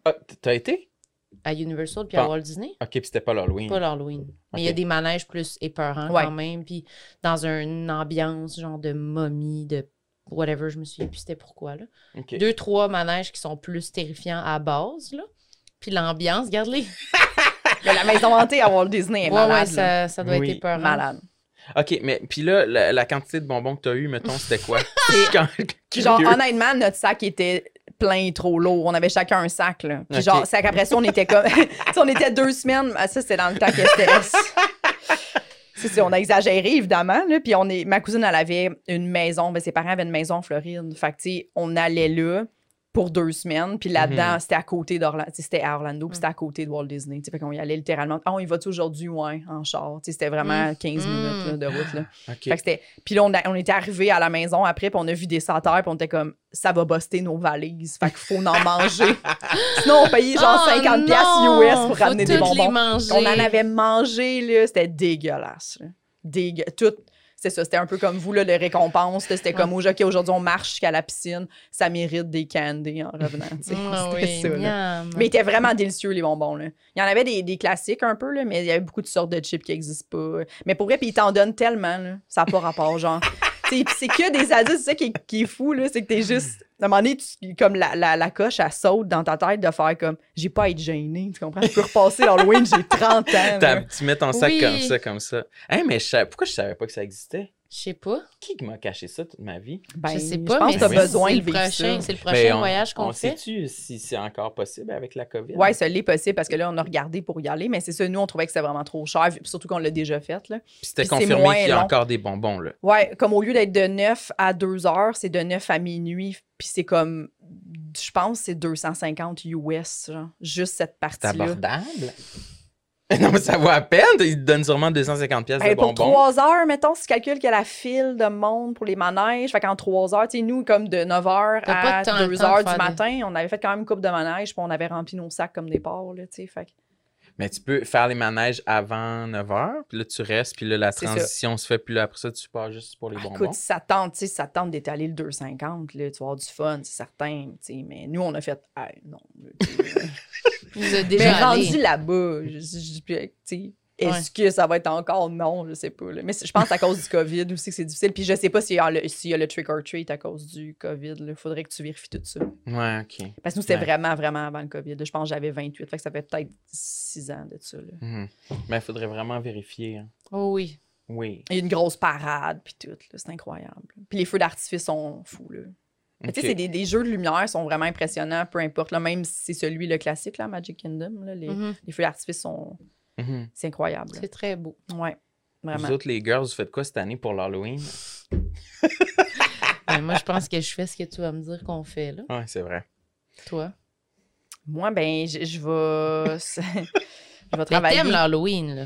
Speaker 2: Ah, t- T'as été?
Speaker 3: À Universal puis à
Speaker 2: Pas-
Speaker 3: Walt Disney.
Speaker 2: Ok, puis c'était pas l'Halloween.
Speaker 3: Pas l'Halloween. Mais il y a
Speaker 2: Ok.
Speaker 3: des manèges plus épeurants
Speaker 1: Ouais.
Speaker 3: quand même. Puis dans une ambiance genre de momie, de whatever, je me souviens plus c'était pourquoi. Là.
Speaker 2: Ok.
Speaker 3: Deux, trois manèges qui sont plus terrifiants à base. Là. Puis l'ambiance, regarde-les.
Speaker 1: Mais la maison hantée à Walt Disney est
Speaker 3: Ouais,
Speaker 1: malade.
Speaker 3: ouais,
Speaker 1: là.
Speaker 3: ça, ça doit
Speaker 2: Oui.
Speaker 3: être épeurant.
Speaker 1: malade.
Speaker 2: Ok, mais puis là, la, la quantité de bonbons que t'as eu, mettons, c'était quoi? [LAUGHS] Je suis quand même
Speaker 1: Genre,
Speaker 2: curieux.
Speaker 1: honnêtement, notre sac était plein trop lourd. On avait chacun un sac, là. Puis
Speaker 2: Ok.
Speaker 1: genre, c'est qu'après ça, on était comme... tu sais, on était deux semaines. Ah, Ça, c'était dans le temps que c'était... C'est ça, on a exagéré, évidemment. Là. Puis on est... ma cousine, elle avait une maison. Ben, ses parents avaient une maison en Floride. Fait que, tu sais, on allait là pour deux semaines. Puis là-dedans, c'était à côté d'Orlando. Tu sais, C'était à Orlando, puis c'était à côté de Walt Disney. Tu sais, fait qu'on y allait littéralement... Ah, on y va-tu aujourd'hui? Ouais, en char. Tu sais, c'était vraiment 15
Speaker 3: Mm.
Speaker 1: minutes là, de route, là.
Speaker 2: Ok.
Speaker 1: Fait que c'était- Puis là, on, a- on était arrivé à la maison après, puis on a vu des senteurs, puis on était comme, ça va buster nos valises. Fait qu'il faut en manger. Sinon, on payait genre
Speaker 3: Oh
Speaker 1: 50$ piastres
Speaker 3: non!
Speaker 1: US pour
Speaker 3: Faut
Speaker 1: ramener des
Speaker 3: toutes les
Speaker 1: bonbons.
Speaker 3: manger.
Speaker 1: On en avait mangé, là. C'était dégueulasse. là. Dégue... Tout. C'est ça, c'était un peu comme vous, là, les récompenses. là, C'était comme, OK, aujourd'hui, on marche jusqu'à la piscine. Ça mérite des candies en revenant. tu sais.
Speaker 3: Ah
Speaker 1: [LAUGHS] C'était
Speaker 3: oui,
Speaker 1: ça, là.
Speaker 3: miam.
Speaker 1: Mais ils étaient vraiment délicieux, les bonbons. Là. Il y en avait des, des classiques un peu, là, mais il y avait beaucoup de sortes de chips qui n'existent pas. Mais pour vrai, puis ils t'en donnent tellement. Là, ça n'a pas rapport, genre. Tu sais, puis c'est que des adultes, c'est ça qui est, qui est fou, là, c'est que t'es juste. À un moment donné, tu- comme la, la, la coche, elle saute dans ta tête de faire comme j'ai pas à être gênée, tu comprends? Je peux repasser l'Halloween, j'ai 30 ans. là.
Speaker 2: T'as- Tu mets ton sac
Speaker 3: Oui.
Speaker 2: comme ça, comme ça. Hein, mais je savais- pourquoi je savais pas que ça existait?
Speaker 3: Je sais pas.
Speaker 2: Qui m'a caché ça toute ma vie?
Speaker 1: Ben,
Speaker 3: je sais pas,
Speaker 1: pense
Speaker 3: mais
Speaker 1: que t'as
Speaker 3: c'est-
Speaker 1: besoin
Speaker 3: c'est
Speaker 1: de
Speaker 3: le
Speaker 1: vivre
Speaker 3: prochain,
Speaker 1: ça.
Speaker 3: c'est le prochain
Speaker 2: Mais Ben, on-
Speaker 3: voyage qu'on
Speaker 2: On
Speaker 3: fait.
Speaker 2: sait-tu si c'est encore possible avec la COVID?
Speaker 1: Ouais, ça l'est possible parce que là, on a regardé pour y aller, mais c'est ça, nous, on trouvait que c'était vraiment trop cher, puis surtout qu'on l'a déjà fait. Là.
Speaker 2: Puis c'était
Speaker 1: Puis c'est
Speaker 2: confirmé
Speaker 1: moins
Speaker 2: qu'il y a
Speaker 1: long.
Speaker 2: encore des bonbons, là.
Speaker 1: Ouais, comme au lieu d'être de 9 à 2 heures, c'est de 9 à minuit. Puis c'est comme, je pense, que c'est 250 US, genre, juste cette
Speaker 2: C'est
Speaker 1: partie-là.
Speaker 2: abordable. [LAUGHS] non, mais ça vaut à peine. Ils te donnent sûrement 250 pièces de
Speaker 1: Hey, Ben, pour
Speaker 2: bonbons.
Speaker 1: 3 heures, mettons, si tu calcules qu'il y a la file de monde pour les manèges, fait qu'en 3 heures, tu sais, nous, comme de 9 heures
Speaker 3: T'as pas
Speaker 1: à
Speaker 3: tant le
Speaker 1: 2
Speaker 3: temps de
Speaker 1: heures du
Speaker 3: faire des-
Speaker 1: matin, on avait fait quand même une coupe de manège, puis on avait rempli nos sacs comme des porcs, là, tu sais. Fait que
Speaker 2: Mais tu peux faire les manèges avant 9h, puis là, tu restes, puis là, la
Speaker 1: C'est ça.
Speaker 2: transition se fait, puis là, après ça, tu pars juste pour les
Speaker 1: Ah,
Speaker 2: bonbons.
Speaker 1: Écoute, si ça te tente, tu sais, si ça te tente d'étaler le 250, là, tu vas avoir du fun, c'est certain, tu sais. Mais nous, on a fait, Hey, non, là, tu sais,
Speaker 3: Il nous a
Speaker 1: Mais
Speaker 3: déjà
Speaker 1: rendu
Speaker 3: allé.
Speaker 1: là-bas, je- je- je- puis, tu sais, est-ce que ça va être encore non? Je sais pas. là. Mais c'est- je pense à cause du COVID aussi que c'est difficile. Puis je sais pas s'il y, a le- s'il y a le trick or treat à cause du COVID. Il faudrait que tu vérifies tout ça.
Speaker 2: Ouais, OK.
Speaker 1: Parce que nous, c'était
Speaker 2: Ouais.
Speaker 1: vraiment, vraiment avant le COVID. là. Je pense que j'avais 28. Fait que ça fait peut-être 6 ans de ça. là.
Speaker 2: Mhm. Mais il faudrait vraiment vérifier. hein.
Speaker 3: Oh oui.
Speaker 2: Oui.
Speaker 1: Il y a une grosse parade, puis tout. là. C'est incroyable. Puis les feux d'artifice sont fous. Là. Mais Tu
Speaker 2: OK.
Speaker 1: sais, c'est des, les jeux de lumière sont vraiment impressionnants, peu importe. là. même si c'est celui, le classique, là, Magic Kingdom, là, les,
Speaker 2: Mm-hmm.
Speaker 3: Mhm.
Speaker 1: les feux d'artifice sont.
Speaker 2: Mhm.
Speaker 1: C'est incroyable.
Speaker 3: C'est très beau.
Speaker 1: Ouais. Vraiment.
Speaker 2: Vous autres, les girls, vous faites quoi cette année pour l'Halloween?
Speaker 3: Ben, moi, je pense que je fais ce que tu vas me dire qu'on fait, là.
Speaker 2: Ouais, c'est vrai.
Speaker 3: Toi.
Speaker 1: Moi, ben, je, [LAUGHS] je vais. je vais
Speaker 3: Mais
Speaker 1: travailler.
Speaker 3: t'aimes l'Halloween, là.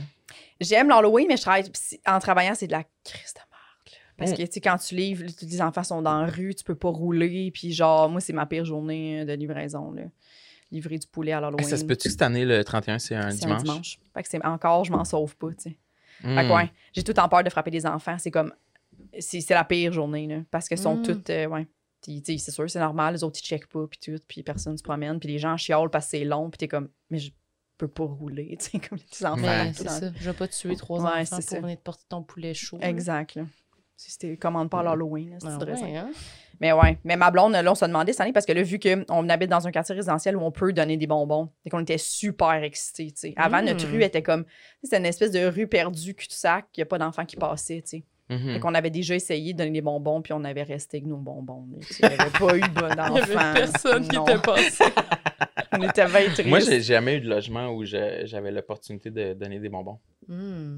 Speaker 1: J'aime l'Halloween, mais je travaille. pis si- En travaillant, c'est de la crise de merde. là. Parce
Speaker 2: Mm.
Speaker 1: que, tu sais, quand tu livres, là, tous les enfants sont dans la rue, tu peux pas rouler. Puis, genre, moi, c'est ma pire journée euh, de livraison. Là. Livrer du poulet à l'Halloween.
Speaker 2: Hey, ça se peut-tu que cette année, le 31, c'est un
Speaker 1: C'est
Speaker 2: dimanche?
Speaker 1: Fait que c'est encore, je m'en sauve pas, tu sais.
Speaker 2: Hmm.
Speaker 1: Fait que, ouais, j'ai tout en peur de frapper des enfants. C'est comme. C'est c'est la pire journée, là. Parce que sont
Speaker 3: Mm.
Speaker 1: toutes. euh, ouais. Puis, tu sais, c'est sûr, c'est normal. Les autres, ils checkent pas, puis tout. Puis, personne se promène. Puis, les gens chiolent parce que c'est long. Puis, t'es comme, mais je peux pas rouler, [LAUGHS] tu sais, comme les petits enfants.
Speaker 3: Mais
Speaker 2: Ouais.
Speaker 1: tout
Speaker 3: c'est
Speaker 1: dans-
Speaker 3: ça. Je vais pas tuer trois
Speaker 1: Ouais,
Speaker 3: enfants pour
Speaker 1: c'est ça.
Speaker 3: venir te porter ton poulet chaud. là.
Speaker 1: Exact, là. Si c'était commande pas à
Speaker 2: Mm.
Speaker 1: l'Halloween, là, c'est
Speaker 3: Ah
Speaker 1: vrai, ça.
Speaker 3: ouais, hein? [LAUGHS]
Speaker 1: Mais ouais. Mais ma blonde, là, on se demandait cette année parce que là, vu qu'on habite dans un quartier résidentiel où on peut donner des bonbons, et qu'on était super excités, tu sais. Avant,
Speaker 3: Mm.
Speaker 1: notre rue était comme. C'était une espèce de rue perdue, cul-de-sac, il n'y a pas d'enfants qui passaient, tu sais.
Speaker 2: Mhm.
Speaker 1: Fait qu'on avait déjà essayé de donner des bonbons, puis on avait resté avec nos bonbons. là, tu sais. Il n'y avait [LAUGHS] pas eu de bon enfant.
Speaker 3: Il y avait personne qui
Speaker 1: Non.
Speaker 3: était passé.
Speaker 1: On était bien tristes.
Speaker 2: Moi, j'ai jamais eu de logement où je- j'avais l'opportunité de donner des bonbons.
Speaker 1: Hmm.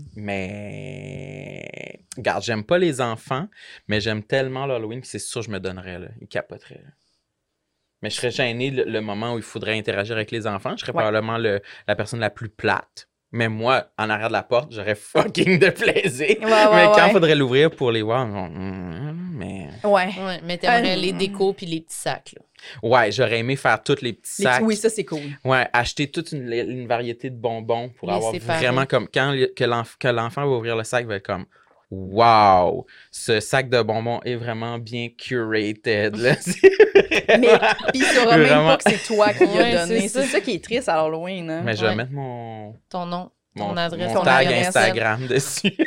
Speaker 2: Mais. Regarde, j'aime pas les enfants, mais j'aime tellement l'Halloween que c'est sûr que je me donnerais, là. Ils capoteraient, là. Mais je serais gêné le, le moment où il faudrait interagir avec les enfants. Je serais
Speaker 1: Ouais.
Speaker 2: probablement le- la personne la plus plate. Mais moi, en arrière de la porte, j'aurais fucking de plaisir.
Speaker 1: Ouais, ouais,
Speaker 2: mais quand
Speaker 1: ouais.
Speaker 2: faudrait l'ouvrir pour les voir, on- mm, mais.
Speaker 1: Ouais.
Speaker 3: Ouais, mais t'aimerais
Speaker 1: Euh,
Speaker 3: les décos puis les petits sacs, là.
Speaker 2: Ouais, j'aurais aimé faire tous les petits
Speaker 1: Les-
Speaker 2: sacs.
Speaker 1: Oui, ça, c'est cool.
Speaker 2: Ouais, acheter toute une, une variété de bonbons pour
Speaker 3: Les
Speaker 2: avoir
Speaker 3: séparer.
Speaker 2: vraiment comme quand le- que l'enf- que l'enfant va ouvrir le sac, il va être comme Wow! Ce sac de bonbons est vraiment bien curated. là. C'est
Speaker 1: Mais
Speaker 2: vraiment-
Speaker 1: [LAUGHS] puis tu sauras même
Speaker 2: Vraiment.
Speaker 1: pas que c'est toi qui
Speaker 3: Ouais,
Speaker 1: as donné.
Speaker 3: c'est
Speaker 1: C'est
Speaker 3: ça.
Speaker 1: ça qui est triste à l'Halloween. hein.
Speaker 2: Mais je
Speaker 3: Ouais.
Speaker 2: vais mettre mon,
Speaker 3: Ton nom.
Speaker 2: mon,
Speaker 3: Ton adresse,
Speaker 2: mon
Speaker 1: ton
Speaker 2: tag
Speaker 1: adresse.
Speaker 2: Instagram [LAUGHS] dessus.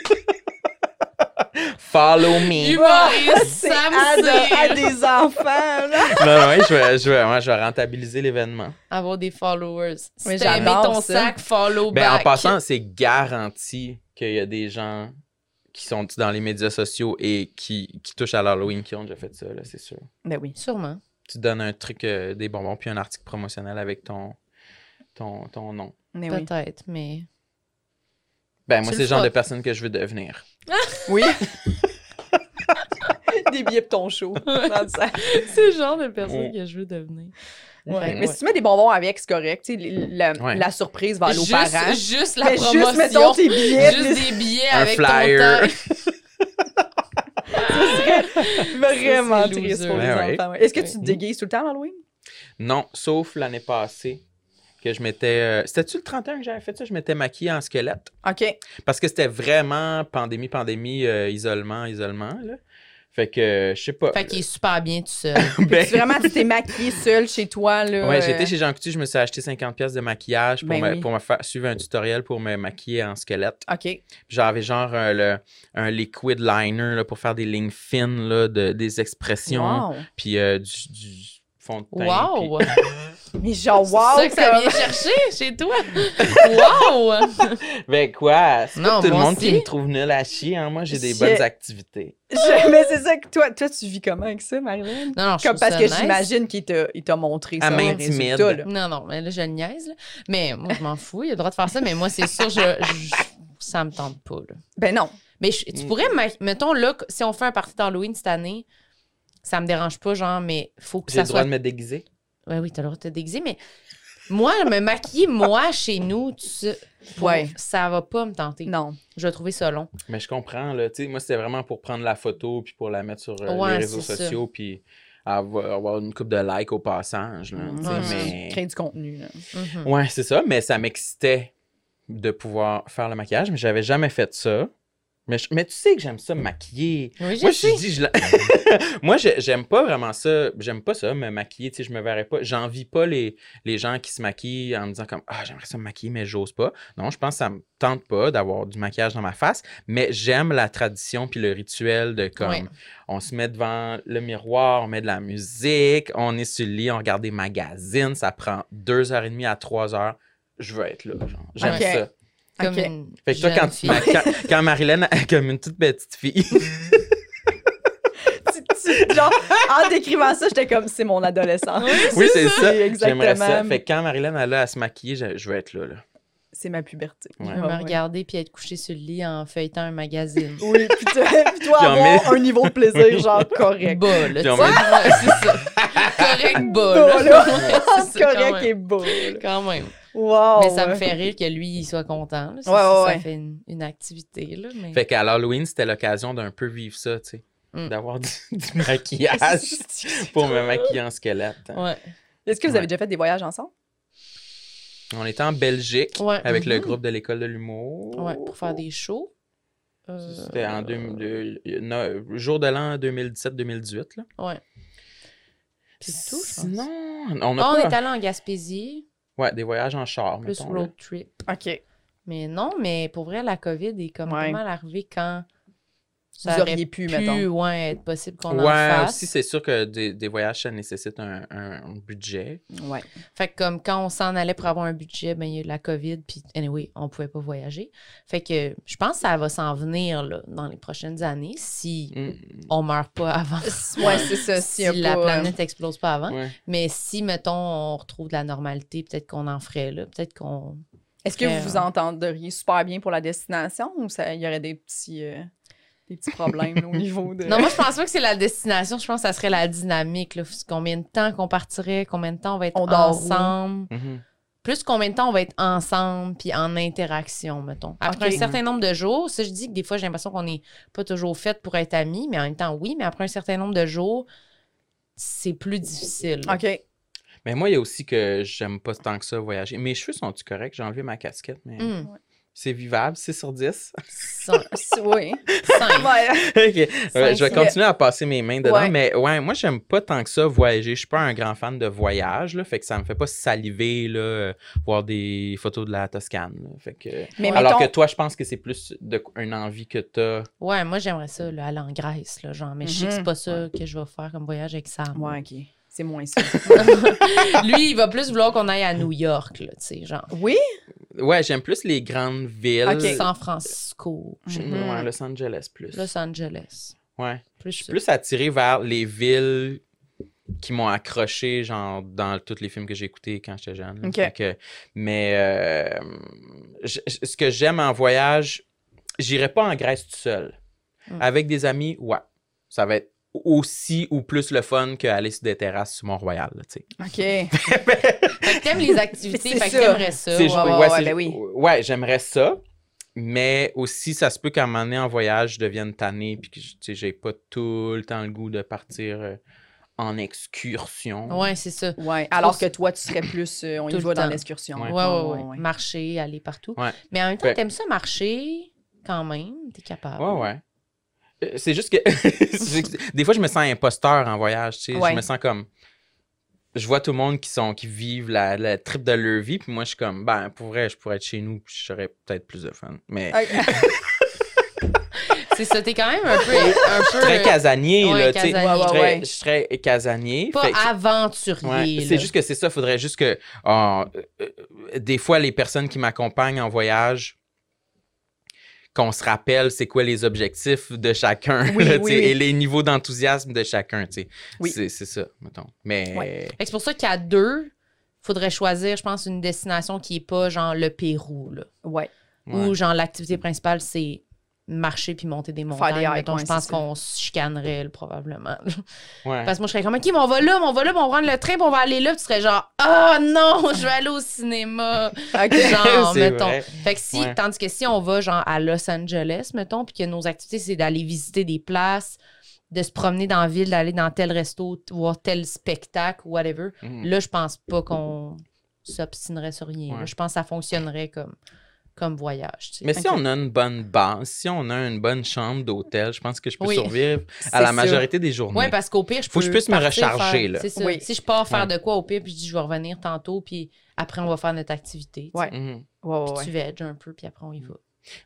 Speaker 2: Follow me.
Speaker 3: Humoriste
Speaker 1: [LAUGHS] C'est
Speaker 3: Sam
Speaker 1: à, de- à
Speaker 3: Cyr.
Speaker 1: des enfants, là.
Speaker 2: non, non, ouais, je vais, je vais- ouais, je vais rentabiliser l'événement.
Speaker 3: Avoir des followers.
Speaker 1: Oui,
Speaker 3: Si t'as aimé
Speaker 1: j'adore
Speaker 3: ton
Speaker 1: ça.
Speaker 3: sac, follow
Speaker 2: Ben, en
Speaker 3: back.
Speaker 2: passant, c'est garanti qu'il y a des gens qui sont dans les médias sociaux et qui, qui touchent à l'Halloween qui ont déjà fait ça, là, c'est sûr.
Speaker 1: Ben oui.
Speaker 3: Sûrement.
Speaker 2: tu donnes un truc, euh, des bonbons, puis un article promotionnel avec ton, ton, ton nom.
Speaker 1: Mais Eh oui.
Speaker 3: Peut-être,
Speaker 1: [LAUGHS]
Speaker 3: mais...
Speaker 2: Ben,
Speaker 3: Tu
Speaker 2: moi,
Speaker 3: le
Speaker 2: c'est le genre
Speaker 3: feras.
Speaker 2: de personne que je veux devenir.
Speaker 1: Oui. [LAUGHS] des billets pour ton show. Dans le sac.
Speaker 3: C'est le genre de personne
Speaker 2: Ouais.
Speaker 3: que je veux devenir.
Speaker 1: Ouais.
Speaker 3: Ouais.
Speaker 1: Mais si tu mets des bonbons avec, c'est correct. tu sais, La, la-
Speaker 2: Ouais.
Speaker 1: la surprise va aller aux
Speaker 3: juste,
Speaker 1: parents.
Speaker 3: juste la
Speaker 1: Mais
Speaker 3: promotion.
Speaker 1: juste, mettons tes billets. puis
Speaker 3: Juste des billets
Speaker 2: Un
Speaker 3: avec
Speaker 2: flyer.
Speaker 3: ton tag.
Speaker 1: [LAUGHS] Vraiment
Speaker 3: Ça, c'est
Speaker 1: triste
Speaker 3: loser. Mm.
Speaker 1: pour les
Speaker 2: Ben Ouais,
Speaker 1: enfants. ouais. Est-ce que
Speaker 3: Ouais.
Speaker 1: tu te déguises tout le temps à Halloween?
Speaker 2: Non, sauf l'année passée, que je m'étais. euh, C'était-tu le 31 que j'avais fait ça? Je m'étais maquillée en squelette.
Speaker 1: OK.
Speaker 2: Parce que c'était vraiment pandémie, pandémie, euh, isolement, isolement, là. Fait que, euh, je sais pas. [LAUGHS]
Speaker 3: Fait qu'il est super bien tout seul.
Speaker 2: Ben,
Speaker 1: Tu, vraiment, tu t'es maquillée seule chez toi, là.
Speaker 2: Ouais,
Speaker 1: euh,
Speaker 2: j'étais chez Jean Coutu, je me suis acheté 50 pièces de maquillage pour,
Speaker 1: Ben
Speaker 2: me,
Speaker 1: oui.
Speaker 2: pour me faire suivre un tutoriel pour me maquiller en squelette.
Speaker 1: OK.
Speaker 2: J'avais genre euh, le- un liquid liner là, pour faire des lignes fines, là, de, des expressions.
Speaker 1: Wow.
Speaker 2: puis euh, du, du fond de teint.
Speaker 3: Wow!
Speaker 2: Ben, puis-
Speaker 1: Mais genre, wow,
Speaker 3: c'est ça que ça
Speaker 1: comme-
Speaker 3: vient chercher chez toi?
Speaker 1: [LAUGHS]
Speaker 3: wow!
Speaker 2: Ben quoi? C'est
Speaker 3: Non,
Speaker 2: pas tout le
Speaker 3: moi
Speaker 2: monde qui
Speaker 3: aussi.
Speaker 2: me trouve nul à chier. Hein? Moi, j'ai des
Speaker 1: Je-
Speaker 2: bonnes activités.
Speaker 1: [LAUGHS] Je- Mais c'est ça que toi, toi, tu vis comment avec ça, Marilyn?
Speaker 3: Non, non, je
Speaker 1: Comme
Speaker 3: trouve
Speaker 1: parce
Speaker 3: ça
Speaker 1: que
Speaker 3: nice.
Speaker 1: j'imagine qu'il t'a il t'a montré ça.
Speaker 2: Elle
Speaker 1: les
Speaker 2: m'intimide.
Speaker 1: résultats, là.
Speaker 3: Non, non, mais là, je le niaise. Là. Mais moi, je m'en fous. Il a le droit de faire ça. Mais moi, c'est sûr, je, je- ça me tente pas. Là.
Speaker 1: Ben non.
Speaker 3: Mais je-
Speaker 2: Mm.
Speaker 3: tu pourrais, ma- mettons, là, si on fait un party d'Halloween cette année, ça me dérange pas, genre, mais faut que
Speaker 2: J'ai
Speaker 3: ça
Speaker 2: le droit
Speaker 3: soit.
Speaker 2: de me déguiser.
Speaker 3: Ouais, oui, t'as le droit de te déguiser, mais moi, me maquiller, moi, chez nous, tu sais, pour-
Speaker 1: Ouais.
Speaker 3: ça va pas me tenter.
Speaker 1: Non.
Speaker 3: Je vais trouver ça long.
Speaker 2: Mais je comprends, là. Tu sais, moi, c'était vraiment pour prendre la photo puis pour la mettre sur euh,
Speaker 3: Ouais,
Speaker 2: les réseaux
Speaker 3: c'est ça.
Speaker 2: sociaux puis avoir, avoir une coupe de likes au passage. Là, tu sais,
Speaker 3: Mm, Ouais,
Speaker 2: mais...
Speaker 1: Créer du contenu, là. [LAUGHS]
Speaker 3: Mhm.
Speaker 2: Ouais, c'est ça, mais ça m'excitait de pouvoir faire le maquillage, mais j'avais jamais fait ça. Mais, je- mais tu sais que j'aime ça me maquiller.
Speaker 3: Oui, je
Speaker 2: Moi, je
Speaker 3: sais.
Speaker 2: me dis, je la- [LAUGHS] Moi, je- j'aime pas vraiment ça. J'aime pas ça, me maquiller. Tu sais, je me verrais pas. J'envie pas les, les gens qui se maquillent en me disant comme Ah, j'aimerais ça me maquiller, mais j'ose pas. Non, je pense que ça me tente pas d'avoir du maquillage dans ma face, mais j'aime la tradition puis le rituel de comme
Speaker 3: Ouais.
Speaker 2: on se met devant le miroir, on met de la musique, on est sur le lit, on regarde des magazines. Ça prend deux heures et demie à trois heures. Je veux être là. genre. J'aime
Speaker 1: Ok.
Speaker 2: ça.
Speaker 3: Comme
Speaker 1: Ok.
Speaker 3: une
Speaker 2: Fait que toi,
Speaker 3: jeune
Speaker 2: quand, tu
Speaker 3: fille.
Speaker 2: ma- quand, quand Marilyn, [LAUGHS] comme une toute petite fille,
Speaker 1: Tu- tu- genre, en décrivant ça, j'étais comme, c'est mon adolescent. [LAUGHS]
Speaker 2: Oui, c'est ça.
Speaker 1: Oui, exactement.
Speaker 2: J'aimerais ça. Fait que quand Marilyn elle a à se maquiller, je, je vais être là. là.
Speaker 1: c'est ma puberté.
Speaker 2: Ouais.
Speaker 3: me
Speaker 1: Ah, ouais.
Speaker 3: regarder puis être couché sur le lit en feuilletant un magazine.
Speaker 1: Oui, puis toi, puis toi,
Speaker 2: Puis en
Speaker 1: avoir
Speaker 2: met-
Speaker 1: un niveau de plaisir, genre, [LAUGHS] correct.
Speaker 3: Bas, là.
Speaker 2: Puis on
Speaker 3: tu sais. Ouais, c'est ça.
Speaker 1: [LAUGHS]
Speaker 3: Correct, bas,
Speaker 1: Bas,
Speaker 3: là.
Speaker 1: là.
Speaker 3: [LAUGHS] Ouais, Ah,
Speaker 1: [LAUGHS]
Speaker 3: c'est ça, quand
Speaker 1: correct
Speaker 3: même.
Speaker 1: et beau. là.
Speaker 3: Quand même.
Speaker 1: Wow.
Speaker 3: mais ça me
Speaker 1: ouais.
Speaker 3: fait rire que lui, il soit content. là. Ça,
Speaker 1: Ouais,
Speaker 3: ça-
Speaker 1: ouais,
Speaker 3: ça
Speaker 1: ouais.
Speaker 3: fait une, une activité. Là, mais...
Speaker 2: Fait qu'à l'Halloween, c'était l'occasion d'un peu vivre ça, tu sais.
Speaker 3: Mm.
Speaker 2: D'avoir
Speaker 3: [LAUGHS]
Speaker 2: du, du maquillage pour me maquiller en squelette.
Speaker 3: Ouais.
Speaker 1: Est-ce que vous avez déjà fait des voyages ensemble?
Speaker 2: On était en Belgique
Speaker 3: Ouais.
Speaker 2: avec le
Speaker 1: Mhm.
Speaker 2: groupe de l'école de l'humour.
Speaker 3: Mm-hmm. ouais, pour faire des shows. Euh,
Speaker 2: C'était en deux- deux- no- jour de l'an 2017-2018. là.
Speaker 3: Ouais. Puis c'est tout, je pense.
Speaker 2: Sinon, on a
Speaker 3: Ah, on
Speaker 2: pas-
Speaker 3: est allé en Gaspésie,
Speaker 2: ouais, des voyages en char,
Speaker 3: plus
Speaker 2: mettons, là.
Speaker 3: road trip.
Speaker 1: OK.
Speaker 3: Mais non, mais pour vrai, la COVID est comme
Speaker 1: Ouais.
Speaker 3: vraiment arrivée quand ça
Speaker 1: vous
Speaker 3: aurait
Speaker 1: auriez pu,
Speaker 3: pu
Speaker 1: mettons.
Speaker 3: ouais, être possible qu'on en
Speaker 2: Ouais,
Speaker 3: fasse.
Speaker 2: aussi, c'est sûr que des, des voyages, ça nécessite un, un- un budget.
Speaker 1: Ouais.
Speaker 3: Fait que comme quand on s'en allait pour avoir un budget, ben il y a eu la COVID, puis anyway, on pouvait pas voyager. Fait que je pense que ça va s'en venir là, dans les prochaines années si
Speaker 2: Mm.
Speaker 3: on meurt
Speaker 1: [LAUGHS]
Speaker 3: pas avant.
Speaker 1: Ouais, c'est ça. s'il
Speaker 3: si
Speaker 1: y a
Speaker 3: la
Speaker 1: pas, euh,
Speaker 3: planète explose pas avant.
Speaker 2: Ouais.
Speaker 3: Mais si, mettons, on retrouve de la normalité, peut-être qu'on en ferait là. Peut-être qu'on.
Speaker 1: Est-ce que
Speaker 3: Très,
Speaker 1: vous vous entendriez super bien pour la destination ou ça- il y aurait des petits, euh, des petits problèmes
Speaker 3: [LAUGHS]
Speaker 1: là, au niveau de.
Speaker 3: Non, moi, je pense pas que c'est la destination. Je pense que ça serait la dynamique. Là. Combien de temps qu'on partirait, combien de temps on va être
Speaker 1: On dort où?
Speaker 3: ensemble.
Speaker 2: Mhm.
Speaker 3: Plus combien de temps on va être ensemble puis en interaction, mettons. Après
Speaker 1: Ok.
Speaker 3: un certain nombre de jours, ça, je dis que des fois, j'ai l'impression qu'on n'est pas toujours fait pour être amis, mais en même temps, oui. Mais après un certain nombre de jours, c'est plus difficile. là.
Speaker 1: OK.
Speaker 2: Mais moi, il y a aussi que j'aime pas tant que ça voyager. Mes cheveux sont-tu corrects? J'ai enlevé ma casquette, mais
Speaker 1: Mm.
Speaker 3: Hmm.
Speaker 2: c'est vivable, 6 sur 10.
Speaker 3: Cin-
Speaker 1: C'est- Oui.
Speaker 3: cinq.
Speaker 1: Ouais.
Speaker 2: [LAUGHS] Ok. Ouais,
Speaker 3: Cinq
Speaker 2: je vais
Speaker 3: sur
Speaker 2: continuer à passer mes mains dedans,
Speaker 1: Ouais.
Speaker 2: mais ouais, moi, j'aime pas tant que ça voyager. Je suis pas un grand fan de voyage, là, fait que ça me fait pas saliver, là, euh, voir des photos de la Toscane. là. Fait que...
Speaker 1: Mais
Speaker 2: Alors
Speaker 1: mettons-
Speaker 2: que toi, je pense que c'est plus de, une envie que t'as.
Speaker 3: Ouais, moi, j'aimerais ça, là, aller en Grèce, là, genre. Mais je sais que c'est
Speaker 1: Mhm.
Speaker 3: pas ça que je vais faire comme voyage avec Sam.
Speaker 1: Ouais, OK. C'est moins ça.
Speaker 3: [LAUGHS] Lui, il va plus vouloir qu'on aille à New York, là, tu sais, genre.
Speaker 1: Oui?
Speaker 2: Ouais, j'aime plus les grandes villes.
Speaker 1: Ok.
Speaker 3: San Francisco,
Speaker 2: Je-
Speaker 1: Mhm.
Speaker 2: ouais, Los Angeles plus.
Speaker 3: Los Angeles.
Speaker 2: Ouais.
Speaker 3: Plus
Speaker 2: Je suis
Speaker 3: ça.
Speaker 2: plus attiré vers les villes qui m'ont accroché, genre, dans tous les films que j'ai écoutés quand j'étais jeune. là.
Speaker 1: Ok.
Speaker 2: Fait que- mais euh, je- je- ce que j'aime en voyage, j'irai pas en Grèce tout seul.
Speaker 3: Mm.
Speaker 2: Avec des amis, ouais. Ça va être aussi ou plus le fun qu'aller sur des terrasses sur Mont-Royal, là, tu sais.
Speaker 1: OK.
Speaker 3: Fait que t'aimes les activités,
Speaker 1: C'est
Speaker 3: fait que
Speaker 1: ça.
Speaker 3: t'aimerais ça.
Speaker 2: C'est
Speaker 3: ouais.
Speaker 2: ju-
Speaker 1: ouais,
Speaker 2: ouais,
Speaker 1: ouais,
Speaker 2: c'est-
Speaker 1: ben oui.
Speaker 2: ouais, j'aimerais ça. Mais aussi, ça se peut qu'à un moment donné, en voyage, je devienne tanné puis que tu sais, j'ai pas tout le temps le goût de partir euh, en excursion.
Speaker 3: Ouais, c'est ça.
Speaker 1: Ouais. Alors
Speaker 3: Pour-
Speaker 1: que toi, tu serais plus. euh, on y
Speaker 3: Tout le
Speaker 1: va dans
Speaker 3: temps.
Speaker 1: l'excursion.
Speaker 2: Ouais.
Speaker 3: Ouais, ouais, ouais. Marcher, aller partout.
Speaker 2: Ouais.
Speaker 3: Mais en même temps,
Speaker 2: Fait-
Speaker 3: t'aimes ça marcher quand même, t'es capable.
Speaker 2: Ouais, ouais. Euh, C'est juste que [LAUGHS] c'est juste que des fois, je me sens imposteur en voyage. tu sais.
Speaker 1: Ouais.
Speaker 2: Je me sens comme. Je vois tout le monde qui sont qui vivent la, la trip de leur vie, puis moi, je suis comme, ben, pour vrai, je pourrais être chez nous, puis j'aurais peut-être plus de fun. Mais
Speaker 1: OK.
Speaker 3: C'est ça, t'es quand même un
Speaker 2: [LAUGHS]
Speaker 3: peu. Un peu
Speaker 2: très casanier, là,
Speaker 3: ouais,
Speaker 2: tu sais.
Speaker 3: casanier.
Speaker 1: Ouais, ouais,
Speaker 2: Je
Speaker 1: ouais.
Speaker 2: serais- Je serais casanier.
Speaker 3: Pas
Speaker 2: fait que- Ouais,
Speaker 3: aventurier.
Speaker 2: c'est
Speaker 3: là.
Speaker 2: juste que c'est ça. faudrait juste que. ah, euh, euh, des fois, les personnes qui m'accompagnent en voyage, qu'on se rappelle c'est quoi les objectifs de chacun
Speaker 1: Oui,
Speaker 2: là,
Speaker 1: oui,
Speaker 2: tu sais,
Speaker 1: oui.
Speaker 2: et les niveaux d'enthousiasme de chacun. tu sais.
Speaker 1: Oui.
Speaker 2: C'est c'est ça, mettons. Mais.
Speaker 3: Fait que c'est pour ça qu'à deux, faudrait choisir, je pense, une destination qui est pas genre le Pérou, là.
Speaker 1: Ouais.
Speaker 2: ouais.
Speaker 3: Ou genre l'activité principale, c'est marcher puis monter des montagnes.
Speaker 1: des hikes,
Speaker 3: mettons,
Speaker 1: ouais,
Speaker 3: je pense
Speaker 1: c'est ça.
Speaker 3: qu'on se chicanerait là, probablement.
Speaker 2: Ouais.
Speaker 3: Parce que moi, je serais comme, OK, mais on va là, mais on va là, mais on va prendre le train, puis on va aller là. Puis tu serais genre, oh non, je vais aller
Speaker 2: [LAUGHS]
Speaker 3: au cinéma.
Speaker 1: OK.
Speaker 3: Genre,
Speaker 2: C'est
Speaker 3: mettons.
Speaker 2: vrai.
Speaker 3: Fait que si,
Speaker 2: Ouais.
Speaker 3: tandis que si on va genre à Los Angeles, mettons, puis que nos activités, c'est d'aller visiter des places, de se promener dans la ville, d'aller dans tel resto, t- voir tel spectacle, whatever,
Speaker 2: Mm.
Speaker 3: là, je pense pas qu'on s'obstinerait sur rien. là.
Speaker 2: Ouais.
Speaker 3: Je pense que ça fonctionnerait comme, comme voyage. tu sais.
Speaker 2: Mais si on a une bonne base, si on a une bonne chambre d'hôtel, je pense que je peux
Speaker 3: Oui.
Speaker 2: survivre
Speaker 1: C'est
Speaker 2: à la
Speaker 1: ça.
Speaker 2: majorité des journées.
Speaker 3: Oui, parce qu'au pire, je
Speaker 2: Faut
Speaker 3: peux.
Speaker 2: que je puisse me
Speaker 3: partir
Speaker 2: recharger,
Speaker 3: faire-
Speaker 2: là.
Speaker 3: C'est ça.
Speaker 1: Oui.
Speaker 3: Si je pars
Speaker 2: Ouais.
Speaker 3: faire de quoi au pire, puis je dis, je vais revenir tantôt, puis après, on va faire notre activité. tu
Speaker 1: Ouais.
Speaker 3: sais.
Speaker 2: Mhm.
Speaker 1: Ouais, ouais,
Speaker 3: Puis
Speaker 1: ouais.
Speaker 3: tu veg un peu, puis après, on y va.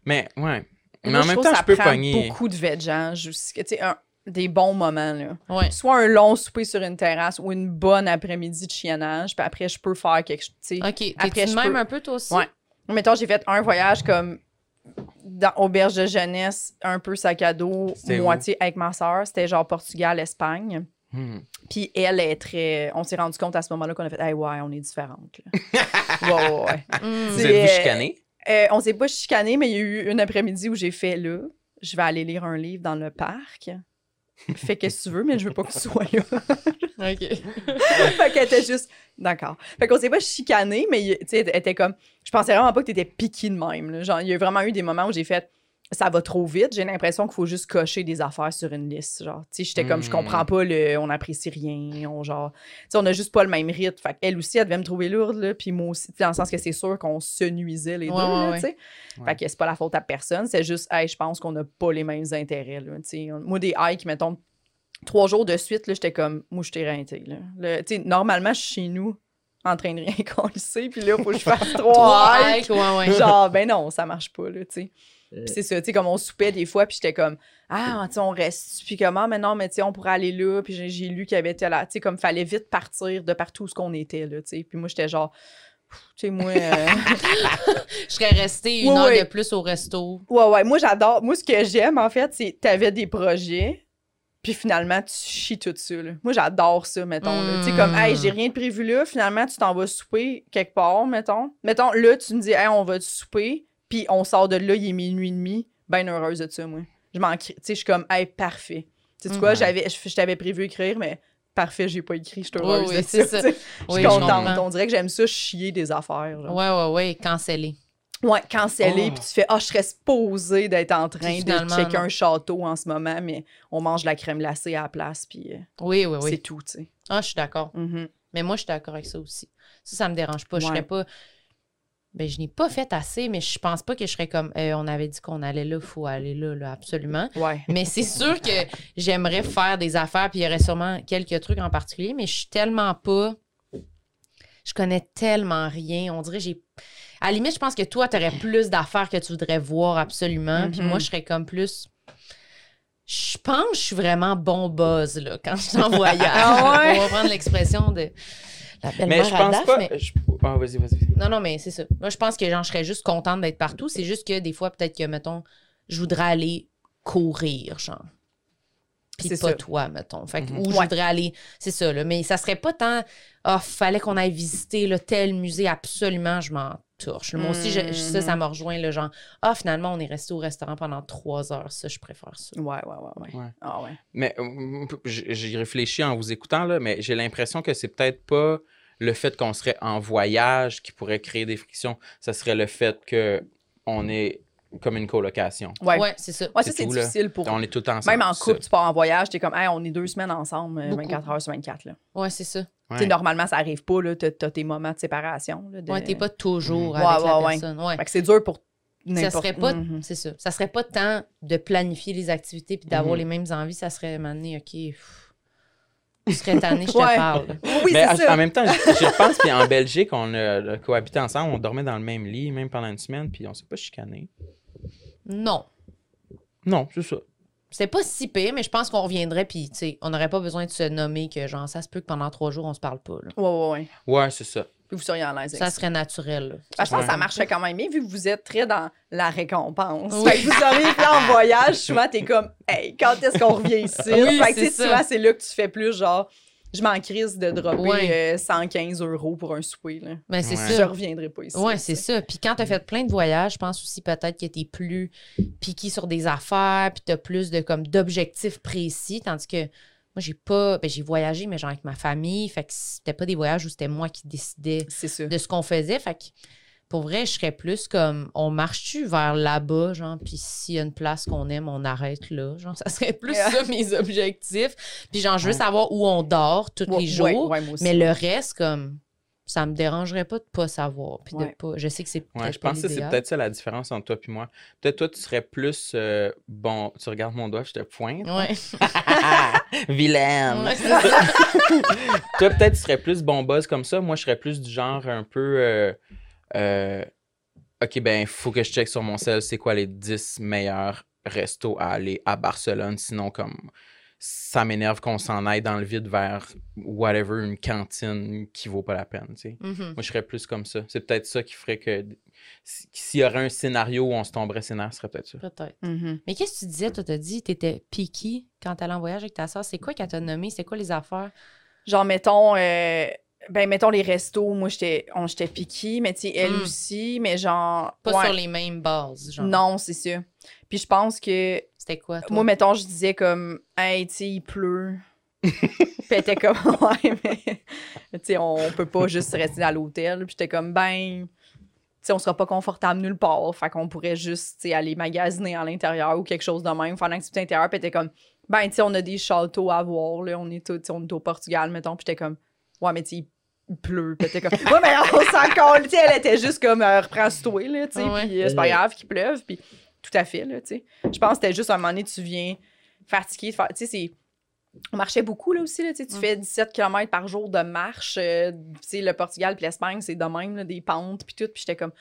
Speaker 2: Mais, ouais. Mais
Speaker 1: Moi,
Speaker 2: en même
Speaker 1: trouve
Speaker 2: temps,
Speaker 1: que
Speaker 2: je
Speaker 1: ça
Speaker 2: peux
Speaker 1: prend
Speaker 2: pogner.
Speaker 1: beaucoup de vegans. jusqu'- Tu sais, un- des bons moments, là.
Speaker 3: Ouais.
Speaker 1: Soit un long souper sur une terrasse ou une bonne après-midi de chiennage, puis après, je peux faire quelque chose. tu sais.
Speaker 3: OK. T'es-tu
Speaker 1: Après,
Speaker 3: de
Speaker 1: je
Speaker 3: même
Speaker 1: peux-
Speaker 3: un peu, toi aussi?
Speaker 1: Ouais. Mettons, j'ai fait un voyage comme dans auberge de jeunesse, un peu sac à dos,
Speaker 2: C'était où?
Speaker 1: moitié avec ma soeur. C'était genre Portugal, Espagne.
Speaker 2: Mhm.
Speaker 1: Puis elle est très. On
Speaker 2: [LAUGHS]
Speaker 1: s'est rendu compte à ce moment-là qu'on a fait, hey, ouais, on est différentes. là. ouais, ouais, ouais.
Speaker 3: Mm.
Speaker 1: [LAUGHS]
Speaker 2: Vous
Speaker 1: C'est-
Speaker 2: êtes-vous chicané?
Speaker 1: Euh, on s'est pas chicané, mais il y a eu une après-midi où j'ai fait là, je vais aller lire un livre dans le parc. Fais qu'est-ce que tu veux, mais je veux pas que tu sois là.
Speaker 3: OK.
Speaker 1: [LAUGHS] fait qu'elle était juste d'accord. Fait qu'on s'est pas chicané, mais il- tu sais, elle était comme. Je pensais vraiment pas que t'étais piquée de même. là. Genre, il y a vraiment eu des moments où j'ai fait. Ça va trop vite, j'ai l'impression qu'il faut juste cocher des affaires sur une liste. Genre, tu sais, j'étais comme, je
Speaker 2: Mm.
Speaker 1: comprends pas, le, on apprécie rien, on genre, tu sais, on n'a juste pas le même rythme. Fait qu'elle aussi, elle devait me trouver lourde, là, puis moi aussi, tu sais, dans le sens que c'est sûr qu'on se nuisait les
Speaker 3: Ouais,
Speaker 1: deux, là,
Speaker 3: ouais,
Speaker 1: tu sais. Fait que c'est pas la faute à personne, c'est juste, hey, je pense qu'on n'a pas les mêmes intérêts. Là, tu sais. moi, des hikes, mettons, trois jours de suite, là, j'étais comme, moi, je t'ai rinté. Là. Le- tu sais, normalement, je suis chez nous en train de rien [LAUGHS] coller, puis là, faut que je fasse
Speaker 3: [LAUGHS]
Speaker 1: trois
Speaker 3: Trois
Speaker 1: hikes.
Speaker 3: hikes, ouais, ouais.
Speaker 1: Genre, ben non, ça marche pas, là, tu sais.
Speaker 2: Euh.
Speaker 1: Puis c'est ça, tu sais, comme on soupait des fois, puis j'étais comme, ah, tu sais, on reste, puis comment, mais non, mais tu sais, on pourrait aller là, puis j'ai- j'ai lu qu'il y avait tel, tu sais, comme fallait vite partir de partout où ce qu'on était, là, tu sais. Puis moi, j'étais genre, Pff, tu sais, moi. euh,
Speaker 3: Je serais restée une
Speaker 1: Ouais,
Speaker 3: heure
Speaker 1: ouais.
Speaker 3: de plus au resto.
Speaker 1: Ouais, ouais, moi j'adore. Moi, ce que j'aime, en fait, c'est t'avais des projets, puis finalement, tu chies tout ça. là. Moi, j'adore ça, mettons. là. Tu sais, comme,
Speaker 3: Mm.
Speaker 1: hey, j'ai rien de prévu là, finalement, tu t'en vas souper quelque part, mettons. Mettons, là, tu me dis, hey, on va souper, puis on sort de là, il est minuit et demi. Ben heureuse de ça, moi. Je m'en crie. Tu sais, je suis comme, hey, parfait. Tu sais, tu
Speaker 3: Hmm.
Speaker 1: vois,
Speaker 2: Mhm.
Speaker 1: j'avais, je, je t'avais prévu écrire, mais parfait, j'ai pas écrit, je suis
Speaker 3: Oui,
Speaker 1: heureuse.
Speaker 3: oui,
Speaker 1: de
Speaker 3: c'est
Speaker 1: ça,
Speaker 3: ça.
Speaker 1: tu sais.
Speaker 3: Oui,
Speaker 1: je suis contente.
Speaker 3: comprends.
Speaker 1: On dirait que j'aime ça, chier des affaires. genre.
Speaker 3: Ouais, ouais, ouais, cancellé.
Speaker 1: Ouais, cancellé,
Speaker 2: Oh.
Speaker 1: puis tu fais Ah, je serais supposée d'être en train
Speaker 3: Puis
Speaker 1: de
Speaker 3: finalement,
Speaker 1: checker
Speaker 3: non.
Speaker 1: un château en ce moment, mais on mange de la crème glacée à la place, puis euh,
Speaker 3: Oui, oui,
Speaker 1: c'est
Speaker 3: oui.
Speaker 1: tout, tu sais.
Speaker 3: Ah, je suis d'accord.
Speaker 1: Mhm.
Speaker 3: Mais moi, je suis d'accord avec ça aussi. Ça, ça me dérange pas. Je
Speaker 1: Ouais.
Speaker 3: serais pas. Ben, je n'ai pas fait assez, mais je pense pas que je serais comme Euh, on avait dit qu'on allait là, faut aller là, là, absolument.
Speaker 1: Ouais.
Speaker 3: Mais c'est sûr que j'aimerais faire des affaires, puis il y aurait sûrement quelques trucs en particulier, mais je suis tellement pas. Je connais tellement rien. On dirait que j'ai. À la limite, je pense que toi, tu aurais plus d'affaires que tu voudrais voir absolument. Puis
Speaker 2: Mm-hmm.
Speaker 1: Mhm.
Speaker 3: moi, je serais comme plus. Je pense que je suis vraiment bon buzz là, quand je suis en voyage.
Speaker 1: Ah
Speaker 3: [LAUGHS]
Speaker 1: ouais?
Speaker 3: On va prendre l'expression de la belle
Speaker 2: Mais je pense pas.
Speaker 3: mais...
Speaker 2: je- Ah, vas-y, vas-y.
Speaker 3: Non, non, mais c'est ça. Moi, je pense que genre, je serais juste contente d'être partout. C'est juste que des fois, peut-être que, mettons, je voudrais aller courir, genre. Puis
Speaker 1: C'est
Speaker 3: pas
Speaker 1: ça.
Speaker 3: toi, mettons. Fait que,
Speaker 2: Mhm.
Speaker 3: Ou je
Speaker 1: Ouais.
Speaker 3: voudrais aller. C'est ça, là. Mais ça serait pas tant. Ah, fallait qu'on aille visiter là, tel musée. Absolument, je m'en torche. Moi aussi, je- je- ça,
Speaker 1: Mhm.
Speaker 3: ça me rejoint, le genre. Ah, finalement, on est resté au restaurant pendant trois heures. Ça, je préfère ça.
Speaker 1: Ouais, ouais, ouais, ouais.
Speaker 2: Ouais.
Speaker 1: Ah ouais.
Speaker 2: Mais euh, j- j'y réfléchis en vous écoutant, là, mais j'ai l'impression que c'est peut-être pas le fait qu'on serait en voyage qui pourrait créer des frictions. Ça serait le fait que on est comme une colocation.
Speaker 1: Ouais.
Speaker 3: Ouais, c'est ça.
Speaker 1: Ouais, ça,
Speaker 2: C'est
Speaker 1: c'est
Speaker 2: tout, là.
Speaker 1: difficile pour.
Speaker 2: On est tout le temps ensemble.
Speaker 1: Même en
Speaker 2: ça.
Speaker 1: couple, tu pars en voyage, t'es comme, hey, on est deux semaines ensemble, euh,
Speaker 3: Beaucoup.
Speaker 1: 24 heures sur 24. Là.
Speaker 3: Ouais, c'est ça.
Speaker 2: Ouais.
Speaker 1: Tu sais, normalement, ça arrive pas, là, t'as t'as tes moments de séparation. Là, de-
Speaker 3: Ouais, t'es pas toujours
Speaker 1: Mhm.
Speaker 3: avec
Speaker 1: Ouais,
Speaker 3: la
Speaker 1: ouais, ouais.
Speaker 3: personne. Ouais.
Speaker 1: Fait que c'est dur pour.
Speaker 3: ça
Speaker 1: n'importe-
Speaker 3: serait pas [LAUGHS]
Speaker 1: Mhm.
Speaker 3: c'est ça ça serait pas tant de planifier les activités puis d'avoir
Speaker 2: Mhm.
Speaker 3: les mêmes envies ça serait m'amener ok pff, tu serais tanné je te
Speaker 1: Ouais.
Speaker 3: parle
Speaker 1: Oui,
Speaker 2: mais en,
Speaker 1: c'est
Speaker 2: en
Speaker 1: ça.
Speaker 2: même temps, je repense, puis en Belgique, on a cohabité ensemble, on dormait dans le même lit, même pendant une semaine, puis on s'est pas chicané.
Speaker 3: non
Speaker 2: Non, c'est ça.
Speaker 3: c'est pas si pire mais je pense qu'on reviendrait puis tu sais on n'aurait pas besoin de se nommer que genre ça se peut que pendant trois jours on se parle pas là.
Speaker 1: Ouais, ouais, ouais.
Speaker 2: Ouais, c'est ça.
Speaker 1: Puis vous seriez en l'aise. avec
Speaker 3: ça serait naturel là.
Speaker 1: Ben, je pense que ça
Speaker 2: Ouais.
Speaker 1: marcherait quand même bien vu que vous êtes très dans la récompense.
Speaker 3: Oui.
Speaker 1: Fait que vous avez été
Speaker 3: [LAUGHS]
Speaker 1: en voyage, souvent t'es comme Hey, quand est-ce qu'on revient ici?
Speaker 3: Oui,
Speaker 1: fait que tu sais,
Speaker 3: c'est ça.
Speaker 1: souvent c'est là que tu fais plus genre je m'en crise de dropper
Speaker 3: Ouais.
Speaker 1: euh, 115 euros pour un souper. Là.
Speaker 3: mais Ben, c'est
Speaker 2: Ouais.
Speaker 1: Je
Speaker 3: ça
Speaker 1: reviendrai pas ici.
Speaker 3: Ouais, c'est ça. Puis quand t'as fait plein de voyages, je pense aussi peut-être que t'es plus piqué sur des affaires, puis t'as plus de comme d'objectifs précis, tandis que moi j'ai pas, ben j'ai voyagé mais genre avec ma famille, fait que c'était pas des voyages où c'était moi qui décidais
Speaker 1: C'est ça.
Speaker 3: de ce qu'on faisait, fait que pour vrai, je serais plus comme on marche-tu vers là-bas, genre, puis s'il y a une place qu'on aime, on arrête là. Genre, ça serait plus
Speaker 1: Yeah.
Speaker 3: ça mes objectifs. Puis genre, je veux
Speaker 2: Ouais.
Speaker 3: savoir où on dort tous
Speaker 1: Ouais,
Speaker 3: les jours.
Speaker 1: ouais, ouais, moi aussi.
Speaker 3: Mais le reste, comme, ça me dérangerait pas de pas savoir. Puis de
Speaker 1: Ouais.
Speaker 3: pas. Je sais que c'est peut-être.
Speaker 2: Ouais, je
Speaker 3: pas
Speaker 2: pense que c'est
Speaker 3: l'idéal.
Speaker 2: peut-être ça la différence entre toi et moi. Peut-être toi, tu serais plus euh, bon. Tu regardes mon doigt, je te
Speaker 3: [LAUGHS]
Speaker 2: pointe.
Speaker 3: Ouais.
Speaker 2: Vilaine.
Speaker 3: Ouais,
Speaker 2: [LAUGHS]
Speaker 3: c'est ça.
Speaker 2: Toi, peut-être, tu serais plus bon buzz comme ça. Moi, je serais plus du genre un peu. euh, euh, ok, ben, faut que je check sur mon cell c'est quoi les 10 meilleurs restos à aller à Barcelone. Sinon, comme, ça m'énerve qu'on s'en aille dans le vide vers whatever, une cantine qui vaut pas la peine, tu sais.
Speaker 3: Mhm.
Speaker 2: Moi, je serais plus comme ça. C'est peut-être ça qui ferait que. si- S'il y aurait un scénario où on se tomberait ses nerfs, ce serait peut-être ça.
Speaker 3: Peut-être.
Speaker 1: Mhm.
Speaker 3: Mais qu'est-ce que tu disais, toi, t'as dit, t'étais piqué quand t'allais en voyage avec ta soeur. C'est quoi qu'elle t'a nommé? C'est quoi les affaires?
Speaker 1: Genre, mettons, euh, ben, mettons les restos, moi, j'étais on- j'étais piquée, mais tu sais, elle
Speaker 3: Mm.
Speaker 1: aussi, mais genre.
Speaker 3: Pas
Speaker 1: ouais.
Speaker 3: sur les mêmes bases, genre.
Speaker 1: Non, c'est ça. Puis je pense que
Speaker 3: C'était quoi, toi?
Speaker 1: Moi, mettons, je disais comme, hey, tu sais, il
Speaker 3: [LAUGHS]
Speaker 1: pleut. Puis elle était comme, [LAUGHS] ouais, mais tu sais, on peut pas juste rester à l'hôtel. Puis j'étais comme, ben, tu sais, on sera pas confortable nulle part. Fait qu'on pourrait juste, tu sais, aller magasiner à l'intérieur ou quelque chose de même, faire une activité intérieure. Puis elle était comme, ben, tu sais, on a des châteaux à voir, là. On est, tout, tu sais, on est au Portugal, mettons. Puis j'étais comme, ouais, mais tu sais, il pleut. Puis elle était comme, ouais, mais on s'en colle. Tu sais, elle était juste comme, euh, reprends-toi, là, tu sais.
Speaker 3: Ah
Speaker 1: [LAUGHS]
Speaker 3: ouais.
Speaker 1: Puis euh, c'est pas grave qu'il pleuve. Puis tout à fait, là, tu sais. Je pense que c'était juste un moment donné, tu viens fatigué. de faire- Tu sais, c'est. On marchait beaucoup là aussi. Là, tu sais, tu
Speaker 3: Mm.
Speaker 1: fais 17 km par jour de marche. euh, tu sais, le Portugal puis l'Espagne, c'est de même, là, des pentes puis tout. Puis j'étais comme,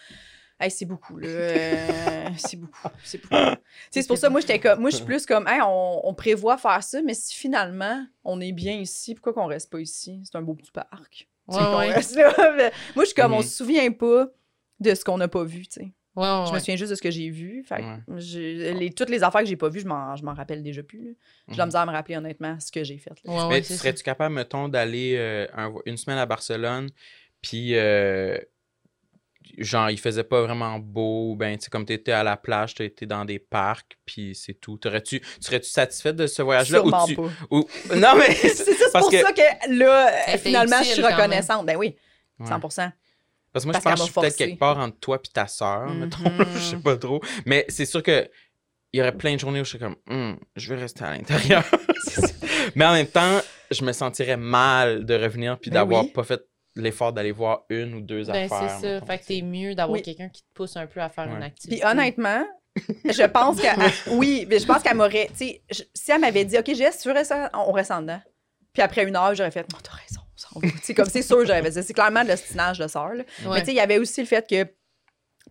Speaker 1: hey, c'est beaucoup. Là,
Speaker 3: [LAUGHS]
Speaker 1: euh, c'est beaucoup. C'est beaucoup. Tu sais, c'est pour ça, moi, j'étais comme, moi, je suis plus comme, hey, on, on prévoit faire ça, mais si finalement on est bien ici, pourquoi qu'on reste pas ici? C'est un beau petit parc. Tu sais,
Speaker 3: Ouais,
Speaker 1: qu'on
Speaker 3: ouais.
Speaker 1: reste là. [LAUGHS] Mais Moi, je suis comme,
Speaker 2: Mm.
Speaker 1: on se souvient pas de ce qu'on n'a pas vu. tu sais.
Speaker 3: Ouais, ouais,
Speaker 1: Je me
Speaker 3: ouais.
Speaker 1: souviens juste de ce que j'ai vu. Fait que j'ai- les, toutes les affaires que j'ai pas vues, je m'en, je m'en rappelle déjà plus. là. J'ai de la
Speaker 2: Mhm.
Speaker 1: misère à me rappeler honnêtement ce que j'ai fait. là.
Speaker 3: Ouais, ouais,
Speaker 2: Mais
Speaker 3: c'est ça.
Speaker 2: serais-tu capable, mettons, d'aller euh, un- une semaine à Barcelone, puis euh, genre, il faisait pas vraiment beau, ben, tu sais, comme t'étais à la plage, t'étais dans des parcs, puis c'est tout. T'aurais-tu, serais-tu satisfaite de ce voyage-là? ou
Speaker 1: Sûrement
Speaker 2: tu- [LAUGHS]
Speaker 1: pas.
Speaker 2: ou- Non,
Speaker 3: [LAUGHS]
Speaker 2: mais...
Speaker 1: [LAUGHS] C'est ça, c'est
Speaker 2: parce
Speaker 1: pour
Speaker 2: que-
Speaker 1: ça que là,
Speaker 3: Elle était
Speaker 1: finalement, je suis
Speaker 3: utile quand même.
Speaker 1: reconnaissante. Ben oui,
Speaker 2: Ouais.
Speaker 1: 100%.
Speaker 2: Parce que moi,
Speaker 1: Parce
Speaker 2: je
Speaker 1: qu'elle
Speaker 2: pense que
Speaker 1: m'a
Speaker 2: je suis peut-être
Speaker 1: forcé.
Speaker 2: quelque part entre toi puis ta sœur, mettons.
Speaker 1: Mhm.
Speaker 2: je sais pas trop. Mais c'est sûr que il y aurait plein de journées où je serais comme, Hum, je vais rester à
Speaker 1: [LAUGHS]
Speaker 2: l'intérieur. [LAUGHS] Mais en même temps, je me sentirais mal de revenir puis
Speaker 1: Ben
Speaker 2: d'avoir
Speaker 1: oui.
Speaker 2: pas fait l'effort d'aller voir une ou deux
Speaker 3: Ben,
Speaker 2: affaires.
Speaker 3: c'est ça.
Speaker 2: mettons.
Speaker 3: Fait que t'es mieux d'avoir
Speaker 1: Oui.
Speaker 3: quelqu'un qui te pousse un peu à faire
Speaker 2: Ouais.
Speaker 3: une
Speaker 2: Puis
Speaker 3: activité.
Speaker 1: Puis honnêtement, je pense que.
Speaker 2: [LAUGHS]
Speaker 1: elle- oui, mais je pense qu'elle m'aurait. Tu sais, je- si elle m'avait dit, OK, Jess, tu veux rester, on on reste en dedans. Puis après une heure, j'aurais fait, non, t'as raison, on s'en va. Tu sais, comme c'est sûr, j'aurais fait ça. C'est clairement de l'ostinage de sœur. là.
Speaker 3: Ouais.
Speaker 1: Mais tu sais, il y avait aussi le fait que,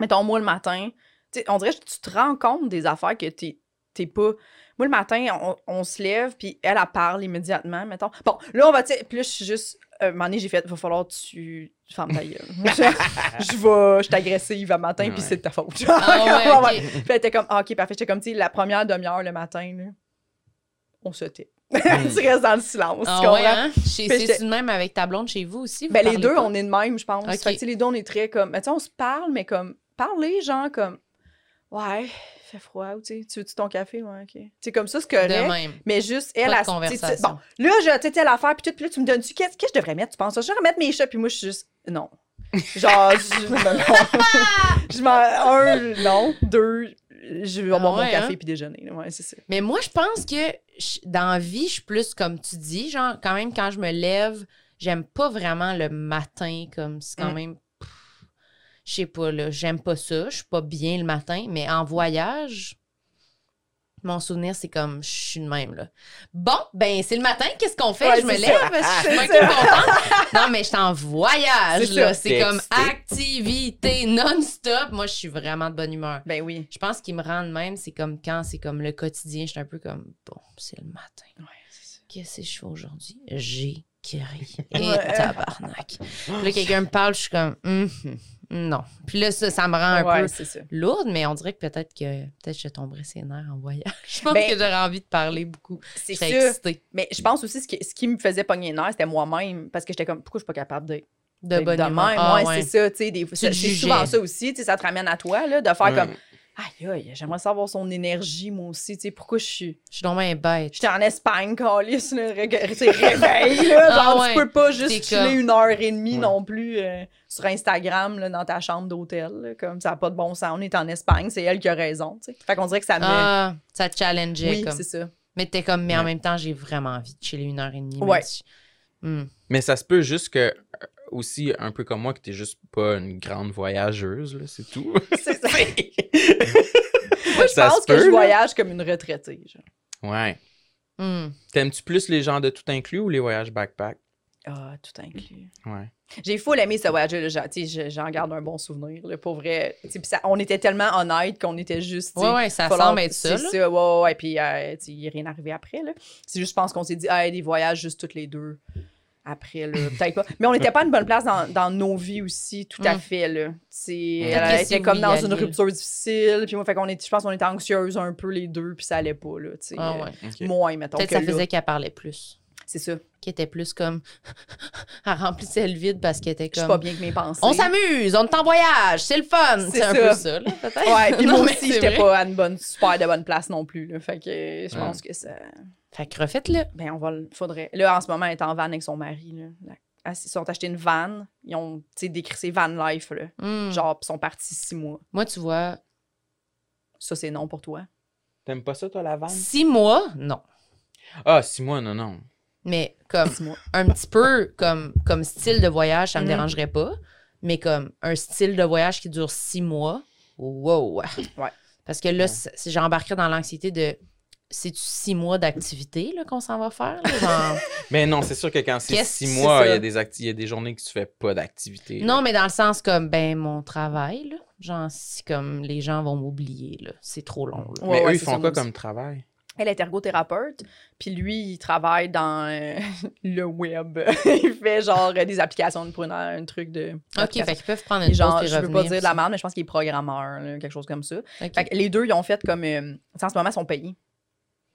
Speaker 1: mettons, moi, le matin, tu sais, on dirait que tu te rends compte des affaires que t'es t'es pas. Moi, le matin, on, on se lève, puis elle, elle parle immédiatement, mettons. Bon, là, on va, tu sais, puis là, je suis juste. euh, un moment donné, j'ai fait, va falloir que tu fermes ta gueule.
Speaker 3: [LAUGHS]
Speaker 1: je, je vais, je suis agressive à matin,
Speaker 2: Ouais.
Speaker 1: puis c'est de ta faute. [LAUGHS]
Speaker 3: Ah ouais, ok.
Speaker 1: Puis elle était comme, Ah, OK, parfait. J'étais comme, tu sais, la première demi-heure le matin, là, on se tait. [LAUGHS] tu restes dans le silence. tu
Speaker 3: Hmm. Ah
Speaker 1: comprends?
Speaker 3: ouais, hein? Chez-
Speaker 1: Puis
Speaker 3: C'est
Speaker 1: j'étais-
Speaker 3: de même avec ta blonde chez vous aussi? vous
Speaker 1: Ben, les
Speaker 3: parlez
Speaker 1: deux,
Speaker 3: pas?
Speaker 1: on est de même, je pense.
Speaker 3: Ok.
Speaker 1: Fait que, tu sais, les deux, on est très comme. mais Tu sais, on se parle, mais comme. Parler, genre, comme. Ouais, fait froid, ou tu sais, tu veux-tu ton café? Ouais, ok. Tu sais, comme ça, ce que
Speaker 3: De même.
Speaker 1: Mais juste, elle,
Speaker 3: Pas de
Speaker 1: elle- tu sais, tu-
Speaker 3: conversation.
Speaker 1: Bon, là, je, tu sais, telle affaire, puis tout, puis là, tu me donnes-tu. Qu'est-ce que je devrais mettre, tu penses? Je vais remettre mes chats, puis moi, je suis juste. Non. Genre, je. [LAUGHS] non, non. je m'en. Un, non. Deux, je vais
Speaker 3: Ah
Speaker 1: boire
Speaker 3: ouais,
Speaker 1: mon café,
Speaker 3: hein?
Speaker 1: puis déjeuner. Ouais, c'est ça.
Speaker 3: Mais moi, je pense que je- dans la vie, je suis plus comme tu dis, genre, quand même, quand je me lève, j'aime pas vraiment le matin, comme c'est quand
Speaker 1: Mm.
Speaker 3: même. pff, Je sais pas, là, j'aime pas ça, je suis pas bien le matin, mais en voyage, mon souvenir, c'est comme je suis de même, là. Bon, ben, c'est le matin, qu'est-ce qu'on fait?
Speaker 1: Ouais,
Speaker 3: je me
Speaker 1: c'est
Speaker 3: lève,
Speaker 1: ça. Ah,
Speaker 3: je suis
Speaker 1: C'est
Speaker 3: bien
Speaker 1: ça. [LAUGHS]
Speaker 3: contente. Non, mais je suis en voyage,
Speaker 1: C'est
Speaker 3: là.
Speaker 1: ça.
Speaker 3: C'est
Speaker 2: T'es
Speaker 3: comme
Speaker 2: excitée.
Speaker 3: activité non-stop. Moi, je suis vraiment de bonne humeur.
Speaker 1: Ben oui.
Speaker 3: Je pense qu'il me rend de même, c'est comme quand c'est comme le quotidien, je suis un peu comme bon, c'est le matin.
Speaker 1: Ouais, c'est ça.
Speaker 3: Qu'est-ce que je fais aujourd'hui? J'ai guéri.
Speaker 1: [LAUGHS]
Speaker 3: Et
Speaker 1: Ouais.
Speaker 3: tabarnak. Puis là, quelqu'un me parle, je suis comme Hum, hum, non. Puis là, ça, ça me rend un
Speaker 1: Ouais,
Speaker 3: peu
Speaker 1: c'est ça.
Speaker 3: lourde, mais on dirait que peut-être que peut-être que je tomberais ses nerfs en voyage. [LAUGHS] Je pense
Speaker 1: Ben,
Speaker 3: que j'aurais envie de parler beaucoup.
Speaker 1: C'est
Speaker 3: Je
Speaker 1: ça.
Speaker 3: serais excitée.
Speaker 1: Mais je pense aussi ce qui, ce qui me faisait pogner les nerfs, c'était moi-même. Parce que j'étais comme, pourquoi je suis pas capable Ben, de.
Speaker 3: De bonne humeur.
Speaker 1: même,
Speaker 3: Ah,
Speaker 1: ouais,
Speaker 3: ouais.
Speaker 1: c'est ça. tu sais, des- C'est
Speaker 3: te
Speaker 1: c'est
Speaker 3: jugeais.
Speaker 1: souvent ça aussi. tu sais, Ça te ramène à toi, là, de faire
Speaker 2: Ouais.
Speaker 1: comme, aïe, aïe, j'aimerais savoir son énergie, moi aussi. tu sais, Pourquoi je suis.
Speaker 3: Je suis donc bien bête.
Speaker 1: J'étais en Espagne, Calis, là, ré- ré- t'sais, réveil, là.
Speaker 3: Ah
Speaker 1: genre,
Speaker 3: ouais.
Speaker 1: tu peux pas
Speaker 3: T'es
Speaker 1: juste
Speaker 3: comme-
Speaker 1: chiller une heure et demie
Speaker 2: Ouais.
Speaker 1: non plus euh, sur Instagram, là, dans ta chambre d'hôtel. là, Comme ça n'a pas de bon sens. On est en Espagne, c'est elle qui a raison. tu sais. Fait qu'on dirait que ça me.
Speaker 3: Ah, ça te challengeait
Speaker 1: oui,
Speaker 3: comme.
Speaker 1: c'est
Speaker 2: [LAUGHS]
Speaker 1: ça.
Speaker 3: Mais t'es comme, mais en
Speaker 2: Ouais.
Speaker 3: même temps, j'ai vraiment envie de chiller une heure et demie. même
Speaker 1: Ouais.
Speaker 3: si- Hum.
Speaker 2: Mais ça se peut juste que, euh, aussi, un peu comme moi, que t'es juste pas une grande voyageuse, là, c'est tout.
Speaker 1: C'est ça.
Speaker 2: Moi, [LAUGHS]
Speaker 1: Je pense que je voyage comme une retraitée. genre.
Speaker 2: Ouais.
Speaker 3: Hum.
Speaker 2: T'aimes-tu plus les gens de tout inclus ou les voyages backpack?
Speaker 1: Ah, tout inclus.
Speaker 2: Ouais.
Speaker 1: J'ai full aimé ce voyage-là. J'en- tu sais, J'en garde un bon souvenir. là, pour vrai. Tu sais, puis ça- on était tellement honnête qu'on était juste. tu sais,
Speaker 3: Ouais, ouais, ça
Speaker 1: falloir-
Speaker 3: semble être ça.
Speaker 1: C'est
Speaker 3: là.
Speaker 1: ça, ouais, ouais, ouais. Puis, euh, tu sais, il n'est rien arrivé après, là. C'est juste, je pense qu'on s'est dit, hey, des voyages juste toutes les deux. Après,
Speaker 3: [LAUGHS]
Speaker 1: là, peut-être pas. Mais on n'était pas à une bonne place dans, dans nos vies aussi, tout à
Speaker 3: Mm.
Speaker 1: fait, là. Tu sais,
Speaker 2: Peut-être
Speaker 1: elle
Speaker 3: que si
Speaker 1: était comme
Speaker 3: oui,
Speaker 1: dans
Speaker 3: elle
Speaker 1: une
Speaker 3: est-
Speaker 1: rupture difficile. Puis moi, fait qu'on est, je pense qu'on était anxieuses un peu les deux, puis ça allait pas, là, tu sais.
Speaker 3: Ah
Speaker 1: euh,
Speaker 3: ouais.
Speaker 2: ok.
Speaker 1: Moins, mettons.
Speaker 3: Peut-être
Speaker 1: que
Speaker 3: ça
Speaker 1: là.
Speaker 3: faisait qu'elle parlait plus.
Speaker 1: C'est ça.
Speaker 3: qui était plus comme. [LAUGHS] elle remplissait le vide parce qu'elle était
Speaker 1: Je suis pas
Speaker 3: comme.
Speaker 1: bien avec mes pensées.
Speaker 3: On s'amuse, on est en voyage, c'est le fun.
Speaker 1: C'est
Speaker 3: C'est un
Speaker 1: ça.
Speaker 3: peu ça, là, peut-être.
Speaker 1: [LAUGHS]
Speaker 3: [LAUGHS]
Speaker 1: Ouais, puis
Speaker 3: Non,
Speaker 1: moi
Speaker 3: mais
Speaker 1: aussi,
Speaker 3: c'est
Speaker 1: j'étais
Speaker 3: vrai.
Speaker 1: pas à une bonne, super de bonne place non plus. là. Fait que euh, je pense que ça.
Speaker 3: Fait que refaites-le.
Speaker 1: Ben, on va le. Faudrait. Là, en ce moment, elle est en van avec son mari. Là. La- elle- Ils se sont achetés une van. Ils ont, tu sais, décrit van life, là.
Speaker 3: Hmm.
Speaker 1: Genre, pis ils sont partis six mois.
Speaker 3: Moi, tu vois,
Speaker 1: Ça, c'est non pour toi.
Speaker 2: T'aimes pas ça, toi, la vanne?
Speaker 3: six mois, non.
Speaker 2: Ah, six mois, non, non.
Speaker 3: Mais comme
Speaker 1: Six mois.
Speaker 3: un petit peu comme, comme style de voyage, ça me
Speaker 1: Mm.
Speaker 3: dérangerait pas. Mais comme un style de voyage qui dure six mois, wow!
Speaker 1: Ouais.
Speaker 3: Parce que là,
Speaker 2: Ouais.
Speaker 3: c'est- c'est- j'embarquerais dans l'anxiété de c'est-tu six mois d'activité là, qu'on s'en va faire? là? Genre-
Speaker 2: Mais non, c'est sûr que quand c'est
Speaker 3: Qu'est-ce-
Speaker 2: six
Speaker 3: c'est
Speaker 2: mois,
Speaker 3: ça.
Speaker 2: il y, a des acti- il y a des journées que tu fais pas d'activité. là.
Speaker 3: non, mais dans le sens comme, ben, mon travail, là, genre, si comme les gens vont m'oublier, là, c'est trop long. là.
Speaker 2: Mais
Speaker 1: Ouais,
Speaker 2: eux,
Speaker 1: ouais,
Speaker 2: ils
Speaker 1: c'est
Speaker 2: font
Speaker 1: ça,
Speaker 2: quoi
Speaker 1: nous aussi.
Speaker 2: comme travail?
Speaker 1: Elle est ergothérapeute, puis lui, il travaille dans euh, [LAUGHS] le web. [LAUGHS] il fait genre euh, des applications pour une, un truc de.
Speaker 3: OK, fait qu'ils peuvent prendre une
Speaker 1: Et genre,
Speaker 3: pause et
Speaker 1: je veux pas
Speaker 3: revenir,
Speaker 1: dire de la
Speaker 3: puis-
Speaker 1: merde, mais je pense qu'il est programmeur, là, quelque chose comme ça.
Speaker 3: OK.
Speaker 1: Fait que les deux, ils ont fait comme. euh, tu sais, en ce moment, ils sont payés.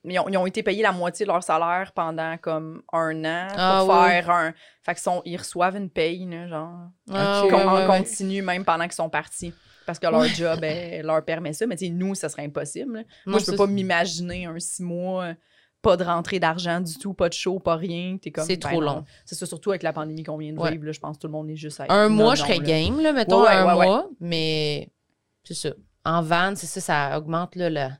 Speaker 1: Mais ils ont, ils ont été payés la moitié de leur salaire pendant comme un an pour
Speaker 3: Ah, oui,
Speaker 1: faire un. Fait qu'ils sont- ils reçoivent une paye, là, genre,
Speaker 3: Ah,
Speaker 1: qu'on-
Speaker 3: ouais,
Speaker 1: en
Speaker 3: ouais, ouais.
Speaker 1: continu même pendant qu'ils sont partis. Parce que leur
Speaker 3: Ouais.
Speaker 1: job elle, leur permet ça. Mais tu sais, nous, ça serait impossible. là. Moi,
Speaker 3: Non,
Speaker 1: je peux
Speaker 3: ça,
Speaker 1: pas m'imaginer un six mois, euh, pas de rentrée d'argent du tout, pas de show, pas rien. T'es comme,
Speaker 3: C'est
Speaker 1: ben
Speaker 3: trop
Speaker 1: non.
Speaker 3: long.
Speaker 1: C'est ça, surtout avec la pandémie qu'on vient de
Speaker 3: Ouais.
Speaker 1: vivre. là, je pense que tout le monde est juste à
Speaker 3: un
Speaker 1: non,
Speaker 3: mois, je
Speaker 1: non,
Speaker 3: serais
Speaker 1: là.
Speaker 3: game, là, mettons,
Speaker 1: Ouais, ouais,
Speaker 3: un
Speaker 1: ouais,
Speaker 3: mois, mais c'est ça. En van, c'est ça, ça augmente, là, la...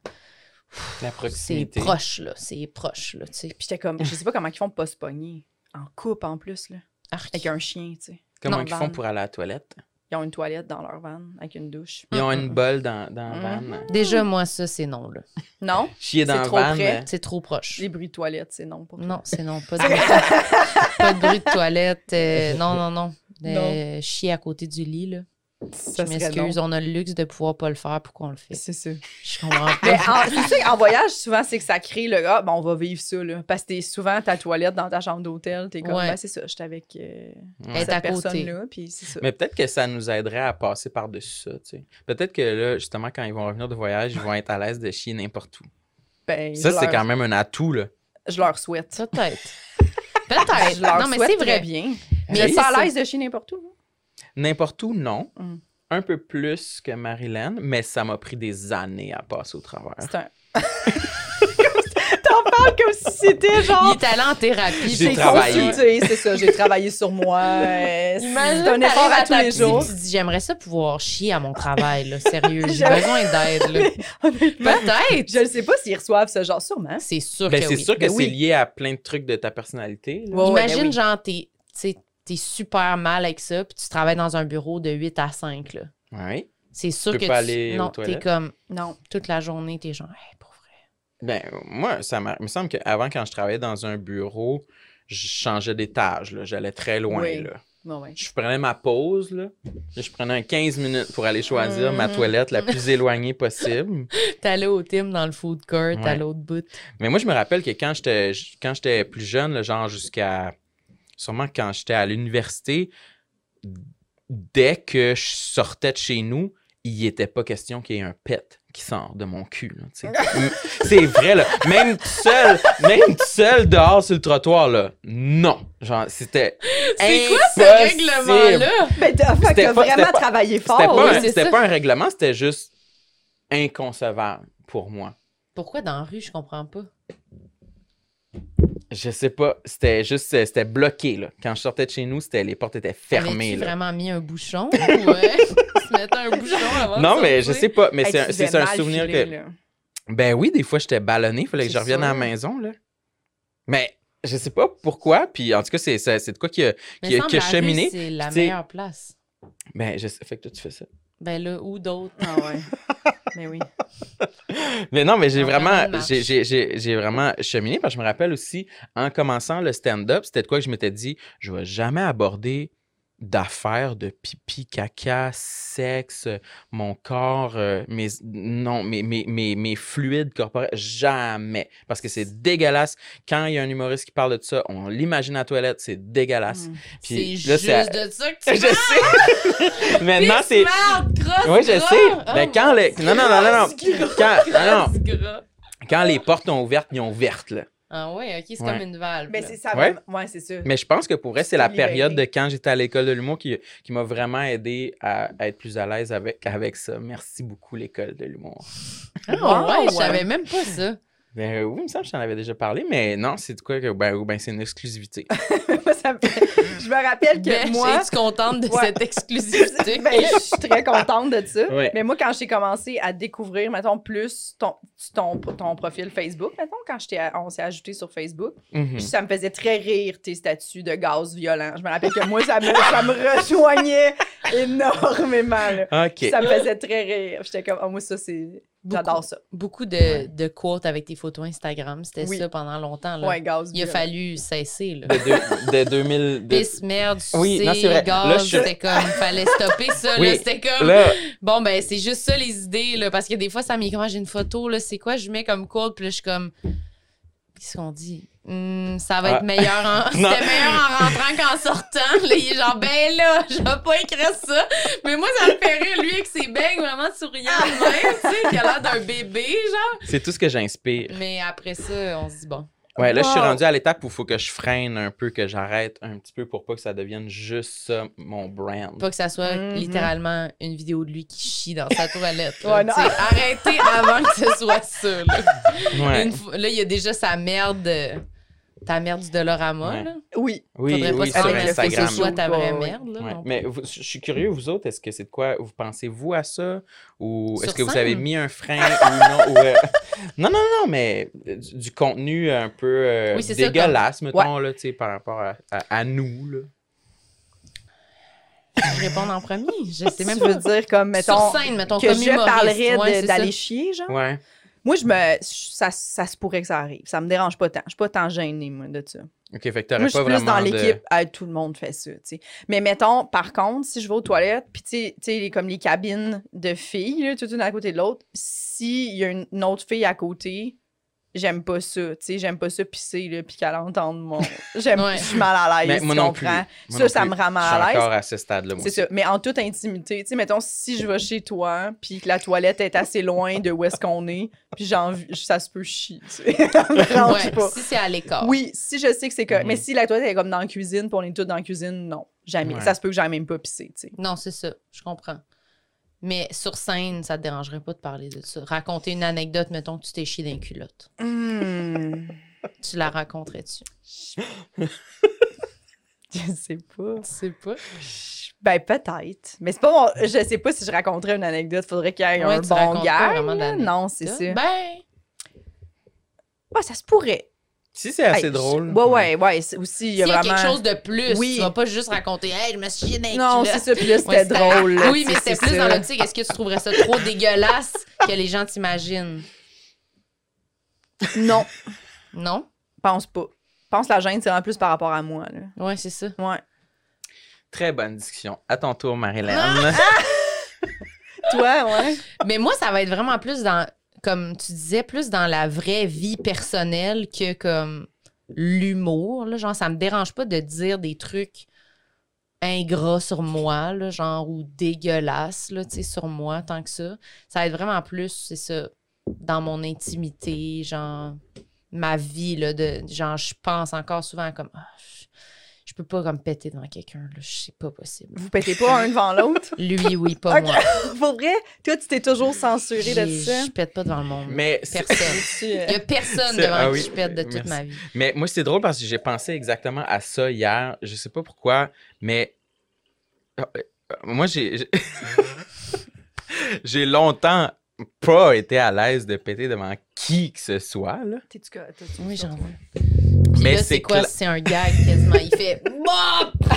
Speaker 2: La
Speaker 3: c'est
Speaker 2: proximité.
Speaker 3: proche, là, c'est proche, là, tu sais.
Speaker 1: Puis j'étais comme, je sais pas comment ils font pour pas se pogner. En couple en plus, là.
Speaker 3: Arc.
Speaker 1: Avec un chien, tu sais.
Speaker 2: Comment
Speaker 1: Non,
Speaker 2: ils font
Speaker 1: van.
Speaker 2: pour aller à la toilette?
Speaker 1: Ils ont une toilette dans leur van avec une douche.
Speaker 2: Ils ont
Speaker 3: Mm,
Speaker 2: une
Speaker 3: mm.
Speaker 2: bolle dans, dans la
Speaker 1: Mhm.
Speaker 2: van.
Speaker 3: Déjà, moi, ça, c'est non, là.
Speaker 1: Non,
Speaker 2: Chier dans
Speaker 1: C'est
Speaker 2: la
Speaker 1: trop
Speaker 2: van.
Speaker 1: près.
Speaker 2: hein.
Speaker 3: C'est trop proche.
Speaker 1: les bruits de toilette, c'est non pour toi.
Speaker 3: Non, c'est non, pas de,
Speaker 1: [LAUGHS]
Speaker 3: pas de bruit de toilette. euh, non, non, non. Euh, Chier à côté du lit, là.
Speaker 1: Ça
Speaker 3: je
Speaker 1: serait
Speaker 3: m'excuse,
Speaker 1: non.
Speaker 3: on a le luxe de pouvoir pas le faire, pourquoi on le fait?
Speaker 1: C'est ça.
Speaker 3: Je comprends
Speaker 1: Mais [LAUGHS]
Speaker 3: pas.
Speaker 1: en, tu sais, en voyage, souvent, c'est que ça crée le gars, ben, on va vivre ça, là. Parce que t'es souvent ta toilette dans ta chambre d'hôtel, t'es comme,
Speaker 3: Ouais.
Speaker 1: ben, c'est ça, j'étais avec euh,
Speaker 2: Ouais.
Speaker 3: Être à
Speaker 1: cette
Speaker 3: côté.
Speaker 1: personne-là, puis c'est ça.
Speaker 2: Mais peut-être que ça nous aiderait à passer par-dessus ça, tu sais. Peut-être que là, justement, quand ils vont revenir de voyage, ils vont être à l'aise de chier n'importe où.
Speaker 1: Ben,
Speaker 2: Ça,
Speaker 1: je
Speaker 2: c'est
Speaker 1: leur-
Speaker 2: quand même un atout, là.
Speaker 1: Je leur souhaite.
Speaker 3: Ça, peut-être.
Speaker 1: [LAUGHS] Je leur
Speaker 3: Peut-être. Non, mais
Speaker 1: souhaite
Speaker 3: c'est
Speaker 1: très
Speaker 3: vrai.
Speaker 1: bien.
Speaker 2: Mais
Speaker 1: Mais
Speaker 2: c'est
Speaker 1: ça à
Speaker 3: ça.
Speaker 1: l'aise de chez n'importe où. hein.
Speaker 2: N'importe où, non.
Speaker 1: Mm.
Speaker 2: Un peu plus que Marilyn, mais ça m'a pris des années à passer au travers.
Speaker 1: C'est
Speaker 3: [LAUGHS]
Speaker 1: un. T'en parles comme si c'était
Speaker 3: Il
Speaker 1: genre.
Speaker 3: est allé en thérapie.
Speaker 2: J'ai
Speaker 3: c'est
Speaker 2: travaillé.
Speaker 3: consulté.
Speaker 1: consulté, c'est ça, j'ai travaillé sur [LAUGHS] moi. euh, C'est
Speaker 3: Imagine,
Speaker 1: un effort
Speaker 3: t'arrives
Speaker 1: à
Speaker 3: à
Speaker 1: tous
Speaker 3: ta
Speaker 1: les
Speaker 3: psy,
Speaker 1: jours. [LAUGHS]
Speaker 3: puis tu dis, j'aimerais ça pouvoir chier à mon travail, là. Sérieux, j'ai
Speaker 1: J'avoue.
Speaker 3: besoin d'aide, là. Peut-être.
Speaker 1: Je ne sais pas s'ils reçoivent ce genre, sûrement.
Speaker 3: C'est sûr
Speaker 2: Ben,
Speaker 3: que
Speaker 2: c'est
Speaker 3: oui.
Speaker 2: sûr que
Speaker 1: Ben
Speaker 2: c'est
Speaker 1: oui.
Speaker 2: lié à plein de trucs de ta personnalité. là.
Speaker 1: Ouais, ouais, ben
Speaker 3: Imagine,
Speaker 1: oui.
Speaker 3: genre, t'es, tu sais, t'es super mal avec ça, puis tu travailles dans un bureau de 8 à 5, là.
Speaker 2: Ouais.
Speaker 3: C'est sûr
Speaker 2: Tu peux
Speaker 3: que
Speaker 2: pas
Speaker 3: tu...
Speaker 2: aller aux
Speaker 3: non, t'es
Speaker 2: toilettes.
Speaker 3: comme
Speaker 1: Non.
Speaker 3: toute la journée, t'es genre, hey, pour vrai.
Speaker 2: Ben, moi, ça m'a- me semble qu'avant, quand je travaillais dans un bureau, je changeais d'étage, là. J'allais très loin,
Speaker 1: Oui.
Speaker 2: là.
Speaker 1: Non, ouais.
Speaker 2: je prenais ma pause, là. Là, Je prenais un 15 minutes pour aller choisir ma
Speaker 1: Mhm.
Speaker 2: toilette la plus éloignée possible.
Speaker 3: T'es allé au team dans le food court à
Speaker 2: Ouais.
Speaker 1: [LAUGHS]
Speaker 3: l'autre bout.
Speaker 2: Mais moi, je me rappelle que quand j'étais quand j'étais plus jeune, là, genre jusqu'à. Sûrement quand j'étais à l'université, dès que je sortais de chez nous, il n'était pas question qu'il y ait un pet qui sort de mon cul. là, tu sais.
Speaker 3: [LAUGHS]
Speaker 2: Mm, C'est vrai, là. Même tout seul, même tout seul dehors sur le trottoir, là. Non. Genre, c'était.
Speaker 3: C'est quoi ce
Speaker 2: impossible.
Speaker 3: règlement-là?
Speaker 1: Mais t'as fait
Speaker 2: C'était
Speaker 1: que
Speaker 2: pas-
Speaker 1: vraiment
Speaker 2: c'était pas-
Speaker 1: travaillé fort.
Speaker 2: C'était pas,
Speaker 1: oui.
Speaker 2: un-
Speaker 3: c'est
Speaker 2: c'était
Speaker 3: ça.
Speaker 2: pas un règlement, c'était juste inconcevable pour moi.
Speaker 3: Pourquoi dans la rue, je comprends pas?
Speaker 2: Je sais pas, c'était juste, euh, c'était bloqué, là. Quand je sortais de chez nous, c'était, les portes étaient fermées,
Speaker 3: Ah, tu
Speaker 2: là.
Speaker 3: vraiment mis un bouchon? [LAUGHS] Ouais. tu mettais un bouchon avant
Speaker 2: Non, mais je sais pas, mais
Speaker 1: Hey,
Speaker 2: c'est un-
Speaker 1: tu
Speaker 2: c'est
Speaker 1: devais
Speaker 2: un
Speaker 1: mal
Speaker 2: souvenir
Speaker 1: filer,
Speaker 2: que...
Speaker 1: là.
Speaker 2: Ben oui, des fois, j'étais ballonné, fallait que
Speaker 3: C'est
Speaker 2: je revienne à la
Speaker 3: sûr.
Speaker 2: maison, là. Mais je sais pas pourquoi, puis en tout cas, c'est c'est- c'est de quoi qui a...
Speaker 3: Mais
Speaker 2: qui a-
Speaker 3: semble
Speaker 2: qui a
Speaker 3: la rue,
Speaker 2: cheminé,
Speaker 3: C'est la
Speaker 2: tu sais.
Speaker 3: meilleure place.
Speaker 2: Ben, je sais, fait que toi, tu fais ça.
Speaker 3: Ben là, ou d'autres.
Speaker 1: Ah ouais. [LAUGHS] Mais oui.
Speaker 2: Mais non, mais j'ai
Speaker 3: En
Speaker 2: vraiment,
Speaker 3: pleine marche.
Speaker 2: j'ai- j'ai- j'ai j'ai vraiment cheminé parce que je me rappelle aussi, en commençant le stand-up, c'était de quoi que je m'étais dit, je vais jamais aborder d'affaires de pipi, caca, sexe, mon corps, euh, mes, non, mes, mes, mes, mes fluides corporels, jamais. Parce que c'est dégueulasse. Quand il y a un humoriste qui parle de ça, on l'imagine à la toilette, Ah, c'est dégueulasse.
Speaker 1: Mm.
Speaker 3: C'est
Speaker 2: Puis
Speaker 3: juste
Speaker 2: à-
Speaker 3: de ça que
Speaker 2: [LAUGHS] Je
Speaker 3: tu
Speaker 2: sais. Maintenant, c'est... Oui, je
Speaker 3: Oh
Speaker 2: sais. Mais quand les... Non, non, non, non, non. Quand... Non, non quand les portes ont ouvertes, ils ont ouvertes. Là.
Speaker 3: Ah ouais, ok, c'est
Speaker 2: Ouais.
Speaker 3: comme une valve.
Speaker 1: Mais
Speaker 3: là.
Speaker 1: Ben, c'est ça.
Speaker 2: Ouais.
Speaker 1: même- Ouais, c'est ça.
Speaker 2: Mais je pense que pour vrai, c'est la
Speaker 1: Libéré.
Speaker 2: période de quand j'étais à l'école de l'humour qui, qui m'a vraiment aidé à, à être plus à l'aise avec, avec ça. Merci beaucoup, l'école de l'humour.
Speaker 3: Ah ouais,
Speaker 1: Wow,
Speaker 3: je
Speaker 1: ouais.
Speaker 3: savais même pas ça.
Speaker 2: Ben, euh, oui, il me semble que j'en avais déjà parlé, mais non, c'est de quoi que ben, ou ben, c'est une exclusivité.
Speaker 1: [LAUGHS]
Speaker 3: [LAUGHS]
Speaker 1: Moi, ça me fait- Je me rappelle que
Speaker 3: Ben,
Speaker 1: moi.
Speaker 3: es-tu contente de
Speaker 1: Ouais.
Speaker 3: cette exclusivité?
Speaker 1: [LAUGHS] ben, je suis très contente de ça.
Speaker 2: Ouais.
Speaker 1: Mais moi, quand j'ai commencé à découvrir, mettons, plus ton, ton, ton profil Facebook, mettons, quand j'étais à- on s'est ajouté sur Facebook,
Speaker 2: Mhm.
Speaker 1: puis
Speaker 3: Hmm.
Speaker 1: ça me faisait très rire tes statuts de gaz violent. Je me rappelle que moi, ça me, ça me
Speaker 3: [LAUGHS]
Speaker 1: rejoignait énormément. là.
Speaker 2: OK.
Speaker 1: Ça me faisait très rire. J'étais comme, oh, moi, ça, c'est. J'adore ça.
Speaker 3: Beaucoup de, de quotes avec tes photos Instagram, c'était
Speaker 1: Oui.
Speaker 3: ça pendant longtemps. Là.
Speaker 1: Ouais, gaz
Speaker 3: Il a
Speaker 1: violent.
Speaker 3: fallu cesser. Là.
Speaker 2: De, deux- de 2000. de-
Speaker 3: Pisse, merde,
Speaker 2: Oui,
Speaker 3: sucer,
Speaker 2: non, c'est vrai.
Speaker 3: gaz,
Speaker 2: Là, je suis-
Speaker 3: c'était comme, fallait stopper ça.
Speaker 2: Oui.
Speaker 3: là. C'était comme,
Speaker 2: Là,
Speaker 3: bon, ben, c'est juste ça les idées, là, parce que des fois, ça m'est comment j'ai une photo, là, c'est quoi, je mets comme quote, puis là, je suis comme, qu'est-ce qu'on dit? Hum, ça va
Speaker 2: Ah.
Speaker 3: être meilleur
Speaker 1: [LAUGHS]
Speaker 3: en... C'était
Speaker 2: Non.
Speaker 3: meilleur en rentrant qu'en sortant. Là, il est genre, ben là, je vais pas écrire ça. Mais moi, ça me fait rire, lui, avec ses beignes vraiment souriants, de
Speaker 1: Ah.
Speaker 3: même, tu sais, qui a l'air d'un bébé, genre.
Speaker 2: c'est tout ce que j'inspire.
Speaker 3: Mais après ça, on se dit, bon.
Speaker 2: Ouais, là, je suis
Speaker 1: Wow.
Speaker 2: rendu à l'étape où il faut que je freine un peu, que j'arrête un petit peu pour pas que ça devienne juste ça, mon brand.
Speaker 3: Pas que ça soit
Speaker 1: Mhm.
Speaker 3: littéralement une vidéo de lui qui chie dans sa toilette. là,
Speaker 1: Ouais, non.
Speaker 3: tu sais. Arrêtez avant que ce soit ça. Là,
Speaker 2: Ouais.
Speaker 3: Une fois- là, il y a déjà sa merde, euh, ta merde du Dolorama.
Speaker 2: Ouais.
Speaker 3: Là.
Speaker 1: Oui.
Speaker 2: Oui,
Speaker 3: Faudrait
Speaker 2: oui,
Speaker 3: pas
Speaker 1: rendre
Speaker 2: sur
Speaker 3: se rendre que
Speaker 2: Instagram.
Speaker 3: ce soit ta vraie
Speaker 1: Ouais, ouais.
Speaker 3: merde. Là,
Speaker 2: Ouais.
Speaker 3: non plus.
Speaker 2: Mais vous- je suis curieux, vous autres, est-ce que c'est de quoi vous pensez-vous à ça ou est-ce
Speaker 3: Sur
Speaker 2: que vous
Speaker 3: scène?
Speaker 2: avez mis un frein ou non ou, euh, [LAUGHS] Non, non, non, mais euh, du, du contenu un peu euh,
Speaker 3: Oui, c'est ça,
Speaker 2: dégueulasse, mettons, là, tu sais, par rapport à, à- à nous. Là.
Speaker 3: Je réponds en premier.
Speaker 1: [LAUGHS]
Speaker 3: Je sais même
Speaker 1: tu
Speaker 3: pas.
Speaker 1: veux dire, comme, mettons,
Speaker 3: Sur scène, mettons,
Speaker 1: que
Speaker 3: comme
Speaker 1: je
Speaker 3: humoriste.
Speaker 1: parlerais
Speaker 3: Ouais,
Speaker 1: de-
Speaker 3: c'est
Speaker 1: d'aller
Speaker 3: ça.
Speaker 1: chier, genre?
Speaker 2: Ouais.
Speaker 1: Moi, je me. Ça, ça se pourrait que ça arrive. Ça me dérange pas tant. Je suis pas tant gênée, moi, de ça.
Speaker 2: Ok, fait que
Speaker 1: Moi,
Speaker 2: t'aurais
Speaker 1: je suis
Speaker 2: pas
Speaker 1: plus
Speaker 2: vraiment.
Speaker 1: dans
Speaker 2: de-
Speaker 1: l'équipe. Ah, tout le monde fait ça, tu sais. Mais mettons, par contre, si je vais aux toilettes, puis tu sais- tu sais, les- comme les cabines de filles, là, toutes une à côté de l'autre, s'il y a une, une autre fille à côté, j'aime pas ça, tu sais. J'aime pas ça pisser, là, puis qu'elle entende
Speaker 2: [LAUGHS]
Speaker 1: mon... J'aime...
Speaker 3: Ouais.
Speaker 1: Je suis mal à
Speaker 2: Mais
Speaker 1: l'aise,
Speaker 2: moi
Speaker 1: tu
Speaker 2: non plus.
Speaker 1: comprends?
Speaker 2: Moi
Speaker 1: ça,
Speaker 2: non
Speaker 1: ça
Speaker 2: plus,
Speaker 1: me rend
Speaker 2: Je
Speaker 1: mal à
Speaker 2: suis
Speaker 1: l'aise.
Speaker 2: encore à ce stade-là, moi.
Speaker 1: C'est ça. Mais en toute intimité, tu sais, mettons, si je vais chez toi, puis que la toilette est assez loin de où est-ce qu'on est, puis j'ai envie, ça se peut chier, tu sais. [LAUGHS] Ça me dérange
Speaker 3: Ouais,
Speaker 1: pas.
Speaker 3: Si c'est à l'écart.
Speaker 1: Oui, si je sais que c'est que.
Speaker 2: Mhm.
Speaker 3: Mm.
Speaker 1: Mais si la toilette est comme dans la cuisine, puis on est tous dans la cuisine, non. Jamais.
Speaker 2: Ouais.
Speaker 1: Ça se peut que j'aille même pas pisser, tu sais.
Speaker 3: Non, c'est ça. Je comprends. Mais sur scène, ça te dérangerait pas de parler de ça. Raconter une anecdote, mettons que tu t'es chié d'un culotte. Hmm. Tu la raconterais-tu?
Speaker 1: [LAUGHS] je sais pas.
Speaker 3: Tu sais pas.
Speaker 1: Ben, peut-être. Mais c'est pas mon- Je sais pas si je raconterais une anecdote. Faudrait qu'il y ait
Speaker 3: Ouais,
Speaker 1: un
Speaker 3: tu
Speaker 1: bon
Speaker 3: racontes pas
Speaker 1: gars.
Speaker 3: vraiment d'anecdote.
Speaker 1: Non, c'est ça.
Speaker 3: Ben,
Speaker 1: Ouais, ça se pourrait.
Speaker 2: Si c'est assez
Speaker 1: Hey,
Speaker 2: drôle.
Speaker 1: Ouais, ouais, ouais. c'est- Aussi, il
Speaker 3: s'il
Speaker 1: y a vraiment.
Speaker 3: quelque chose de plus,
Speaker 1: Oui.
Speaker 3: tu vas pas juste raconter Hey, je me suis chié d'un
Speaker 1: Non,
Speaker 3: culotte.
Speaker 1: c'est ça. Puis là, c'était
Speaker 3: Ouais, c'était-
Speaker 1: drôle. là,
Speaker 3: [LAUGHS] Oui,
Speaker 1: tu
Speaker 3: mais
Speaker 1: sais,
Speaker 3: c'était
Speaker 1: c'est
Speaker 3: plus
Speaker 1: ça.
Speaker 3: dans l'optique, est-ce que tu trouverais ça trop dégueulasse que les gens t'imaginent?
Speaker 1: Non,
Speaker 3: Non?
Speaker 1: pense pas. Pense la gêne, c'est en plus par rapport à moi. Là.
Speaker 3: Ouais, c'est ça.
Speaker 1: Ouais.
Speaker 2: Très bonne discussion. À ton tour, Marilyn.
Speaker 1: Ah! Toi, ouais.
Speaker 3: Mais moi, ça va être vraiment plus dans, comme tu disais, plus dans la vraie vie personnelle que comme l'humour. là. Genre, ça me dérange pas de dire des trucs ingrats sur moi, là, genre, ou dégueulasses, là, tu sais, sur moi, tant que ça. Ça va être vraiment plus, c'est ça, dans mon intimité, genre, ma vie, là, de, genre, je pense encore souvent à comme, Ah, je- je peux pas, comme, péter devant quelqu'un, là, c'est pas possible.
Speaker 1: Vous pétez pas un devant l'autre.
Speaker 3: Lui, oui, pas
Speaker 1: Ok.
Speaker 3: moi.
Speaker 1: Pour vrai, toi, tu t'es toujours censuré de
Speaker 3: J'ai-
Speaker 1: ça. euh,
Speaker 3: Je pète pas devant le monde.
Speaker 2: [LAUGHS] mais c'est-
Speaker 3: Personne. Il n'y a personne
Speaker 2: C'est-
Speaker 3: devant
Speaker 2: ah oui,
Speaker 3: qui je pète de toute
Speaker 2: merci.
Speaker 3: ma vie.
Speaker 2: Mais moi, c'est drôle parce que j'ai pensé exactement à ça hier. Je sais pas pourquoi, mais Ah, euh, euh, moi, j'ai [LAUGHS] j'ai- j'ai longtemps pas été à l'aise de péter devant qui que ce soit. Là.
Speaker 1: T'es-tu co- t'as-tu-
Speaker 3: Oui, j'en vois.
Speaker 2: Mais
Speaker 3: Mais
Speaker 2: c'est
Speaker 3: c'est quoi?
Speaker 2: cla-
Speaker 3: C'est un gag quasiment. Il fait Bop!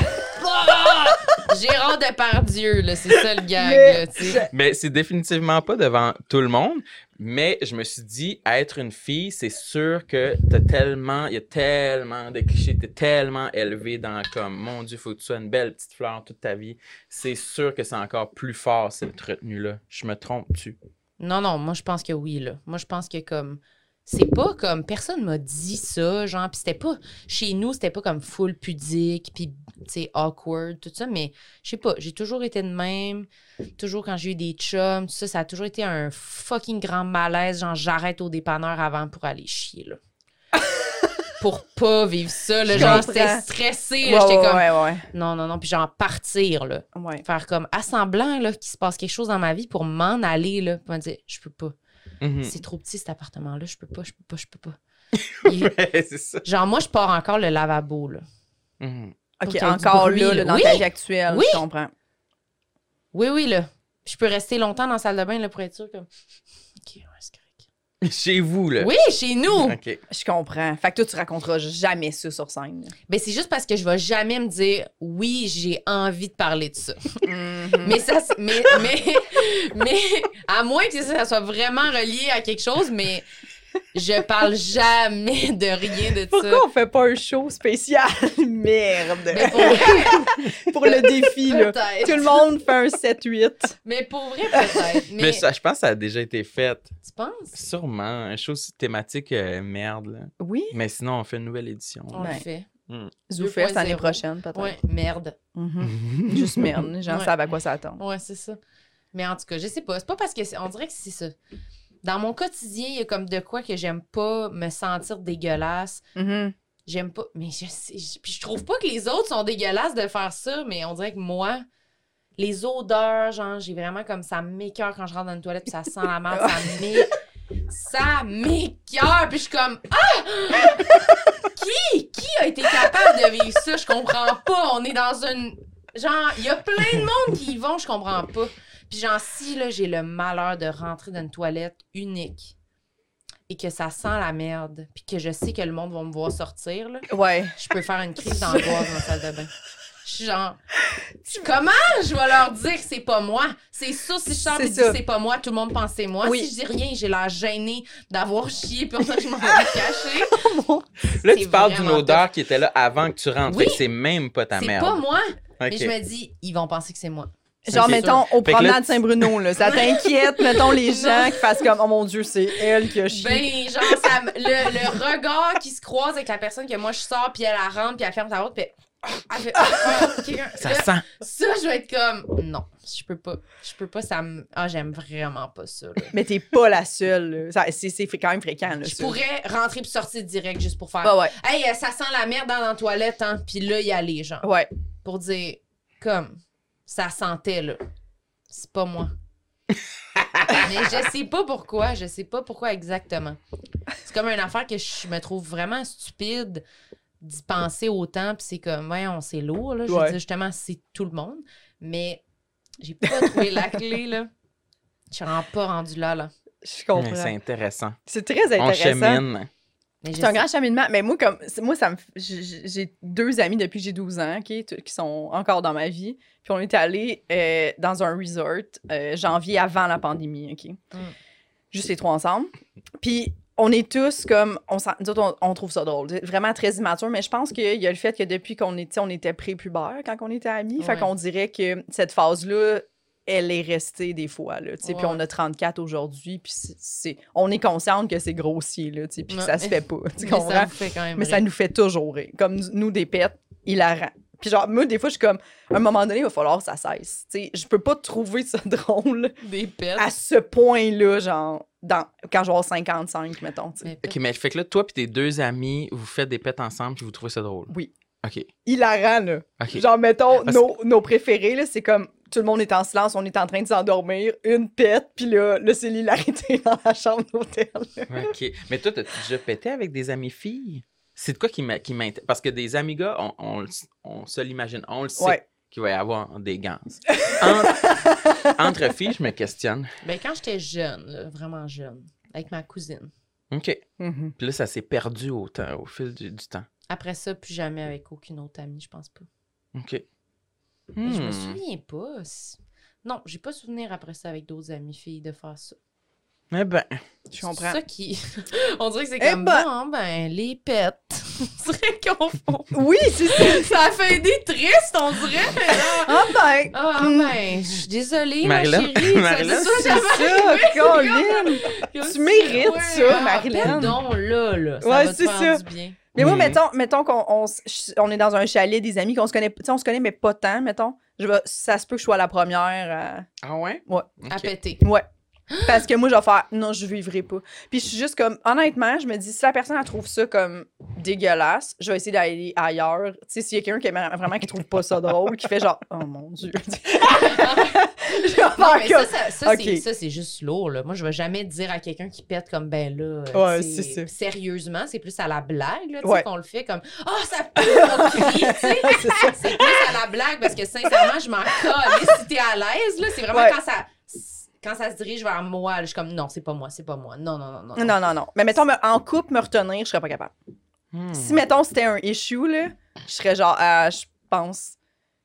Speaker 3: Bop! Gérard Depardieu, là, c'est ça le gag.
Speaker 1: Mais
Speaker 3: Là, tu sais.
Speaker 2: Mais c'est définitivement pas devant tout le monde. Mais je me suis dit, être une fille, c'est sûr que t'as tellement, il y a tellement de clichés, t'es tellement élevé dans comme, mon Dieu, faut que tu sois une belle petite fleur toute ta vie. C'est sûr que c'est encore plus fort cette retenue-là. Je me trompe-tu?
Speaker 3: Non, non, moi je pense que oui, là. Moi je pense que comme. C'est pas comme. Personne m'a dit ça, genre. Puis c'était pas. Chez nous, c'était pas comme full pudique, puis, tu sais, awkward, tout ça. Mais je sais pas, j'ai toujours été de même. Toujours quand j'ai eu des chums, tout ça, ça a toujours
Speaker 1: [LAUGHS]
Speaker 3: été un fucking grand malaise. Genre, j'arrête au dépanneur avant pour aller chier, là. pour pas vivre ça. Là,
Speaker 1: Je
Speaker 3: genre,
Speaker 1: comprends.
Speaker 3: j'étais stressée.
Speaker 1: ouais,
Speaker 3: là, j'étais
Speaker 1: ouais,
Speaker 3: comme,
Speaker 1: ouais, ouais.
Speaker 3: non, non, non. Puis genre, partir, là.
Speaker 1: Ouais.
Speaker 3: Faire comme, à semblant, là, qu'il se passe quelque chose dans ma vie pour m'en aller, là. Puis me dire, je peux pas.
Speaker 2: Mhm.
Speaker 3: C'est trop petit, cet appartement-là. Je peux pas, je peux pas, je peux pas. Il-
Speaker 2: [LAUGHS] [LAUGHS] Ouais, c'est ça.
Speaker 3: genre, moi, je pars encore le lavabo, là.
Speaker 2: Mhm.
Speaker 3: Faut
Speaker 1: OK,
Speaker 3: qu'il y ait du
Speaker 1: encore
Speaker 3: bruit,
Speaker 1: là,
Speaker 3: là.
Speaker 1: là, dans
Speaker 3: Oui!
Speaker 1: ta vie actuelle,
Speaker 3: Oui!
Speaker 1: je comprends.
Speaker 3: Oui, oui, là. Puis je peux rester longtemps dans la salle de bain, là, pour être sûr, comme, OK, ouais, c'est correct.
Speaker 2: Chez vous, là.
Speaker 3: Oui, chez nous!
Speaker 2: OK.
Speaker 1: Je comprends. Fait que toi, tu raconteras jamais ça sur scène.
Speaker 3: Ben, c'est juste parce que je vais jamais me dire oui, j'ai envie de parler de ça.
Speaker 1: Mhm.
Speaker 3: [LAUGHS] Mais ça, c'est- mais, mais, mais, à moins que ça soit vraiment relié à quelque chose, mais je parle jamais de rien de ça.
Speaker 1: Pourquoi on fait pas un show spécial? [LAUGHS] Merde!
Speaker 3: Mais pour vrai,
Speaker 1: Pour le [LAUGHS] défi,
Speaker 3: [LAUGHS]
Speaker 1: là.
Speaker 3: peut-être.
Speaker 1: Tout le monde fait un 7-8.
Speaker 3: Mais pour vrai, [LAUGHS] peut-être. Mais,
Speaker 2: Mais, ça, je pense que ça a déjà été fait.
Speaker 3: tu penses?
Speaker 2: Sûrement. Un show thématique, euh, merde. là.
Speaker 1: Oui.
Speaker 2: Mais sinon, on fait une nouvelle édition.
Speaker 3: On le
Speaker 1: Ouais.
Speaker 3: fait.
Speaker 1: Zoufest l'année
Speaker 3: 2.0.
Speaker 1: prochaine, peut-être.
Speaker 3: Ouais, Ben, merde.
Speaker 1: Mhm. Juste merde. Les gens
Speaker 3: Ouais.
Speaker 1: savent à quoi s'attendre.
Speaker 3: Ouais, c'est ça. Mais en tout cas, je sais pas. C'est pas parce que. c'est- On dirait que c'est ça. Dans mon quotidien, il y a comme de quoi que j'aime pas me sentir dégueulasse.
Speaker 1: Mhm.
Speaker 3: J'aime pas. Mais je sais. je- puis je trouve pas que les autres sont dégueulasses de faire ça, mais on dirait que moi, les odeurs, genre, j'ai vraiment comme ça m'écœure quand je rentre dans une toilette, puis ça sent la merde, ça m'é... Ça m'écœure! Puis je suis comme Ah! Qui? Qui a été capable de vivre ça? Je comprends pas. On est dans une. Genre, il y a plein de monde qui y vont, je comprends pas. Puis genre, si là, j'ai le malheur de rentrer dans une toilette unique et que ça sent la merde, puis que je sais que le monde va me voir sortir, là,
Speaker 1: Ouais.
Speaker 3: je peux faire une crise d'angoisse dans la salle de bain. Je suis genre, comment je vais leur dire que c'est pas moi? C'est sûr, si je sors
Speaker 1: C'est
Speaker 3: et dis
Speaker 1: ça.
Speaker 3: que c'est pas moi, tout le monde pense que c'est moi.
Speaker 1: Oui.
Speaker 3: Si je dis rien, j'ai l'air gênée d'avoir chié, puis on dirait que je m'en vais [LAUGHS] cacher.
Speaker 2: Là,
Speaker 3: C'est
Speaker 2: tu parles d'une
Speaker 3: vraiment
Speaker 2: odeur qui était là avant que tu rentres.
Speaker 3: Oui.
Speaker 2: Fait que c'est même pas ta
Speaker 3: C'est
Speaker 2: merde.
Speaker 3: pas moi,
Speaker 2: OK.
Speaker 3: mais je me dis, ils vont penser que c'est moi.
Speaker 1: Genre,
Speaker 2: Ok.
Speaker 1: mettons, au
Speaker 2: Fait que là,
Speaker 1: promenade Saint-Bruno, là, ça t'inquiète, mettons, les gens qui fassent comme, oh mon Dieu, c'est elle qui a chié.
Speaker 3: Ben, genre, ça, me- le, le regard qui se croise avec la personne que moi je sors, puis elle la rentre, puis elle ferme sa route, puis elle fait. Ah, quelqu'un-
Speaker 2: Ça
Speaker 3: Là,
Speaker 2: sent.
Speaker 3: ça, je vais être comme, non, je peux pas. Je peux pas, ça me. Ah, j'aime vraiment pas ça, là.
Speaker 1: Mais t'es pas la seule. là. Ça- C'est c'est quand même fréquent. Là,
Speaker 3: Je
Speaker 1: ça.
Speaker 3: pourrais rentrer puis sortir direct juste pour faire.
Speaker 1: Ouais, ouais.
Speaker 3: Hey, euh, ça sent la merde dans la toilette, hein. Puis là, il y a les gens.
Speaker 1: Ouais.
Speaker 3: Pour dire, comme, ça sentait, là. C'est
Speaker 1: [LAUGHS]
Speaker 3: pas moi. Mais je sais pas pourquoi. Je sais pas pourquoi exactement. C'est comme une affaire que je me trouve vraiment stupide d'y penser autant. Puis c'est comme, ouais, on c'est lourd, là. Je veux
Speaker 1: Ouais.
Speaker 3: dire, justement, c'est tout le monde. Mais j'ai pas trouvé la clé, là. Je suis vraiment pas rendue là, là.
Speaker 1: Je
Speaker 2: Mais C'est
Speaker 1: comprends.
Speaker 2: intéressant.
Speaker 1: C'est très
Speaker 2: On
Speaker 1: intéressant.
Speaker 2: chemine.
Speaker 3: Mais je
Speaker 1: C'est un
Speaker 3: sais-
Speaker 1: grand cheminement. Mais moi, comme, c'est- moi ça me, f- j'ai j'ai deux amis depuis que j'ai 12 ans ok, t- qui sont encore dans ma vie. Puis on est allés euh, dans un resort euh, janvier avant la pandémie. ok.
Speaker 3: Mm.
Speaker 1: Juste les trois ensemble. Puis on est tous comme. On, s'en- nous autres, on, on trouve ça drôle. Vraiment très immature. Mais je pense qu'il y a le fait que depuis qu'on était, on était prépubère quand on était amis. Fait
Speaker 3: Ouais.
Speaker 1: qu'on dirait que cette phase-là, elle est restée des fois. Là, tu sais. Puis
Speaker 3: Ouais.
Speaker 1: on a 34 aujourd'hui. Puis c'est- c'est, on est consciente que c'est grossier. Là, tu sais, puis que
Speaker 3: Ouais.
Speaker 1: ça se fait pas. Tu
Speaker 3: Mais
Speaker 1: comprends?
Speaker 3: ça me fait quand même
Speaker 1: mais
Speaker 3: rire.
Speaker 1: ça nous fait toujours rire. Comme nous- nous, des pets, hilarant. Puis genre, moi, des fois, je suis comme, à un moment donné, il va falloir que ça cesse. Tu sais, je peux pas trouver ça [LAUGHS] drôle
Speaker 3: des pets.
Speaker 1: à ce point-là, genre, dans, quand je vais avoir 55, mettons. tu sais.
Speaker 3: Mes pets.
Speaker 2: OK, mais fait que là, toi puis tes deux amis, vous faites des pets ensemble puis vous trouvez ça drôle.
Speaker 1: Oui.
Speaker 2: OK.
Speaker 1: Hilarant, là.
Speaker 2: OK.
Speaker 1: Genre, mettons,
Speaker 2: Parce-
Speaker 1: nos, nos préférés, là, c'est comme, tout le monde est en silence, on est en train de s'endormir, une pète, puis là, là c'est l'hilarité [LAUGHS] dans la chambre d'hôtel.
Speaker 2: OK. Mais toi, t'as déjà pété avec des amies filles? C'est de quoi qui m'a- qui m'intéresse? Parce que des amis gars, on, on le s- on se l'imagine, on le sait
Speaker 1: Ouais.
Speaker 2: qu'il va y avoir des gants.
Speaker 3: [LAUGHS]
Speaker 2: Entre, entre filles, je me questionne.
Speaker 3: Ben, quand j'étais jeune, là, vraiment jeune, avec ma cousine.
Speaker 2: OK.
Speaker 1: Mhm.
Speaker 2: Puis là, ça s'est perdu au, temps, au fil du, du temps.
Speaker 3: Après ça, plus jamais avec aucune autre amie, je pense pas.
Speaker 2: OK.
Speaker 3: Mais Je me
Speaker 2: Hmm.
Speaker 3: souviens pas. si- Non, j'ai pas souvenir après ça avec d'autres amies filles de faire ça.
Speaker 2: Eh ben,
Speaker 1: Je comprends.
Speaker 3: C'est ça qui. [LAUGHS] On dirait que c'est
Speaker 1: Eh
Speaker 3: comme
Speaker 1: ben-
Speaker 3: bon, ben, les pets. [LAUGHS] on dirait qu'on fond.
Speaker 1: Oui, c'est ça.
Speaker 3: ça a fait des tristes, on dirait. mais là-
Speaker 1: Ah ben,
Speaker 3: Ah,
Speaker 1: Mm.
Speaker 3: ben, je suis désolée,
Speaker 2: Marilyn-
Speaker 3: ma chérie. ça-
Speaker 2: Marilyn,
Speaker 3: ça,
Speaker 1: c'est
Speaker 3: j'avais-
Speaker 1: ça, Colin.
Speaker 3: Comme
Speaker 1: Tu
Speaker 3: si-
Speaker 1: mérites ça,
Speaker 3: ah,
Speaker 1: Marilyn.
Speaker 3: Pardon, là, là. Ça
Speaker 1: Ouais,
Speaker 3: va te
Speaker 1: c'est
Speaker 3: faire
Speaker 1: ça.
Speaker 3: du bien.
Speaker 1: Mais moi,
Speaker 2: Mhm.
Speaker 1: mettons, mettons qu'on on, s- on est dans un chalet des amis qu'on se connaît, tu sais, on se connaît mais pas tant, mettons. Je vais- ça se peut que je sois la première. à-
Speaker 2: ah ouais?
Speaker 1: Ouais.
Speaker 2: OK.
Speaker 3: À péter.
Speaker 1: Ouais.
Speaker 3: Ah!
Speaker 1: Parce que moi, je vais faire non, je vivrai pas. Puis je suis juste comme, honnêtement, je me dis, si la personne, elle trouve ça comme dégueulasse, je vais essayer d'aller ailleurs. Tu sais, s'il y a quelqu'un qui aime vraiment qui trouve pas ça drôle, qui fait genre, oh mon
Speaker 3: [LAUGHS]
Speaker 1: Dieu. [LAUGHS] je vais faire
Speaker 3: Non, mais ça,
Speaker 1: comme-
Speaker 3: ça, ça,
Speaker 1: Ok.
Speaker 3: c'est- ça, c'est juste lourd. Là. Moi, je vais jamais dire à quelqu'un qui pète comme ben là. euh,
Speaker 1: Ouais, c'est ça.
Speaker 3: Sérieusement, c'est plus à la blague là, tu sais,
Speaker 1: Ouais.
Speaker 3: qu'on le fait comme Ah, ça pue, on crie.
Speaker 1: [LAUGHS]
Speaker 3: tu sais. [LAUGHS] c'est plus à la blague parce que sincèrement, je m'en colle. Si t'es à l'aise, là, c'est vraiment
Speaker 1: Ouais.
Speaker 3: quand ça. Quand ça se dirige vers moi, là, je suis comme non, c'est pas moi, c'est pas moi. Non, non, non, non. non.
Speaker 1: Non, non, non. Mais mettons, me- en couple, me retenir, je serais pas capable.
Speaker 2: Hmm.
Speaker 1: Si, mettons, c'était un issue, là, je serais genre, Ah, je pense,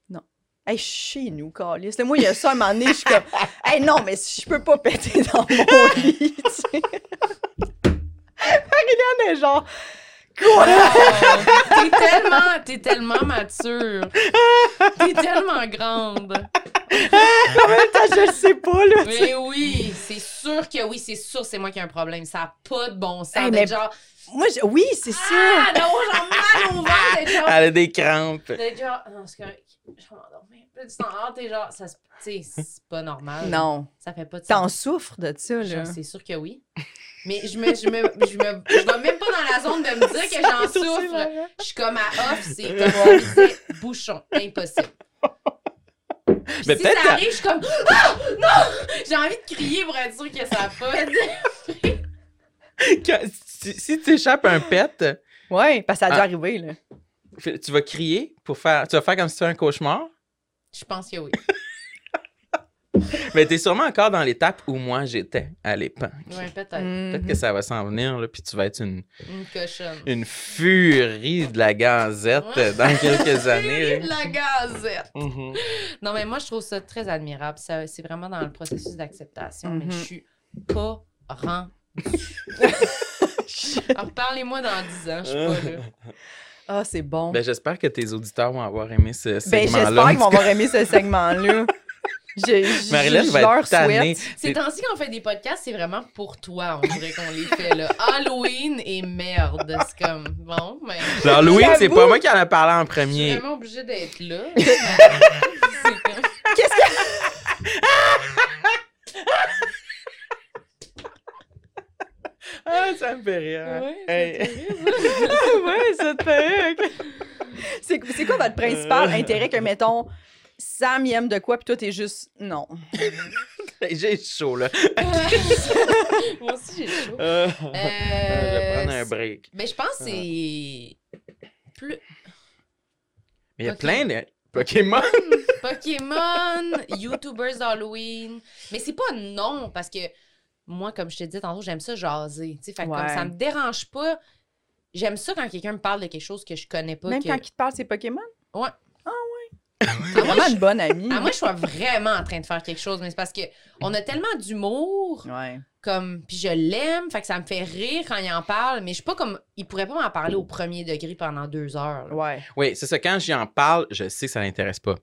Speaker 1: non. Hey, chez nous, Carlis. Moi, il y a ça à un moment donné, je
Speaker 2: [LAUGHS]
Speaker 1: suis comme, hey, non, mais je peux pas péter dans mon lit, tu sais. Marianne est genre, quoi?
Speaker 3: Oh, t'es tellement, t'es tellement mature. T'es tellement grande.
Speaker 1: Ah, je le sais pas, là. [LAUGHS]
Speaker 3: Mais oui, c'est sûr que oui, c'est sûr, c'est moi qui ai un problème. Ça n'a pas de bon sens.
Speaker 1: Hey,
Speaker 3: d'être
Speaker 1: Ah, mais-
Speaker 3: genre,
Speaker 1: Moi, je- oui, c'est sûr.
Speaker 3: ah non, genre mal au ventre, d'être genre,
Speaker 2: Elle a des crampes.
Speaker 3: d'être genre, ah, non, c'est correct, je vais m'endormir. Puis tu t'en rends, t'es genre, ça, se- tu sais, c'est pas
Speaker 2: Ah!
Speaker 3: normal.
Speaker 1: Non.
Speaker 3: Ça fait pas de
Speaker 1: T'en
Speaker 3: sens.
Speaker 1: souffres de ça, là. [LAUGHS]
Speaker 3: Genre, C'est sûr que oui. Mais je me, je me, je me, je vais même pas dans la zone de me dire
Speaker 1: [LAUGHS]
Speaker 3: que j'en souffre. Je suis comme à off, c'est comme on disait, bouchon, impossible. Puis
Speaker 2: Mais
Speaker 3: si
Speaker 2: peut-être
Speaker 3: ça
Speaker 2: ça-
Speaker 3: arrive, je suis comme Ah! Non! J'ai envie de crier pour être sûr que ça a pas.
Speaker 1: [LAUGHS]
Speaker 3: [LAUGHS]
Speaker 2: Quand- si si tu échappes un pet,
Speaker 1: Ouais, parce que ça a dû
Speaker 2: Ah.
Speaker 1: arriver, là.
Speaker 2: fais- tu vas crier pour faire. Tu vas faire comme si c'était un cauchemar.
Speaker 3: Je pense que oui.
Speaker 2: Mais t'es sûrement encore dans l'étape où moi j'étais à l'époque.
Speaker 3: Ouais, peut-être.
Speaker 1: Hmm.
Speaker 2: Peut-être
Speaker 3: Mhm.
Speaker 2: que ça va s'en venir, là, puis tu vas être une,
Speaker 3: Une cochonne.
Speaker 2: une furie de la gazette
Speaker 3: Ouais.
Speaker 2: euh, dans
Speaker 3: [LAUGHS]
Speaker 2: quelques années.
Speaker 3: De
Speaker 2: là.
Speaker 3: la gazette.
Speaker 2: Mhm.
Speaker 3: Non, mais moi, je trouve ça très admirable. Ça, c'est vraiment dans le processus d'acceptation. Mais
Speaker 1: Mhm.
Speaker 3: je suis pas rendue. Alors, Ah, parlez-moi dans 10 ans. Je suis
Speaker 2: [LAUGHS]
Speaker 3: pas là.
Speaker 1: [LAUGHS] Ah, c'est bon.
Speaker 2: Ben, j'espère que tes auditeurs vont avoir aimé ce
Speaker 1: Ben, j'espère
Speaker 2: segment-là.
Speaker 1: qu'ils vont
Speaker 2: En tout cas,
Speaker 1: avoir aimé ce segment-là. Je, je,
Speaker 2: [LAUGHS] Marilyn
Speaker 1: je
Speaker 2: va
Speaker 1: leur
Speaker 2: être tannée.
Speaker 1: souhaite.
Speaker 3: Ces temps-ci qu'on fait des podcasts, c'est vraiment pour toi. On dirait qu'on les fait là. Halloween et merde. C'est comme bon, mais
Speaker 2: Alors, Louis, c'est
Speaker 1: J'avoue.
Speaker 2: pas moi qui en a parlé en
Speaker 3: je suis
Speaker 2: premier.
Speaker 3: vraiment obligée
Speaker 2: [LAUGHS]
Speaker 3: d'être là. C'est comme-
Speaker 2: Ah, ça me fait rire.
Speaker 3: Ouais,
Speaker 2: Hey.
Speaker 3: c'est
Speaker 2: [LAUGHS]
Speaker 3: terrible.
Speaker 1: ouais, ça te fait. ok. C'est c'est quoi votre principal
Speaker 2: Euh.
Speaker 1: intérêt que, mettons, Sam, il aime de quoi, puis toi, t'es juste. Non.
Speaker 2: J'ai chaud, là.
Speaker 3: [LAUGHS] Moi aussi, j'ai chaud.
Speaker 2: [LAUGHS] Euh, je vais
Speaker 3: Euh,
Speaker 2: prendre un break.
Speaker 3: Mais je pense que c'est plus
Speaker 2: Mais il y a
Speaker 3: Ok.
Speaker 2: plein de Pokémon.
Speaker 3: Pokémon, YouTubers d'Halloween. Mais c'est pas non, parce que moi, comme je te disais tantôt, j'aime ça jaser. tu sais. Fait que comme
Speaker 1: Ouais.
Speaker 3: ça me dérange pas. J'aime ça quand quelqu'un me parle de quelque chose que je connais pas.
Speaker 1: Même
Speaker 3: que-
Speaker 1: quand il te parle, c'est Pokémon?
Speaker 3: Ouais.
Speaker 1: Ah, ouais.
Speaker 3: Ah,
Speaker 1: T'es
Speaker 3: moi,
Speaker 1: vraiment
Speaker 3: je-
Speaker 1: une bonne amie.
Speaker 3: À moi, je sois vraiment en train de faire quelque chose, mais c'est parce que on a tellement d'humour,
Speaker 1: Ouais.
Speaker 3: comme, puis je l'aime, fait que ça me fait rire quand il en parle, mais je suis pas comme, il pourrait pas m'en parler au premier degré pendant deux heures. là.
Speaker 1: Ouais.
Speaker 2: Oui, c'est ça. Quand j'y en parle, je sais que ça l'intéresse pas.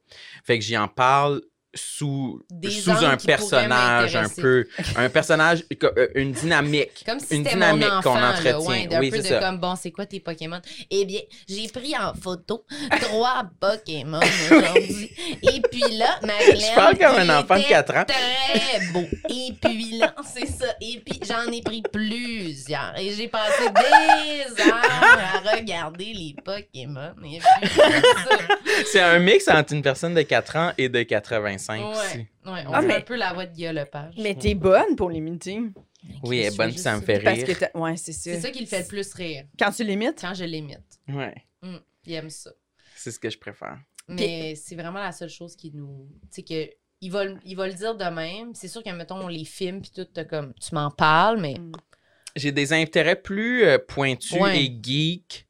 Speaker 2: Fait que j'y en parle sous,
Speaker 3: Des
Speaker 2: sous
Speaker 3: angles
Speaker 2: un
Speaker 3: qui
Speaker 2: personnage
Speaker 3: pourraient
Speaker 2: un
Speaker 3: m'intéresser.
Speaker 2: peu. Un personnage, euh, une
Speaker 3: [LAUGHS]
Speaker 2: dynamique.
Speaker 3: Comme si
Speaker 2: Une
Speaker 3: c'était mon
Speaker 2: dynamique
Speaker 3: enfant,
Speaker 2: qu'on
Speaker 3: là,
Speaker 2: entretient.
Speaker 3: ouais, d'un
Speaker 2: Oui,
Speaker 3: peu
Speaker 2: c'est
Speaker 3: de
Speaker 2: ça.
Speaker 3: comme, bon, c'est quoi tes Pokémon? Eh bien, j'ai pris en photo
Speaker 2: [LAUGHS]
Speaker 3: trois Pokémon aujourd'hui. Et puis là, Madeleine,
Speaker 2: Je parle comme
Speaker 3: il
Speaker 2: un enfant de
Speaker 3: était
Speaker 2: 4 ans.
Speaker 3: Très beau. Et puis là, c'est ça. Et puis j'en ai pris plusieurs. Et j'ai passé des heures
Speaker 2: [LAUGHS]
Speaker 3: à regarder les Pokémon. Et puis
Speaker 2: [LAUGHS]
Speaker 3: ça.
Speaker 2: C'est un mix entre une personne de 4 ans et de 85 aussi.
Speaker 3: Ouais, ouais, on
Speaker 1: Ah,
Speaker 3: fait
Speaker 1: mais-
Speaker 3: un peu la voix de Guillaume Lepage.
Speaker 1: Mais t'es bonne pour l'imiter.
Speaker 2: Oui, elle est
Speaker 3: Je
Speaker 2: bonne,
Speaker 3: suis
Speaker 2: ça me
Speaker 3: juste-
Speaker 2: fait
Speaker 1: Parce que.
Speaker 2: rire.
Speaker 1: t'as- Ouais, c'est ça.
Speaker 3: C'est ça qui le fait le plus rire.
Speaker 1: Quand tu l'imites,
Speaker 3: Quand je l'imite.
Speaker 2: Ouais,
Speaker 3: Mm, il aime ça.
Speaker 2: c'est ce que je préfère.
Speaker 3: Mais c'est vraiment la seule chose qui nous. Tu sais, que. Il va, le- il va le dire de même. C'est sûr que, mettons, les films, puis tout, t'as comme. Tu m'en parles, mais.
Speaker 1: Mm.
Speaker 2: J'ai des intérêts plus euh, pointus
Speaker 3: Ouais.
Speaker 2: et geeks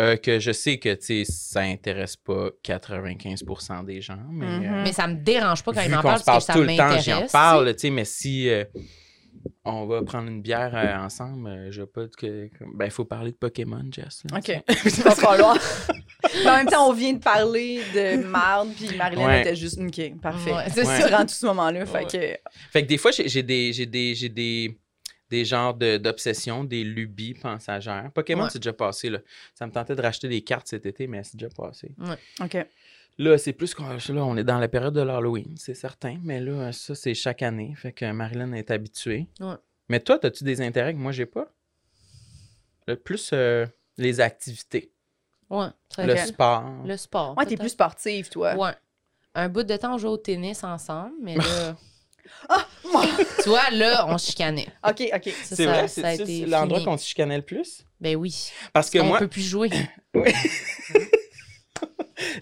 Speaker 2: euh, que je sais que tu sais, ça intéresse pas 95% des gens, mais.
Speaker 1: Mhm.
Speaker 2: euh,
Speaker 3: Mais ça me dérange Mm-hmm. pas quand
Speaker 2: vu
Speaker 3: il m'en
Speaker 2: qu'on
Speaker 3: parle,
Speaker 2: se parle
Speaker 3: parce que ça
Speaker 2: tout le temps, j'en
Speaker 3: m'intéresse.
Speaker 2: parle, tu sais, mais si euh, on va prendre une bière euh, ensemble, euh, je veux pas que... Ben, il faut parler de Pokémon, Jess. là,
Speaker 1: OK. [LAUGHS]
Speaker 2: tu
Speaker 1: il
Speaker 2: sais.
Speaker 1: va
Speaker 3: [LAUGHS]
Speaker 1: falloir. Mais en même temps, on vient de parler de marde, puis Marilyn
Speaker 2: Ouais.
Speaker 1: était juste. Ok, parfait.
Speaker 3: Ouais, c'est
Speaker 2: Ouais.
Speaker 1: Tu rends tout ce moment-là, fait que.
Speaker 2: Fait que des fois, j'ai j'ai des, j'ai des, j'ai des, des genres de- d'obsessions, des lubies passagères. Pokémon,
Speaker 3: Ouais.
Speaker 2: c'est déjà passé, là. Ça me tentait de racheter des cartes cet été, mais c'est déjà passé.
Speaker 1: Ok.
Speaker 2: Là, c'est plus qu'on là, on est dans la période de l'Halloween, c'est certain. Mais là, ça, c'est chaque année. Fait que Marilyn est habituée.
Speaker 3: Ouais.
Speaker 2: Mais toi, as-tu des intérêts que moi, j'ai pas? Le plus euh, les activités,
Speaker 3: Ouais, très
Speaker 2: le
Speaker 3: bien.
Speaker 2: sport.
Speaker 3: Le sport.
Speaker 1: Ouais, t'es
Speaker 3: peut-être.
Speaker 1: plus sportive, toi.
Speaker 3: Ouais. Un bout de temps, on jouait au tennis ensemble, mais là,
Speaker 2: [LAUGHS]
Speaker 1: Ah, Moi-
Speaker 3: tu vois, là, on se chicanait.
Speaker 1: ok, ok.
Speaker 2: C'est
Speaker 3: Ça, ça-
Speaker 2: vrai,
Speaker 3: ça a
Speaker 2: c'est
Speaker 3: été
Speaker 2: c'est l'endroit
Speaker 3: fini.
Speaker 2: qu'on se chicanait le plus?
Speaker 3: Ben oui.
Speaker 2: Parce que
Speaker 3: on
Speaker 2: moi,
Speaker 3: peut plus
Speaker 2: [LAUGHS]
Speaker 3: jouer.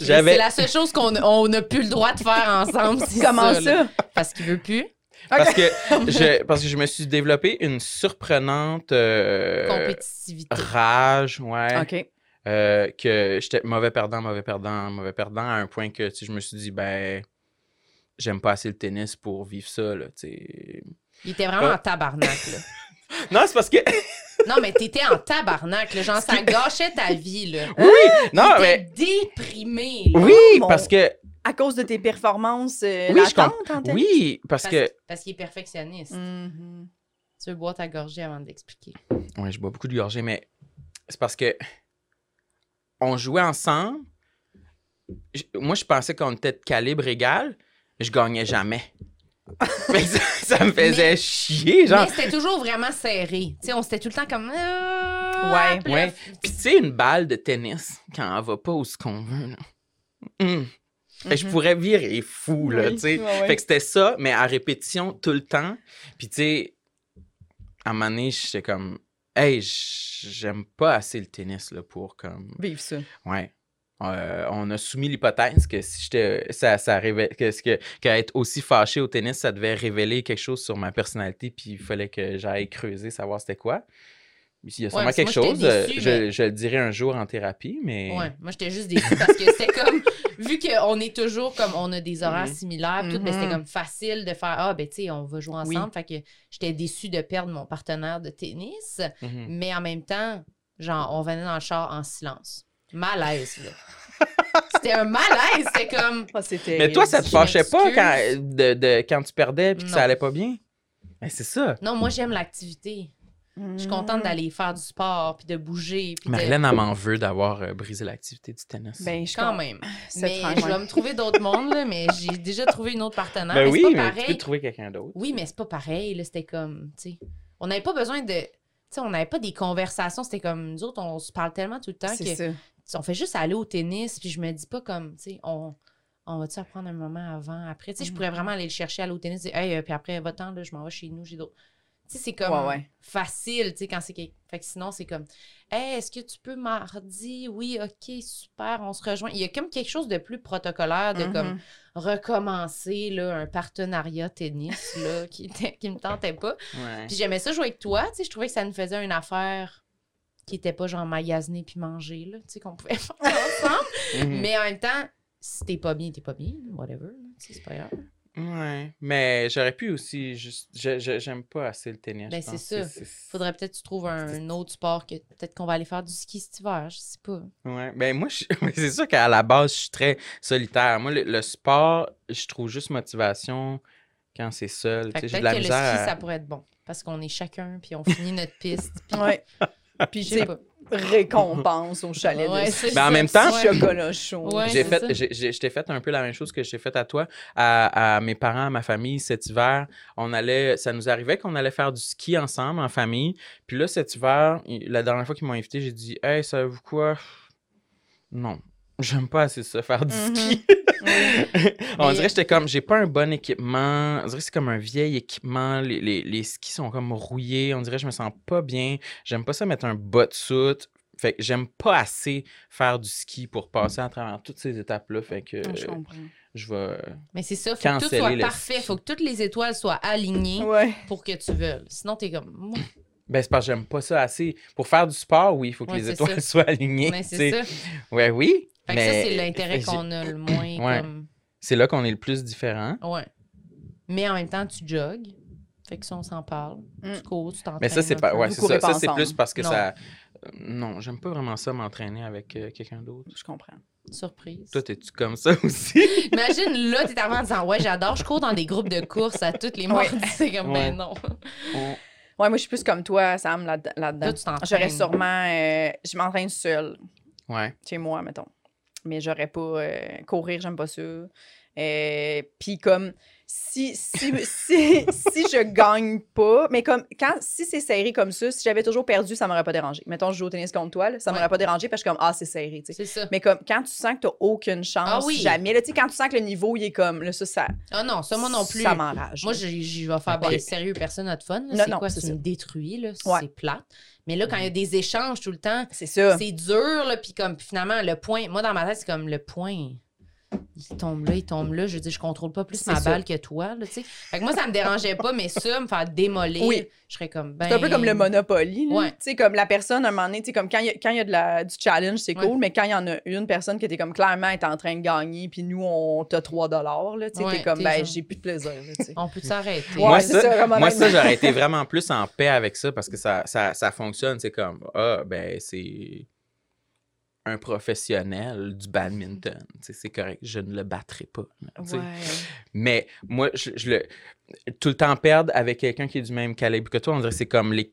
Speaker 3: C'est
Speaker 2: j'avais.
Speaker 3: la seule chose qu'on on n'a plus le droit de faire ensemble.
Speaker 1: [LAUGHS]
Speaker 3: c'est
Speaker 1: Comment ça?
Speaker 3: là. Parce qu'il veut plus.
Speaker 2: Parce,
Speaker 3: [LAUGHS]
Speaker 2: que je, parce que je me suis développé une surprenante euh,
Speaker 3: Compétitivité.
Speaker 2: rage, ouais.
Speaker 1: Ok.
Speaker 2: Euh, que j'étais mauvais perdant, mauvais perdant, mauvais perdant, à un point que tu sais, je me suis dit, ben, j'aime pas assez le tennis pour vivre ça. Là, tu sais.
Speaker 3: Il était vraiment
Speaker 2: Ah.
Speaker 3: en tabarnak, là.
Speaker 2: non, c'est parce que. [LAUGHS]
Speaker 3: Non, mais t'étais en tabarnak, là. Genre, ça gâchait ta vie, là.
Speaker 2: Non,
Speaker 3: T'étais
Speaker 2: mais.
Speaker 3: déprimé, là.
Speaker 2: Oui,
Speaker 1: mon-
Speaker 2: parce que.
Speaker 1: À cause de tes performances euh,
Speaker 2: Oui, je
Speaker 1: latentes en tennis?
Speaker 2: Oui, parce que. Mm.
Speaker 3: Parce qu'il est perfectionniste.
Speaker 1: Mhm.
Speaker 3: Tu veux boire ta gorgée avant de l'expliquer.
Speaker 2: Ouais, je bois beaucoup de gorgées, mais c'est parce que on jouait ensemble. Je- moi, je pensais qu'on était de calibre égal, mais je gagnais [LAUGHS] jamais. Fait que ça, ça me faisait chier, genre.
Speaker 3: Mais c'était toujours vraiment serré. Tu sais, on s'était tout le temps comme. Ah,
Speaker 1: Ouais.
Speaker 3: Ouais.
Speaker 2: Ouais. Puis tu sais, une balle de tennis, quand elle va pas où ce qu'on veut, là. Hum. Fait que Je
Speaker 1: Mhm.
Speaker 2: pourrais virer fou, là,
Speaker 1: Oui,
Speaker 2: tu sais.
Speaker 1: ouais, ouais.
Speaker 2: Fait que c'était ça, mais à répétition tout le temps. Puis tu sais, à un moment donné, j'étais comme... Hey, j- j'aime pas assez le tennis, là, pour comme...
Speaker 1: Vive ça.
Speaker 2: Ouais. Euh, on a soumis l'hypothèse que si j'étais. euh, Ça, ça révèle- que, ce que, qu'être aussi fâché au tennis, ça devait révéler quelque chose sur ma personnalité, puis il fallait que j'aille creuser, savoir c'était quoi. Il y a sûrement
Speaker 3: parce que
Speaker 2: quelque
Speaker 3: moi,
Speaker 2: chose.
Speaker 3: j'étais
Speaker 2: euh,
Speaker 3: déçue,
Speaker 2: je,
Speaker 3: mais-
Speaker 2: je le dirai un jour en thérapie, mais.
Speaker 3: Ouais, moi j'étais juste déçue parce que c'était comme, vu qu'on est toujours comme, on a des horaires
Speaker 2: Mhm.
Speaker 3: similaires, puis tout, mais c'était
Speaker 1: Mhm.
Speaker 3: comme facile de faire, ah ben tu sais, on va jouer
Speaker 2: Oui.
Speaker 3: ensemble. Fait que j'étais déçue de perdre mon partenaire de tennis,
Speaker 2: Mhm.
Speaker 3: Mm. mais en même temps, genre, on venait dans le char en silence. Malaise, là.
Speaker 1: [LAUGHS]
Speaker 3: c'était un malaise, c'était comme,
Speaker 1: Ah, c'était
Speaker 2: Mais toi, ça te
Speaker 3: je
Speaker 2: fâchait pas
Speaker 3: m'excuse.
Speaker 2: quand, de, de- quand tu perdais puis que ça
Speaker 3: Non.
Speaker 2: allait pas bien? Ben, c'est ça.
Speaker 3: non, moi j'aime l'activité. Je suis contente
Speaker 1: Mm.
Speaker 3: d'aller faire du sport, puis de bouger, puis de-
Speaker 2: Marilyn, elle m'en veut d'avoir euh, brisé l'activité du tennis.
Speaker 1: Ben, je
Speaker 3: Quand
Speaker 1: quand même. [LAUGHS]
Speaker 3: même.
Speaker 1: Cette
Speaker 3: Mais
Speaker 1: phrase,
Speaker 3: je
Speaker 1: ouais.
Speaker 3: vais me trouver d'autres mondes, là, mais j'ai déjà trouvé une autre partenaire.
Speaker 2: Ben
Speaker 3: mais
Speaker 2: oui,
Speaker 3: c'est pas
Speaker 2: mais tu
Speaker 3: pareil.
Speaker 2: peux trouver quelqu'un d'autre.
Speaker 3: Oui, mais c'est pas pareil, là. C'était comme, tu sais, on n'avait pas besoin de. Tu sais, on n'avait pas des conversations. C'était comme, nous autres, on se parle tellement tout le temps que.
Speaker 1: C'est ça.
Speaker 3: On fait juste aller au tennis, puis je me dis pas comme, tu sais, on. On va-tu apprendre un moment avant, après? Tu sais, je pourrais
Speaker 1: Mhm.
Speaker 3: vraiment aller le chercher, aller au tennis, dire, hey, euh, puis après, va-t'en, là, je m'en vais chez nous, j'ai d'autres. Tu sais, c'est comme
Speaker 1: Ouais, ouais.
Speaker 3: facile, tu sais, quand c'est. quel- Fait que sinon, c'est comme, hey, est-ce que tu peux mardi? Oui, OK, super, on se rejoint. Il y a comme quelque chose de plus protocolaire, de comme,
Speaker 1: Mhm.
Speaker 3: recommencer là, un partenariat tennis là, qui, était- qui me tentait pas.
Speaker 2: Ouais.
Speaker 3: Puis j'aimais ça jouer avec toi, tu sais, je trouvais que ça nous faisait une affaire qui était pas genre magasiner puis manger, là, tu sais, qu'on pouvait [LAUGHS] faire ensemble.
Speaker 2: Mhm.
Speaker 3: Mais en même temps, si t'es pas bien, t'es pas bien, whatever, là, tu sais, c'est pas grave.
Speaker 2: Ouais, mais j'aurais pu aussi juste. je- je- J'aime pas assez le tennis.
Speaker 3: Ben,
Speaker 2: je pense.
Speaker 3: c'est ça. Faudrait peut-être que tu trouves un, un autre sport que peut-être qu'on va aller faire du ski cet hiver, je sais pas.
Speaker 2: Ouais, ben moi, je- [LAUGHS] mais c'est sûr qu'à la base, je suis très solitaire. Moi, le, le sport, je trouve juste motivation quand c'est seul. Tu
Speaker 3: Fait que
Speaker 2: sais, J'ai
Speaker 3: peut-être
Speaker 2: de
Speaker 3: que
Speaker 2: la
Speaker 3: le ski,
Speaker 2: misère. à-
Speaker 3: ça pourrait être bon. Parce qu'on est chacun, puis on finit notre piste, puis
Speaker 1: Ouais. Puis,
Speaker 3: je
Speaker 1: tu sais,
Speaker 3: sais pas.
Speaker 1: récompense au chalet
Speaker 3: Ouais,
Speaker 1: de
Speaker 3: c'est
Speaker 2: Ben, en
Speaker 3: ça.
Speaker 2: même temps,
Speaker 3: Ouais.
Speaker 1: chocolat chaud.
Speaker 3: Ouais,
Speaker 2: J'ai
Speaker 3: c'est
Speaker 2: fait,
Speaker 3: ça.
Speaker 2: j'ai- j'ai- je t'ai fait un peu la même chose que j'ai fait à toi, à, à mes parents, à ma famille cet hiver. On allait, ça nous arrivait qu'on allait faire du ski ensemble en famille. Puis là, cet hiver, il- la dernière fois qu'ils m'ont invité, j'ai dit, hey, savez-vous quoi Non, j'aime pas assez ça faire du
Speaker 1: Mhm.
Speaker 2: ski.
Speaker 1: Oui.
Speaker 2: [LAUGHS] on
Speaker 3: Mm-hmm. Mais-
Speaker 2: dirait que j'étais comme, j'ai pas un bon équipement. On dirait que c'est comme un vieil équipement. Les, les, les skis sont comme rouillés. On dirait que je me sens pas bien. J'aime pas ça mettre un bas de soute. Fait que j'aime pas assez faire du ski pour passer à travers toutes ces étapes-là. Fait que
Speaker 3: Ah,
Speaker 1: Je
Speaker 2: euh,
Speaker 1: comprends.
Speaker 2: je vais.
Speaker 3: Mais c'est ça, faut que tout
Speaker 2: Canceller
Speaker 3: soit
Speaker 2: le
Speaker 3: parfait,
Speaker 2: ski.
Speaker 3: faut que toutes les étoiles soient alignées
Speaker 1: Ouais.
Speaker 3: pour que tu veuilles. Sinon, t'es comme, moi,
Speaker 2: Ben, c'est parce que j'aime pas ça assez. Pour faire du sport, oui, il faut que
Speaker 3: Ouais,
Speaker 2: les
Speaker 3: c'est
Speaker 2: étoiles [LAUGHS]
Speaker 3: ça.
Speaker 2: soient alignées.
Speaker 3: mais
Speaker 2: [LAUGHS] tu sais.
Speaker 3: c'est ça. Fait
Speaker 2: Ouais, oui.
Speaker 3: que ça,
Speaker 2: mais
Speaker 3: c'est l'intérêt
Speaker 2: j'ai-
Speaker 3: qu'on a le
Speaker 2: [CLEARS THROAT]
Speaker 3: moins.
Speaker 2: Ouais.
Speaker 3: comme...
Speaker 2: C'est là qu'on est le plus différent.
Speaker 3: ouais. Mais en même temps, tu jogues. Fait que ça, on s'en parle.
Speaker 1: Mm.
Speaker 3: Tu cours, tu t'entraînes.
Speaker 2: Mais ça, c'est
Speaker 3: un
Speaker 2: pas.
Speaker 3: peu.
Speaker 2: Ouais,
Speaker 1: Vous
Speaker 2: c'est
Speaker 1: courez
Speaker 2: ça.
Speaker 1: pas
Speaker 2: Ça, c'est
Speaker 1: ensemble.
Speaker 2: plus parce que
Speaker 3: Non.
Speaker 2: ça. euh, Non, j'aime pas vraiment ça m'entraîner avec euh, quelqu'un d'autre.
Speaker 1: Je comprends.
Speaker 3: Surprise.
Speaker 2: Toi, t'es-tu comme ça [LAUGHS] aussi?
Speaker 3: Imagine, là, t'es avant en disant, ouais, j'adore, je cours dans des groupes de courses à toutes les mardis. C'est comme,
Speaker 2: Ouais.
Speaker 3: ben non.
Speaker 1: Ouais, moi, je suis plus comme toi, Sam, là- là-dedans.
Speaker 3: Là, tu t'entraînes.
Speaker 1: J'aurais sûrement. euh, je m'entraîne seule,
Speaker 2: Ouais.
Speaker 1: chez moi, mettons. mais j'aurais pas. euh, courir, j'aime pas ça. Euh, Puis comme. Si, si,
Speaker 3: [LAUGHS]
Speaker 1: si, si je gagne pas, mais comme quand si c'est serré comme ça, si j'avais toujours perdu, ça m'aurait pas dérangé. Mettons, je joue au tennis contre toi, là, ça
Speaker 3: Ouais.
Speaker 1: m'aurait pas dérangé parce que je suis comme ah, c'est serré, tu sais.
Speaker 3: C'est ça.
Speaker 1: Mais comme quand tu sens que t'as aucune chance,
Speaker 3: Ah oui.
Speaker 1: jamais. Là, tu sais, quand tu sens que le niveau, il est comme. Là, ça, ça.
Speaker 3: Ah non, ça, moi non plus.
Speaker 1: Ça m'enrage.
Speaker 3: Moi, je, je vais faire
Speaker 2: Ok.
Speaker 3: ben, sérieux, personne n'a de fun. là.
Speaker 1: Non,
Speaker 3: C'est Mm.
Speaker 1: non,
Speaker 3: quoi?
Speaker 1: c'est
Speaker 3: Tu
Speaker 1: ça.
Speaker 3: me détruis, là.
Speaker 1: Ouais.
Speaker 3: C'est plate. Mais là, quand il y a des échanges tout le temps,
Speaker 1: C'est ça.
Speaker 3: c'est dur, là. Puis comme, puis finalement, le point, moi, dans ma tête, c'est comme le point. Il tombe là, il tombe là. Je dis, je contrôle pas plus
Speaker 1: C'est
Speaker 3: ma
Speaker 1: ça.
Speaker 3: balle que toi, là, tu sais. Fait que moi, ça me dérangeait pas, mais ça, me faire démolir,
Speaker 1: Oui.
Speaker 3: je serais comme, ben.
Speaker 1: C'est un peu comme le Monopoly. là.
Speaker 3: Ouais.
Speaker 1: Tu sais, comme la personne, à un moment donné, tu sais, comme quand il y a, quand il y a de la, du challenge, c'est
Speaker 3: Ouais.
Speaker 1: cool, mais quand il y en a une personne qui était comme clairement est en train de gagner, puis nous, on t'a 3 dollars, là, tu sais,
Speaker 3: Ouais,
Speaker 1: t'es comme,
Speaker 3: t'es
Speaker 1: ben,
Speaker 3: genre-
Speaker 1: j'ai plus de plaisir, là,
Speaker 3: [LAUGHS]
Speaker 1: tu sais.
Speaker 3: On peut s'arrêter.
Speaker 1: Ouais,
Speaker 2: moi,
Speaker 1: c'est
Speaker 2: ça,
Speaker 1: ça, vraiment,
Speaker 2: moi, ça,
Speaker 1: honnêtement.
Speaker 2: j'aurais été vraiment plus en paix avec ça parce que ça, ça, ça fonctionne. C'est comme, ah, ben, c'est un professionnel du badminton. Tu sais, C'est correct, je ne le battrai pas. tu sais. Mais moi, je, je le. Tout le temps perdre avec quelqu'un qui est du même calibre que toi, on dirait que c'est comme les.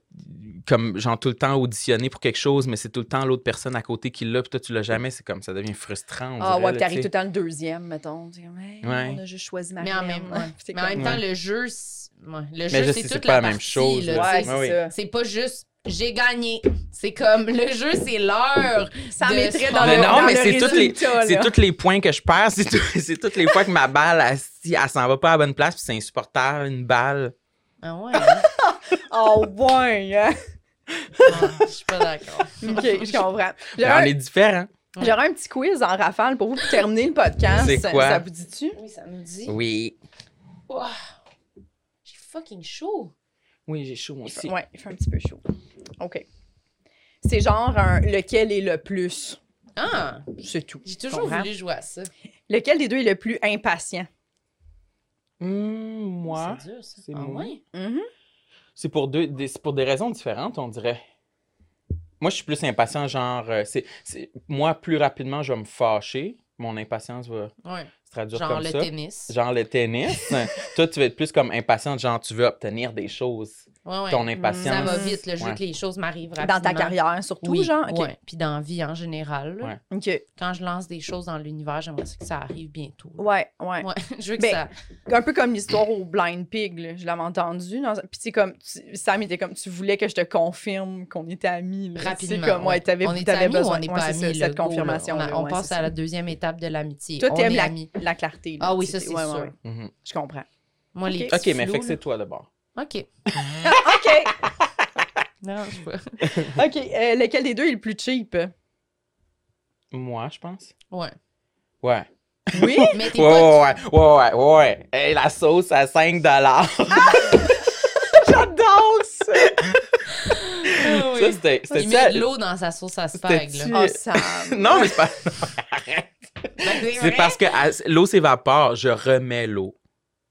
Speaker 2: Comme, genre, tout le temps auditionner pour quelque chose, mais c'est tout le temps l'autre personne à côté qui l'a, puis toi, tu l'as jamais. C'est comme, ça devient frustrant. on
Speaker 1: Ah
Speaker 2: dirait,
Speaker 1: ouais,
Speaker 2: là,
Speaker 1: puis t'arrives
Speaker 2: tu
Speaker 1: tout
Speaker 2: sais.
Speaker 1: le temps le deuxième, mettons. Tu sais, comme, Hey,
Speaker 2: Ouais.
Speaker 1: On a juste choisi ma
Speaker 3: Mais en
Speaker 1: reine.
Speaker 3: même, ouais.
Speaker 1: Puis t'es
Speaker 3: Mais en
Speaker 1: comme-
Speaker 3: même temps, le jeu, c'est- ouais, le
Speaker 2: Mais je
Speaker 3: jeu,
Speaker 2: sais,
Speaker 3: c'est
Speaker 2: c'est
Speaker 3: toute
Speaker 2: pas
Speaker 3: la
Speaker 2: la même
Speaker 3: partie,
Speaker 2: chose,
Speaker 3: là,
Speaker 2: là.
Speaker 3: tu
Speaker 1: Ouais,
Speaker 3: sais.
Speaker 2: Oui, oui.
Speaker 1: c'est
Speaker 3: C'est pas juste j'ai gagné. C'est comme le jeu, c'est l'heure.
Speaker 1: ça. Ça
Speaker 3: de-
Speaker 1: mettrait dans
Speaker 2: Mais
Speaker 1: le
Speaker 2: non,
Speaker 1: dans
Speaker 2: mais
Speaker 1: le
Speaker 2: c'est toutes les-
Speaker 1: résultat,
Speaker 2: C'est
Speaker 1: là.
Speaker 2: tous les points que je perds, c'est tout- c'est toutes les fois que ma balle, elle, si- elle s'en va pas à la bonne place, puis c'est insupportable, une balle.
Speaker 3: Ah ouais. hein?
Speaker 1: Oh, ouais!
Speaker 3: [LAUGHS]
Speaker 1: hein.
Speaker 3: Ah, Je suis pas d'accord.
Speaker 1: OK, je comprends.
Speaker 2: Ben, on
Speaker 1: J'aurais
Speaker 2: est différents.
Speaker 1: un- j'aurais un petit quiz en rafale pour vous pour terminer le podcast.
Speaker 2: C'est quoi?
Speaker 1: Ça vous dit-tu?
Speaker 3: Oui, ça me dit.
Speaker 2: Oui.
Speaker 3: Wow. J'ai fucking chaud.
Speaker 2: Oui, j'ai chaud, moi aussi.
Speaker 1: Ouais, il fait un petit peu chaud. OK. C'est genre un lequel est le plus.
Speaker 3: Ah,
Speaker 1: C'est tout.
Speaker 3: j'ai toujours
Speaker 1: Comprends?
Speaker 3: voulu jouer à ça.
Speaker 1: Lequel des deux est le plus impatient?
Speaker 2: Hum, moi,
Speaker 3: C'est dur, ça.
Speaker 2: C'est
Speaker 3: ah
Speaker 2: moi.
Speaker 3: ouais?
Speaker 2: c'est pour, deux, des- c'est pour des raisons différentes, on dirait. Moi, je suis plus impatient, genre, euh, c'est, c'est- moi, plus rapidement, je vais me fâcher. Mon impatience va
Speaker 3: Ouais.
Speaker 2: se traduire
Speaker 3: Genre
Speaker 2: comme
Speaker 3: le
Speaker 2: ça.
Speaker 3: tennis.
Speaker 2: Genre le
Speaker 3: [LAUGHS]
Speaker 2: tennis. Toi, tu vas être plus comme impatient, genre, tu veux obtenir des choses.
Speaker 3: Ouais, ouais. Mm,
Speaker 2: Ton
Speaker 3: Ça
Speaker 2: impatience.
Speaker 3: va vite, le jeu
Speaker 2: Ouais.
Speaker 3: que les choses m'arrivent rapidement.
Speaker 1: Dans ta carrière, surtout,
Speaker 3: oui,
Speaker 1: genre? OK.
Speaker 3: ouais. Puis dans la vie en général. là.
Speaker 2: Ouais.
Speaker 1: OK. Ouais,
Speaker 3: Quand je lance des choses dans l'univers, j'aimerais ça que ça arrive bientôt. là.
Speaker 1: ouais.
Speaker 3: Ouais, [LAUGHS] je veux que
Speaker 1: Ben,
Speaker 3: ça.
Speaker 1: Un peu comme l'histoire au Blind Pig, là. je l'avais entendu. dans- Puis c'est comme, tu- Sam était comme, tu voulais que je te confirme qu'on était amis. là.
Speaker 3: Rapidement,
Speaker 1: C'est comme, ouais,
Speaker 3: ouais.
Speaker 1: t'avais,
Speaker 3: on est
Speaker 1: t'avais
Speaker 3: amis
Speaker 1: besoin.
Speaker 3: ou on n'est
Speaker 1: Ouais,
Speaker 3: pas
Speaker 1: c'est ça,
Speaker 3: amis, là,
Speaker 1: cette
Speaker 3: go, là.
Speaker 1: confirmation.
Speaker 3: On a-
Speaker 1: là,
Speaker 3: on
Speaker 1: ouais,
Speaker 3: passe
Speaker 1: c'est
Speaker 3: à
Speaker 1: ça.
Speaker 3: la deuxième étape de l'amitié.
Speaker 1: Toi,
Speaker 3: on
Speaker 1: t'aimes
Speaker 3: est
Speaker 1: la,
Speaker 3: amis.
Speaker 1: la clarté. là,
Speaker 3: Ah oui,
Speaker 1: tu
Speaker 3: ça,
Speaker 1: sais,
Speaker 3: c'est
Speaker 1: ouais,
Speaker 3: sûr.
Speaker 1: ouais, ouais.
Speaker 2: Mhm.
Speaker 1: Je comprends.
Speaker 3: Moi, les
Speaker 1: Ok.
Speaker 2: OK,
Speaker 3: petits
Speaker 2: mais fait
Speaker 3: flots,
Speaker 2: que c'est toi d'abord.
Speaker 3: là. OK.
Speaker 1: OK.
Speaker 3: Non, je sais
Speaker 1: [LAUGHS]
Speaker 3: pas.
Speaker 1: OK. euh, lequel des deux est le plus
Speaker 3: [LAUGHS]
Speaker 1: cheap?
Speaker 2: Moi, je pense.
Speaker 3: Ouais.
Speaker 2: Ouais.
Speaker 1: Oui?
Speaker 3: Mais t'es
Speaker 2: Ouais,
Speaker 3: pas.
Speaker 2: ouais, ouais, ouais, ouais, ouais. Hey, la sauce à 5 dollars.
Speaker 1: J'adore ça!
Speaker 3: Ah oui.
Speaker 2: Ça, c'était.
Speaker 3: Il
Speaker 2: c'était
Speaker 3: met
Speaker 2: ça-
Speaker 3: de l'eau dans sa sauce à spag, là.
Speaker 2: C'était-tu-
Speaker 1: Oh, Sam.
Speaker 2: [LAUGHS] Non, mais c'est pas.
Speaker 3: C'est Ben,
Speaker 2: C'est parce que à- l'eau s'évapore, je remets l'eau.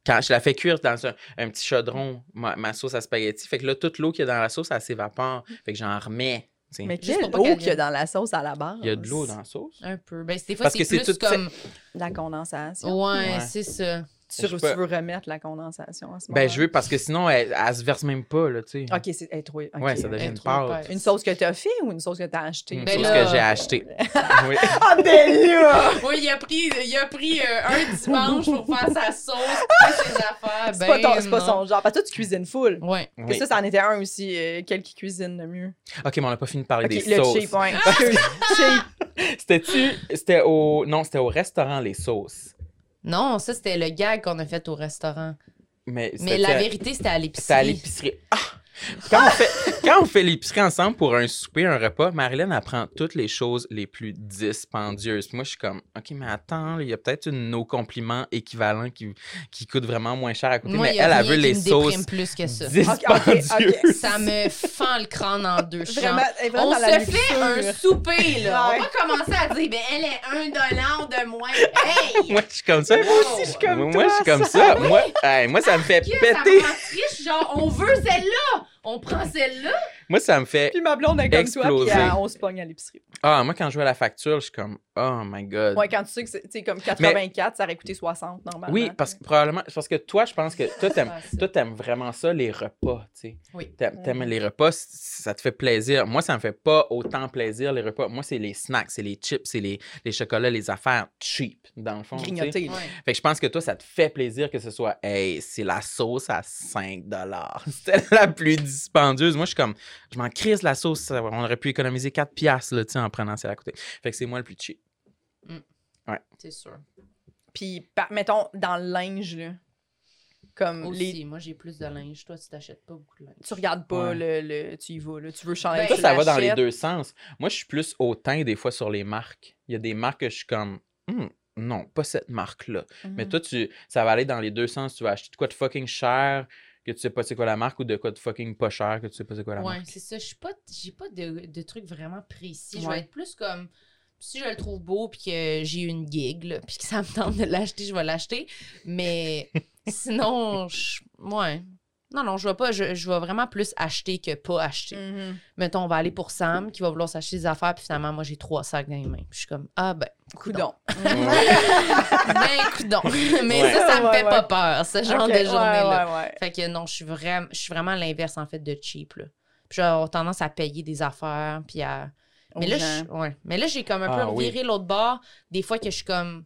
Speaker 2: Quand je la fais cuire dans un, un petit chaudron, ma, ma sauce à spaghetti, fait que là, toute l'eau qui est dans la sauce, elle s'évapore. Fait que j'en remets. tu sais.
Speaker 1: Mais
Speaker 3: Juste
Speaker 1: quelle
Speaker 3: pour pas
Speaker 1: eau
Speaker 3: qu'elle
Speaker 1: qu'il y a dans la sauce à la base?
Speaker 2: Il y a de l'eau dans la sauce.
Speaker 3: Un peu. Ben, des fois,
Speaker 2: Parce
Speaker 3: c'est
Speaker 2: que c'est
Speaker 3: plus
Speaker 2: tout-
Speaker 3: comme.
Speaker 1: La condensation.
Speaker 3: Ouais,
Speaker 2: Ouais.
Speaker 3: c'est ça.
Speaker 1: Tu,
Speaker 2: Oh, Je
Speaker 1: veux-
Speaker 2: sais pas.
Speaker 1: tu veux remettre la condensation en ce moment?
Speaker 2: Ben, je veux parce que sinon, elle, elle se verse même pas, là, tu sais.
Speaker 1: OK, c'est elle est trop... OK.
Speaker 2: Ouais, ça devient
Speaker 3: Elle est
Speaker 2: une
Speaker 3: trop
Speaker 2: pâte.
Speaker 3: épaisse.
Speaker 1: Une sauce que t'as fait ou une sauce que t'as achetée?
Speaker 2: Une
Speaker 3: Ben
Speaker 2: sauce
Speaker 3: là-
Speaker 2: que j'ai achetée. Oui.
Speaker 1: Ah, ben là!
Speaker 3: [LAUGHS] Oui, il a pris, il a pris euh, un dimanche pour faire sa sauce, pour faire ses affaires.
Speaker 1: C'est
Speaker 3: Ben,
Speaker 1: pas, ton- c'est pas
Speaker 3: non.
Speaker 1: son genre. Parce que toi, tu cuisines full.
Speaker 3: Ouais.
Speaker 1: Et
Speaker 2: Oui.
Speaker 1: ça, ça en était un aussi. euh, quel qui cuisine le mieux?
Speaker 2: OK, mais on n'a pas fini de parler
Speaker 1: OK,
Speaker 2: des
Speaker 1: le
Speaker 2: sauces.
Speaker 1: cheap,
Speaker 2: [LAUGHS]
Speaker 1: ouais. cheap.
Speaker 2: C'était-tu. C'était au. Non, c'était au restaurant, les sauces.
Speaker 3: Non, ça, c'était le gag qu'on a fait au restaurant.
Speaker 2: Mais,
Speaker 3: Mais
Speaker 2: c'était-
Speaker 3: la vérité, c'était à l'épicerie.
Speaker 2: C'était à l'épicerie. Ah! Quand on fait, quand on fait l'épicerie ensemble pour un souper, un repas, Marilyn apprend toutes les choses les plus dispendieuses. Puis moi, je suis comme, OK, mais attends, là, il y a peut-être une nos compliments équivalent qui, qui coûte vraiment moins cher à côté.
Speaker 3: Moi,
Speaker 2: mais
Speaker 3: il y a
Speaker 2: elle,
Speaker 3: rien
Speaker 2: elle veut
Speaker 3: qui
Speaker 2: les
Speaker 3: me
Speaker 2: sauces
Speaker 3: déprime plus que ça.
Speaker 1: OK, OK,
Speaker 2: dispendieuses.
Speaker 1: OK.
Speaker 3: Ça me fend le crâne en deux
Speaker 1: Vraiment,
Speaker 3: chambres.
Speaker 1: elle est vraiment
Speaker 3: On
Speaker 1: dans la
Speaker 3: se fait
Speaker 1: luxure.
Speaker 3: un souper, là.
Speaker 1: Ouais.
Speaker 3: On va commencer à dire, ben, elle est un dollar de moins.
Speaker 2: [LAUGHS]
Speaker 3: Hey!
Speaker 2: Moi, je suis comme ça.
Speaker 3: Mais moi aussi, je suis
Speaker 1: comme
Speaker 2: Moi,
Speaker 1: toi,
Speaker 2: [LAUGHS] moi, je suis comme ça. Moi, hey, moi, ça me fait
Speaker 3: Que ça
Speaker 2: péter.
Speaker 3: me rend triste, genre, on veut celle-là! On prend celle-là!
Speaker 2: Moi, ça me fait.
Speaker 1: Puis ma blonde est comme toi,
Speaker 2: Exploser.
Speaker 1: puis elle- on se pogne à l'épicerie.
Speaker 2: Ah, moi, quand je vois la facture, je suis comme, oh my god.
Speaker 1: Ouais, quand tu sais que c'est tu sais, comme 84, ça aurait coûté 60 normalement.
Speaker 2: oui, parce que probablement. Parce que toi, je pense que toi, t'aimes.
Speaker 3: Ah, ça.
Speaker 2: Toi, t'aimes vraiment ça, les repas, tu sais.
Speaker 3: Oui.
Speaker 2: T'aimes, t'aimes les repas, c- ça te fait plaisir. Moi, ça me fait pas autant plaisir, les repas. Moi, c'est les snacks, c'est les chips, c'est les, les chocolats, les affaires cheap, dans le fond. tu sais.
Speaker 1: grignoter. là.
Speaker 3: Ouais.
Speaker 2: Fait que je pense que toi, ça te fait plaisir que ce soit, hey, c'est la sauce à 5 [LAUGHS] C'était la plus dispendieuse. Moi, je suis comme, je m'en crisse la sauce. ça- On aurait pu économiser 4 piastres, là, tu sais, en prenant celle à côté. Fait que c'est moi le plus cheap.
Speaker 3: C'est sûr.
Speaker 1: Puis par- mettons dans le linge là. Comme
Speaker 3: Aussi,
Speaker 1: les
Speaker 3: moi, j'ai plus de linge. Toi, tu t'achètes pas beaucoup de linge.
Speaker 1: tu regardes pas
Speaker 2: Ouais.
Speaker 1: le, le- tu y vas là, tu veux changer.
Speaker 3: Ben,
Speaker 2: Toi,
Speaker 1: tu
Speaker 2: ça va dans les
Speaker 1: l'achètes.
Speaker 2: deux sens. Moi, je suis plus hautain des fois sur les marques. Il y a des marques que je suis comme, Hmm, non, pas cette marque-là. Mais
Speaker 3: Mm.
Speaker 1: Mhm.
Speaker 2: toi, tu, ça va aller dans les deux sens. Tu vas acheter de quoi de fucking cher que tu sais pas c'est quoi la marque ou de quoi de fucking pas cher que tu sais pas c'est quoi la
Speaker 3: Ouais,
Speaker 2: marque.
Speaker 3: c'est ça. Je suis pas, j'ai pas de, de trucs vraiment précis. Je
Speaker 1: Ouais.
Speaker 3: vais être plus comme si je le trouve beau puis que j'ai une gig là, puis que ça me tente de l'acheter, je vais l'acheter.
Speaker 1: [LAUGHS]
Speaker 3: Mais sinon, je, ouais. Non, non, je vais pas. Je, je vais vraiment plus acheter que pas acheter.
Speaker 1: Mhm.
Speaker 3: Mettons, on va aller pour Sam qui va vouloir s'acheter des affaires, puis finalement, moi, j'ai trois sacs dans les mains. Puis je suis comme, ah ben,
Speaker 1: Coudon.
Speaker 3: ben, coudon. [LAUGHS] Mais
Speaker 2: Ouais.
Speaker 3: ça, ça me
Speaker 1: Ouais,
Speaker 3: fait
Speaker 1: ouais.
Speaker 3: pas peur, ce genre
Speaker 1: Ok,
Speaker 3: de journée-là.
Speaker 1: Ouais, ouais, ouais.
Speaker 3: Fait que non, je suis vraiment, je suis vraiment l'inverse en fait de cheap là. Puis j'ai tendance à payer des affaires puis à mais
Speaker 1: Aux
Speaker 3: là,
Speaker 1: gens.
Speaker 3: je- ouais. mais là j'ai comme un
Speaker 2: Ah,
Speaker 3: peu
Speaker 2: oui.
Speaker 3: viré l'autre bord des fois que je suis comme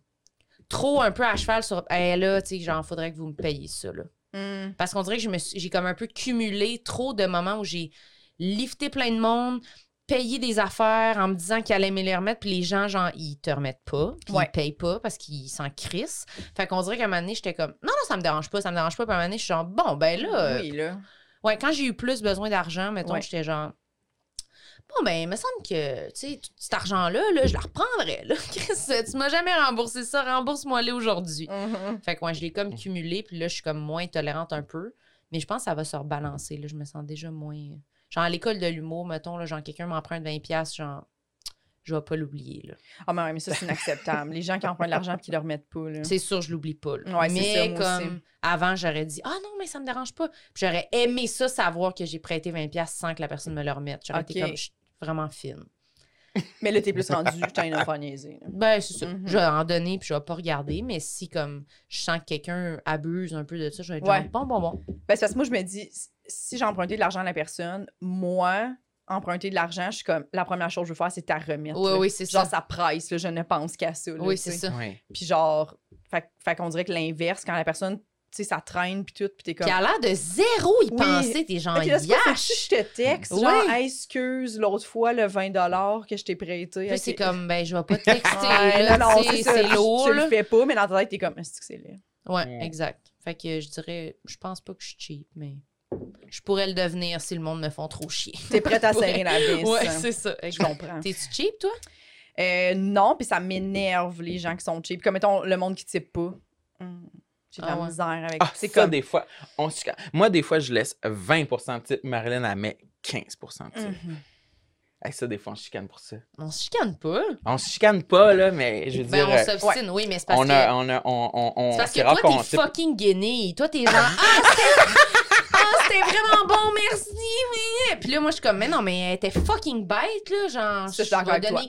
Speaker 3: trop un peu à cheval sur Eh là, tu sais genre faudrait que vous me payiez ça là.
Speaker 1: Mhm.
Speaker 3: Parce qu'on dirait que je me suis- j'ai comme un peu cumulé trop de moments où j'ai lifté plein de monde, payé des affaires en me disant qu'ils allaient me les remettre, puis les gens, genre, ils te remettent pas, puis
Speaker 1: Ouais.
Speaker 3: ils payent pas parce qu'ils s'en crissent. Fait qu'on dirait qu'à un moment donné, j'étais comme, non, non, ça me dérange pas, ça me dérange pas, puis à un moment donné, je suis genre, bon, ben là, euh,
Speaker 1: Mhm. oui, là.
Speaker 3: ouais, quand j'ai eu plus besoin d'argent, mettons,
Speaker 1: Ouais.
Speaker 3: j'étais genre, bon, ben, il me semble que, tu sais, tout cet argent-là, là, je le reprendrais, là. [LAUGHS] Chris, tu m'as jamais remboursé ça, rembourse-moi-le aujourd'hui.
Speaker 1: Mhm.
Speaker 3: Fait que ouais, je l'ai comme cumulé, puis là, je suis comme moins tolérante un peu. Mais je pense que ça va se rebalancer. Là. Je me sens déjà moins. Genre, à l'école de l'humour, mettons, là, genre, quelqu'un m'emprunte 20$, genre, je vais pas l'oublier. là.
Speaker 1: Ah mais, ouais, mais ça c'est inacceptable. les gens qui empruntent de l'argent puis qui le remettent pas là.
Speaker 3: C'est sûr, je l'oublie pas. là.
Speaker 1: Ouais, c'est ça,
Speaker 3: mais
Speaker 1: moi aussi.
Speaker 3: comme avant, j'aurais dit, ah non, mais ça me dérange pas. Puis j'aurais aimé ça, savoir que j'ai prêté 20$ sans que la personne me le remette. J'aurais été
Speaker 1: Ok.
Speaker 3: comme, je suis vraiment fine.
Speaker 1: Mais là t'es plus rendu, t'as une affaire niaisée, là.
Speaker 3: Ben, c'est ça.
Speaker 1: Mhm.
Speaker 3: Je vais en donner, puis je vais pas regarder. Mais si, comme, je sens que quelqu'un abuse un peu de ça, je vais être genre,
Speaker 1: Ouais.
Speaker 3: bon, bon, bon.
Speaker 1: Ben, c'est parce que moi, je me dis, si j'ai emprunté de l'argent à la personne, moi, emprunter de l'argent, je suis comme, la première chose que je veux faire, c'est ta remettre.
Speaker 3: Oui,
Speaker 1: là.
Speaker 3: oui, c'est
Speaker 1: Genre,
Speaker 3: ça.
Speaker 1: ça presse, là, je ne pense qu'à ça. là,
Speaker 3: Oui,
Speaker 1: tu
Speaker 3: c'est
Speaker 1: sais.
Speaker 3: ça.
Speaker 2: Ouais.
Speaker 1: Puis genre, fait, fait qu'on dirait que l'inverse, quand la personne, tu sais, ça traîne, puis tout, puis t'es comme...
Speaker 3: Puis à l'air de zéro y
Speaker 1: Oui.
Speaker 3: penser, t'es genre
Speaker 1: Ok, là, c'est pas- faut que
Speaker 3: yash.
Speaker 1: je te texte,
Speaker 3: Ouais.
Speaker 1: genre, Hey, excuse, l'autre fois, le 20 que je t'ai prêté.
Speaker 3: Puis
Speaker 1: ok.
Speaker 3: là,
Speaker 1: Ah,
Speaker 3: c'est comme, ben, je
Speaker 1: [LAUGHS]
Speaker 3: vais pas te texter,
Speaker 1: Ouais,
Speaker 3: là,
Speaker 1: non, non,
Speaker 3: tu sais,
Speaker 1: ça,
Speaker 3: c'est
Speaker 1: tu-
Speaker 3: lourd,
Speaker 1: Tu
Speaker 3: là.
Speaker 1: le fais pas, mais dans ta tête, t'es comme, est-ce que c'est
Speaker 3: [LAUGHS]
Speaker 1: laid?
Speaker 3: Ouais,
Speaker 2: Mm.
Speaker 3: exact. Fait que je dirais, je pense pas que je suis cheap, mais je pourrais le devenir si le monde me font trop chier.
Speaker 1: T'es prête à
Speaker 3: Ouais.
Speaker 1: serrer la vis.
Speaker 3: Ouais,
Speaker 1: hein.
Speaker 3: c'est ça.
Speaker 1: Je comprends.
Speaker 3: T'es-tu cheap, toi?
Speaker 1: Euh, non, puis ça m'énerve les gens qui sont cheap. Comme mettons le monde qui type pas. Mm. J'ai de la
Speaker 3: Ah ouais.
Speaker 1: misère avec.
Speaker 2: Ah,
Speaker 1: c'est
Speaker 2: ça,
Speaker 1: comme.
Speaker 2: des fois. On se calme. Moi, des fois, je laisse 20 de titre. Marilyn, elle met 15 de titre.
Speaker 1: Mhm.
Speaker 3: Mm.
Speaker 2: Hey, ça, des fois, on se chicane pour ça.
Speaker 3: On se chicane pas.
Speaker 2: On se chicane pas, là, mais je veux
Speaker 3: Ben,
Speaker 2: dire.
Speaker 3: on
Speaker 2: euh,
Speaker 3: s'obstine, oui, mais c'est parce
Speaker 2: on,
Speaker 3: que...
Speaker 2: a, on a. On, on, on,
Speaker 3: c'est parce que
Speaker 2: c'est rare
Speaker 3: toi,
Speaker 2: qu'on
Speaker 3: t'es
Speaker 2: type-
Speaker 3: fucking guenille. Toi, t'es genre, ah, c'était- ah, c'était vraiment bon, merci, mais... Puis là, moi, je suis comme, mais non, mais elle était fucking bête, là,
Speaker 1: Ça,
Speaker 3: genre,
Speaker 1: je suis
Speaker 3: je
Speaker 1: d'accord
Speaker 3: vais
Speaker 1: avec
Speaker 3: donner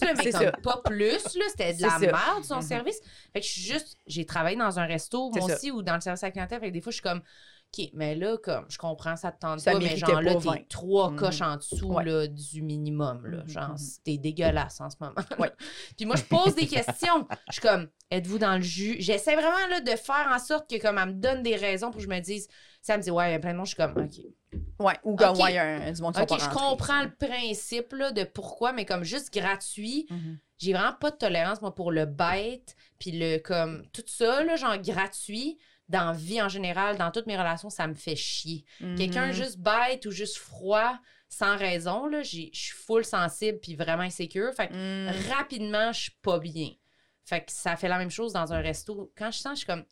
Speaker 1: [LAUGHS]
Speaker 3: là, mais
Speaker 1: C'est
Speaker 3: comme
Speaker 1: ça.
Speaker 3: pas plus, là, c'était de
Speaker 1: C'est
Speaker 3: la
Speaker 1: ça.
Speaker 3: merde, son
Speaker 1: Mhm.
Speaker 3: service. Fait que je suis juste, j'ai travaillé dans un resto,
Speaker 1: C'est
Speaker 3: moi
Speaker 1: ça.
Speaker 3: aussi, ou dans le service à la clientèle, fait que des fois, je suis comme, OK, mais là, comme, je comprends, ça te tente
Speaker 1: Ça
Speaker 3: pas, mais
Speaker 1: méritait
Speaker 3: genre, là,
Speaker 1: pas
Speaker 3: t'es
Speaker 1: 20.
Speaker 3: trois
Speaker 1: Mhm.
Speaker 3: coches en dessous,
Speaker 1: Ouais.
Speaker 3: là, du minimum, là,
Speaker 1: Mhm,
Speaker 3: genre,
Speaker 1: mhm.
Speaker 3: t'es dégueulasse en ce moment.
Speaker 1: Ouais.
Speaker 3: [LAUGHS] Puis moi, je pose des questions. Je suis comme, êtes-vous dans le jus? J'essaie vraiment là, de faire en sorte que, comme, elle me donne des raisons pour que je me dise, ça me dit, ouais, il y a plein de monde, je suis comme, OK.
Speaker 1: Ouais, ou comme,
Speaker 3: Ok.
Speaker 1: ouais, y a un- du monde qui sont
Speaker 3: OK,
Speaker 1: pas
Speaker 3: je
Speaker 1: rentrés.
Speaker 3: comprends le principe là, de pourquoi, mais comme juste gratuit,
Speaker 1: Mhm.
Speaker 3: j'ai vraiment pas de tolérance, moi, pour le bête, puis le, comme, tout ça, là, genre, gratuit. Dans vie en général, dans toutes mes relations, ça me fait chier. Quelqu'un
Speaker 1: Mhm.
Speaker 3: juste bête ou juste froid, sans raison, là, j'ai- je suis full sensible puis vraiment insécure. Fait que
Speaker 1: Mhm.
Speaker 3: rapidement, je suis pas bien. Fait que ça fait la même chose dans un resto. Quand je sens, je suis comme,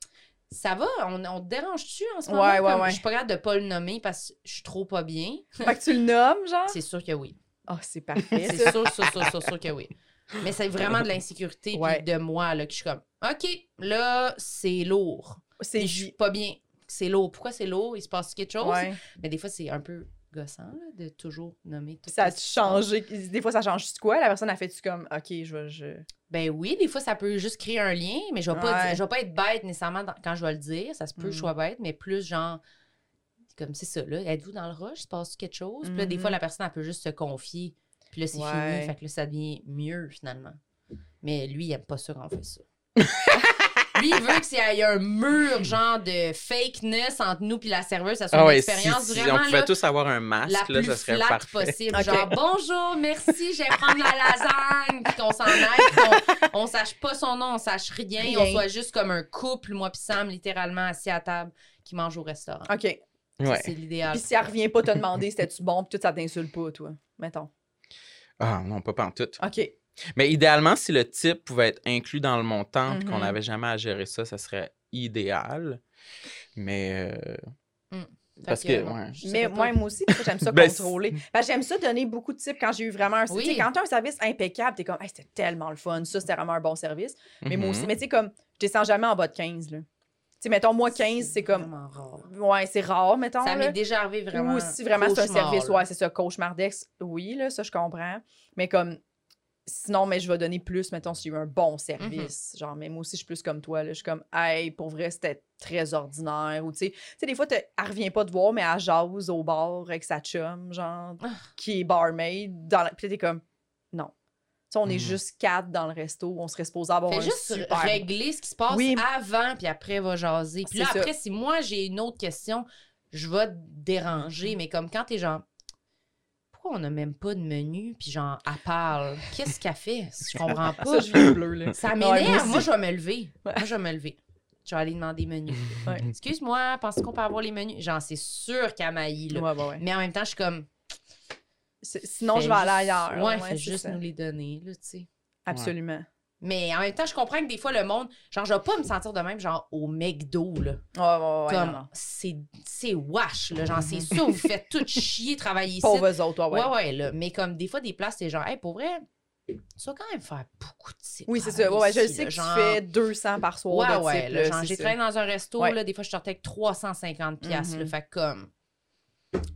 Speaker 3: ça va, on, on te dérange-tu en ce moment?
Speaker 1: Ouais, ouais,
Speaker 3: Comme,
Speaker 1: ouais.
Speaker 3: Je suis pas capable de pas le nommer parce que je suis trop pas bien.
Speaker 1: [LAUGHS] Fait que tu le nommes, genre.
Speaker 3: C'est sûr que oui.
Speaker 1: Ah, c'est parfait.
Speaker 3: C'est
Speaker 1: ça.
Speaker 3: sûr, sûr, sûr, sûr, sûr que oui. Mais c'est vraiment de l'insécurité puis
Speaker 1: Ouais.
Speaker 3: de moi là, que je suis comme, OK, là, c'est lourd.
Speaker 1: C'est
Speaker 3: Puis Je suis pas bien. C'est lourd. Pourquoi c'est lourd? Il se passe quelque chose?
Speaker 1: Ouais.
Speaker 3: Mais des fois, c'est un peu gossant là, de toujours nommer tout
Speaker 1: Puis ça a changé. Des fois, ça change tu quoi? La personne a fait-tu comme, OK, je vais. Je...
Speaker 3: Ben oui, des fois, ça peut juste créer un lien, mais je vais pas,
Speaker 1: Ouais.
Speaker 3: dire- je vais pas être bête nécessairement dans- quand je vais le dire. Ça se peut que je
Speaker 1: Mm.
Speaker 3: sois bête, mais plus genre, comme c'est ça, là, êtes-vous dans le rush? Se passe quelque chose? Puis là, des
Speaker 1: Mhm.
Speaker 3: fois, la personne, elle peut juste se confier. Puis là, c'est
Speaker 1: Ouais.
Speaker 3: fini. Fait que là, ça devient mieux, finalement. Mais lui, il aime pas ça quand on
Speaker 1: [LAUGHS]
Speaker 3: fait ça. lui, il veut qu'il y ait un mur, genre, de fakeness entre nous puis la serveuse. Ça soit
Speaker 2: Ah
Speaker 3: une
Speaker 2: ouais, si,
Speaker 3: expérience
Speaker 2: si
Speaker 3: vraiment,
Speaker 2: on pouvait
Speaker 3: là,
Speaker 2: tous avoir un
Speaker 3: la
Speaker 2: masque, là,
Speaker 3: plus
Speaker 2: ça serait
Speaker 3: flat
Speaker 2: parfait.
Speaker 3: possible.
Speaker 1: Ok.
Speaker 3: Genre, bonjour, merci, je vais prendre la lasagne, puis qu'on s'en aille, puis qu'on on sache pas son nom, on sache rien,
Speaker 1: Rien.
Speaker 3: on soit juste comme un couple, moi puis Sam, littéralement assis à table, qui mange au restaurant.
Speaker 1: OK.
Speaker 3: Ça,
Speaker 2: Ouais.
Speaker 3: C'est l'idéal.
Speaker 1: Puis si elle revient pas te demander c'était-tu bon, puis tout, ça t'insulte pas, toi, mettons.
Speaker 2: Ah non, pas pantoute.
Speaker 1: OK.
Speaker 2: Mais idéalement, si le type pouvait être inclus dans le montant puis
Speaker 3: Mm-hmm.
Speaker 2: qu'on
Speaker 1: Mhm.
Speaker 2: n'avait jamais à gérer ça, ça serait idéal. Mais euh,
Speaker 3: Fait
Speaker 2: parce que,
Speaker 3: non,
Speaker 2: ouais.
Speaker 3: je
Speaker 1: Mais
Speaker 3: savais pas.
Speaker 1: moi, moi aussi, parce que j'aime [LAUGHS] ça
Speaker 2: Ben,
Speaker 1: contrôler. Parce que j'aime ça donner beaucoup de types quand j'ai eu vraiment un service.
Speaker 3: Oui.
Speaker 1: Quand t'as un service impeccable, t'es comme, Hey, c'était tellement le fun, ça, c'était vraiment un bon service. Mais moi
Speaker 2: mhm.
Speaker 1: aussi, mais tu sais, comme, je descends jamais en bas de 15, là. Tu sais, mettons, moi, 15, c'est comme,
Speaker 3: vraiment rare.
Speaker 1: ouais, c'est rare, mettons.
Speaker 3: Ça
Speaker 1: là.
Speaker 3: m'est déjà arrivé vraiment.
Speaker 1: Ou si vraiment c'est un
Speaker 3: cauchemar,
Speaker 1: service,
Speaker 3: là.
Speaker 1: ouais, c'est ça, cauchemardex, oui, là, ça, je comprends. Mais comme, sinon, mais je vais donner plus, mettons, si j'ai eu un
Speaker 3: Mhm.
Speaker 1: bon service. Genre, mais moi aussi, je suis plus comme toi, là. Je suis comme, hey, pour vrai, c'était très ordinaire. Ou, tu sais, tu sais, des fois, t'as- elle revient pas te voir, mais elle jase au bar avec sa chum, genre,
Speaker 3: Ah.
Speaker 1: qui est barmaid. Dans la... Puis là, t'es comme, non. Tu sais, on est
Speaker 2: Mhm.
Speaker 1: juste quatre dans le resto, on serait supposé avoir
Speaker 3: Fait
Speaker 1: un
Speaker 3: juste
Speaker 1: super...
Speaker 3: régler ce qui se passe
Speaker 1: Oui.
Speaker 3: avant, puis après, va jaser. Puis là,
Speaker 1: C'est ça.
Speaker 3: après, si moi, j'ai une autre question, je vais te
Speaker 1: Mm.
Speaker 3: déranger. Mais comme quand t'es genre, pourquoi on n'a même pas de menu, puis genre, elle parle. Qu'est-ce qu'elle fait? Je
Speaker 1: [LAUGHS]
Speaker 3: comprends
Speaker 1: Ça,
Speaker 3: pas.
Speaker 1: je suis bleu, là.
Speaker 3: Ça
Speaker 1: Ouais,
Speaker 3: m'énerve.
Speaker 1: moi
Speaker 3: moi,
Speaker 1: aussi. Mm.
Speaker 3: je vais me lever. Moi, je vais me lever. Je vais aller demander menu.
Speaker 1: Ouais.
Speaker 3: Excuse-moi, pensez qu'on peut avoir les menus? Genre, c'est sûr qu'elle m'haït, là.
Speaker 1: Ouais, ouais, ouais.
Speaker 3: Mais en même temps, je suis comme.
Speaker 1: C'est- Sinon,
Speaker 3: fais
Speaker 1: je vais aller
Speaker 3: juste-
Speaker 1: ailleurs.
Speaker 3: Ouais, fais
Speaker 1: c'est
Speaker 3: juste
Speaker 1: ça.
Speaker 3: nous les donner, là, tu sais.
Speaker 1: Absolument.
Speaker 3: Mais en même temps, je comprends que des fois, le monde, genre, je vais pas me sentir de même, genre, au McDo, là.
Speaker 1: Ouais, ouais, ouais. non, non.
Speaker 3: comme, c'est c'est wash, là. Genre, c'est sûr, vous faites tout chier, travailler ici.
Speaker 1: Pauvres autres, ouais, ouais.
Speaker 3: Ouais, ouais, là. Mais comme, des fois, des places, c'est genre, hey, pour vrai, tu vas quand même faire beaucoup de types.
Speaker 1: Oui, c'est ça. Ouais, ouais, je sais que
Speaker 3: genre,
Speaker 1: tu fais 200 par soir.
Speaker 3: Ouais,
Speaker 1: de
Speaker 3: ouais,
Speaker 1: type,
Speaker 3: là,
Speaker 1: là,
Speaker 3: genre,
Speaker 1: c'est
Speaker 3: j'ai
Speaker 1: ça.
Speaker 3: travaillé dans un resto,
Speaker 1: Ouais.
Speaker 3: là, des fois, je sortais avec 350 piastres, là.
Speaker 1: Mhm.
Speaker 3: Fait que, comme,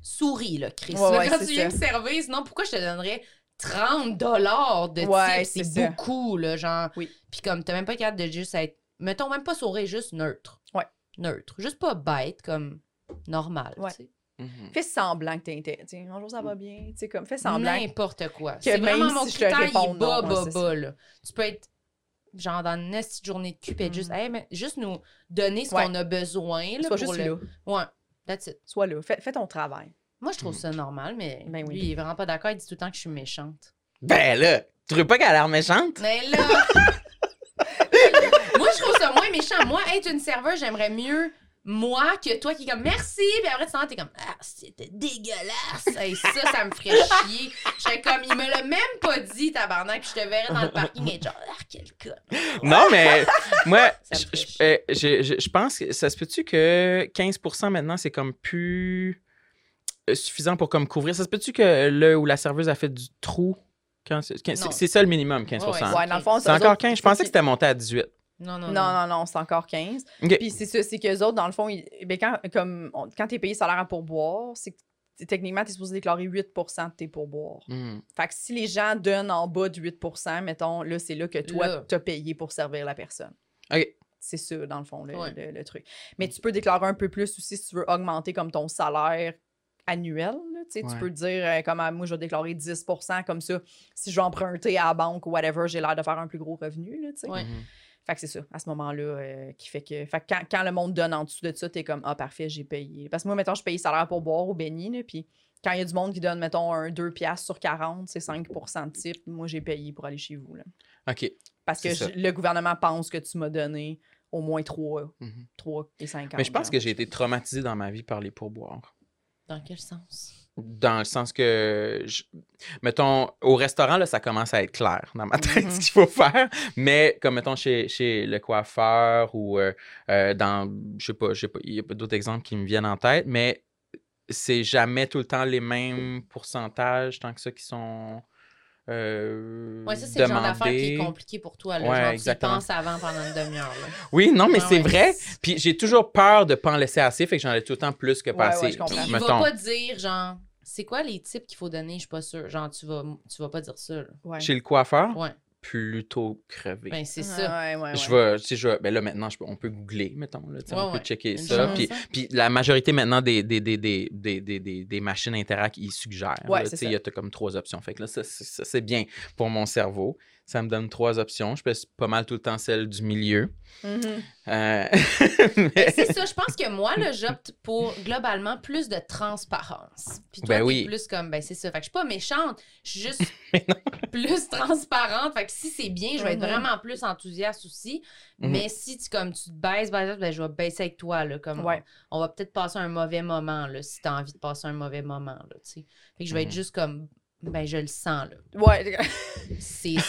Speaker 3: souris, là, Chris.
Speaker 1: Ouais,
Speaker 3: là,
Speaker 1: ouais,
Speaker 3: quand
Speaker 1: c'est
Speaker 3: tu viens me servir, sinon, pourquoi je te donnerais 30 dollars de
Speaker 1: Ouais,
Speaker 3: type?
Speaker 1: c'est
Speaker 3: C'est
Speaker 1: ça.
Speaker 3: beaucoup, là, genre.
Speaker 1: Oui.
Speaker 3: Puis comme, t'as même pas capable de juste être, mettons, même pas sourire, juste neutre.
Speaker 1: Ouais.
Speaker 3: Neutre. Juste pas bête, comme, normal,
Speaker 1: Ouais.
Speaker 3: tu sais.
Speaker 2: Mhm.
Speaker 1: Fais semblant que t'es tu sais, Bonjour, ça va bien. Tu sais, comme, fais semblant.
Speaker 3: N'importe quoi.
Speaker 1: que
Speaker 3: C'est
Speaker 1: même
Speaker 3: vraiment mon
Speaker 1: si je te
Speaker 3: critère, il est
Speaker 1: réponds non,
Speaker 3: bas,
Speaker 1: ouais,
Speaker 3: bas,
Speaker 1: c'est ça.
Speaker 3: bas, là. Tu peux être, genre, dans une petite journée de cul, et juste,
Speaker 1: Mhm.
Speaker 3: hey, mais juste nous donner ce
Speaker 1: Ouais.
Speaker 3: qu'on a besoin, là,
Speaker 1: Sois
Speaker 3: pour
Speaker 1: juste
Speaker 3: le-
Speaker 1: là.
Speaker 3: Ouais, that's it.
Speaker 1: Sois là. Fais, fais ton travail.
Speaker 3: Moi, je trouve ça normal, mais
Speaker 1: Mm. Ben oui.
Speaker 3: lui, il est vraiment pas d'accord. Il dit tout le temps que je suis méchante.
Speaker 2: Ben là, tu trouves pas qu'elle a l'air méchante?
Speaker 3: Mais là! [LAUGHS] moi, je trouve ça moins méchant. Moi, être une serveuse, j'aimerais mieux moi que toi qui est comme merci. Puis après, tu t'en vas, t'es comme ah, c'était dégueulasse. Et ça, ça me ferait chier. Je serais comme, il me l'a même pas dit, tabarnak. Puis je te verrais dans le parking et genre, ah, quel con.
Speaker 2: Non, mais moi,
Speaker 3: [LAUGHS] Ça me
Speaker 2: je-
Speaker 3: fait
Speaker 2: je euh, je- je- je pense que ça se peut-tu que 15 maintenant, c'est comme plus euh, suffisant pour comme couvrir. Ça se peut-tu que le ou la serveuse a fait du trou? quand C'est quand-
Speaker 3: Non.
Speaker 2: c'est- c'est ça le minimum, 15
Speaker 3: Ouais,
Speaker 1: Ouais, dans le
Speaker 3: ok.
Speaker 1: fond,
Speaker 2: Ah, C'est
Speaker 1: eux
Speaker 2: encore
Speaker 1: autres,
Speaker 2: 15. Je pensais
Speaker 1: faut
Speaker 2: que c'était monté à 18.
Speaker 3: Non, non, non.
Speaker 1: qu'ils- Non, non, non, c'est encore 15.
Speaker 2: OK.
Speaker 1: Puis c'est ça, c'est qu'eux autres, dans le fond, ils- ben, quand, comme, on- quand t'es payé salaire à pourboire, c'est que t'es- techniquement, t'es supposé déclarer 8 de tes pourboires.
Speaker 3: Mm.
Speaker 2: Mhm.
Speaker 1: Fait que si les gens donnent en bas de 8 mettons, là, c'est là que
Speaker 3: Là.
Speaker 1: toi, t'as payé pour servir la personne.
Speaker 2: OK.
Speaker 1: C'est ça, dans le fond, le,
Speaker 3: Ouais.
Speaker 1: le- le truc. Mais tu peux déclarer un peu plus aussi si tu veux augmenter comme ton salaire annuel. là, tu sais, Tu
Speaker 2: Ouais.
Speaker 1: peux dire, euh, comme ah, moi, je vais déclarer 10 comme ça, si je vais emprunter à la banque ou whatever, j'ai l'air de faire un plus gros revenu. Là, tu sais.
Speaker 3: Ouais.
Speaker 2: Mhm.
Speaker 1: Fait que c'est ça, à ce moment-là, euh, qui fait que. Fait que quand, quand le monde donne en dessous de ça, t'es comme, ah, parfait, j'ai payé. Parce que moi, mettons, je paye salaire pour boire au béni, là, puis quand il y a du monde qui donne, mettons, un 2 piastres sur 40, c'est 5 de type, moi, j'ai payé pour aller chez vous. Là.
Speaker 2: OK.
Speaker 1: Parce que
Speaker 2: C'est ça.
Speaker 1: je- le gouvernement pense que tu m'as donné au moins 3,
Speaker 2: Mhm.
Speaker 1: 3 et 50.
Speaker 2: Mais je pense que j'ai été traumatisé dans ma vie par les pourboires.
Speaker 3: Dans quel sens?
Speaker 2: Dans le sens que, je- mettons, au restaurant, là, ça commence à être clair dans ma tête
Speaker 3: Mm-hmm.
Speaker 1: Mhm.
Speaker 2: ce qu'il faut faire. Mais comme, mettons, chez, chez le coiffeur ou euh, euh, dans, je sais pas, je sais pas, il y a pas d'autres exemples qui me viennent en tête, mais c'est jamais tout le temps les mêmes pourcentages tant que ça qui sont euh,
Speaker 3: Ouais, ça, c'est le genre d'affaire qui est
Speaker 2: demandés.
Speaker 3: compliqué pour toi. Là,
Speaker 2: Ouais,
Speaker 3: genre,
Speaker 2: exactement.
Speaker 3: tu y penses avant pendant une demi-heure. là.
Speaker 2: Oui, non, mais
Speaker 3: Ouais,
Speaker 2: c'est
Speaker 3: ouais.
Speaker 2: vrai. Puis j'ai toujours peur de pas en laisser assez, fait que j'en ai tout le temps plus que
Speaker 1: Ouais,
Speaker 2: pas
Speaker 1: ouais,
Speaker 2: assez.
Speaker 1: je comprends.
Speaker 3: Puis il
Speaker 2: mettons.
Speaker 3: va pas dire, genre, C'est quoi les types qu'il faut donner? Je suis pas sûre. Genre, tu vas, tu vas pas dire ça. là.
Speaker 1: Ouais.
Speaker 2: Chez le coiffeur,
Speaker 3: Ouais.
Speaker 2: plutôt crevé.
Speaker 3: Ben, c'est
Speaker 1: Ah,
Speaker 3: ça.
Speaker 1: ouais, ouais,
Speaker 2: Je
Speaker 1: ouais.
Speaker 2: vais, tu sais, je vais- ben là maintenant, je peux- on peut googler, mettons, là, tu sais,
Speaker 3: Ouais,
Speaker 2: on peut
Speaker 3: ouais.
Speaker 2: checker
Speaker 3: Une hein.
Speaker 2: ça.
Speaker 3: chose,
Speaker 2: Puis,
Speaker 3: ça.
Speaker 2: puis la majorité maintenant des, des, des, des, des, des, des- des machines Interact, ils suggèrent.
Speaker 1: Ouais,
Speaker 2: là,
Speaker 1: c'est
Speaker 2: tu sais,
Speaker 1: ça.
Speaker 2: il y a t'as comme trois options. Fait que là, ça, c'est- ça, c'est bien pour mon cerveau. Ça me donne trois options. Je passe pas mal tout le temps celle du milieu.
Speaker 1: Mhm.
Speaker 2: Euh, [LAUGHS] mais-
Speaker 3: Mais Ben, C'est ça, je pense que moi, là, j'opte pour globalement plus de transparence. Puis toi,
Speaker 2: Ben
Speaker 3: t'es
Speaker 2: oui.
Speaker 3: plus comme, ben c'est ça. Fait que je suis pas méchante, je suis
Speaker 2: [LAUGHS]
Speaker 3: juste plus transparente. Fait que si c'est bien, je vais être
Speaker 1: Mhm.
Speaker 3: vraiment plus enthousiaste aussi.
Speaker 2: Mhm.
Speaker 3: Mais si tu, comme, tu te baisses, par exemple, ben, je vais baisser avec toi, là. Comme,
Speaker 1: Ouais.
Speaker 3: on, va peut-être passer un mauvais moment, là, si t'as envie de passer un mauvais moment, là, tu sais. Fait que je vais être
Speaker 2: Mhm.
Speaker 3: juste comme, ben je le sens, là.
Speaker 1: Ouais. [LAUGHS]
Speaker 2: [LAUGHS]
Speaker 3: C'est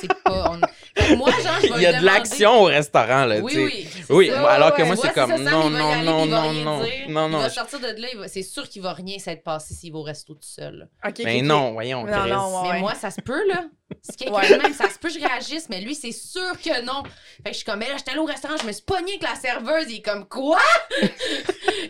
Speaker 3: c'est pas... on- Fait que moi, genre, je vais
Speaker 2: il y a
Speaker 3: lui
Speaker 2: de
Speaker 3: demander-
Speaker 2: l'action au restaurant, là,
Speaker 3: Oui,
Speaker 2: tu sais.
Speaker 3: oui. c'est
Speaker 2: Oui,
Speaker 3: ça.
Speaker 2: moi, alors que
Speaker 1: ouais,
Speaker 2: moi,
Speaker 1: ouais.
Speaker 2: c'est
Speaker 3: Moi,
Speaker 2: comme
Speaker 3: ça, Sam,
Speaker 2: non,
Speaker 3: il va y
Speaker 2: non,
Speaker 3: aller,
Speaker 2: non,
Speaker 3: il va
Speaker 2: non,
Speaker 3: rien
Speaker 2: non,
Speaker 3: dire.
Speaker 2: non,
Speaker 3: Il
Speaker 2: non,
Speaker 3: va
Speaker 2: je-
Speaker 3: sortir de là, il va- c'est sûr qu'il va rien s'être passé s'il va au resto tout seul.
Speaker 1: Ok, ok,
Speaker 2: Mais
Speaker 1: ok.
Speaker 2: Ben non, voyons,
Speaker 1: Non,
Speaker 2: Chris.
Speaker 1: non, ouais.
Speaker 3: Mais moi, ça se peut, là. Si quelqu'un
Speaker 1: Ouais.
Speaker 3: de même, ça se peut, je réagisse, mais lui, c'est sûr que non. Fait que je suis comme, mais là, j'étais allée au restaurant, je me suis pognée avec la serveuse, il est comme, quoi? [LAUGHS]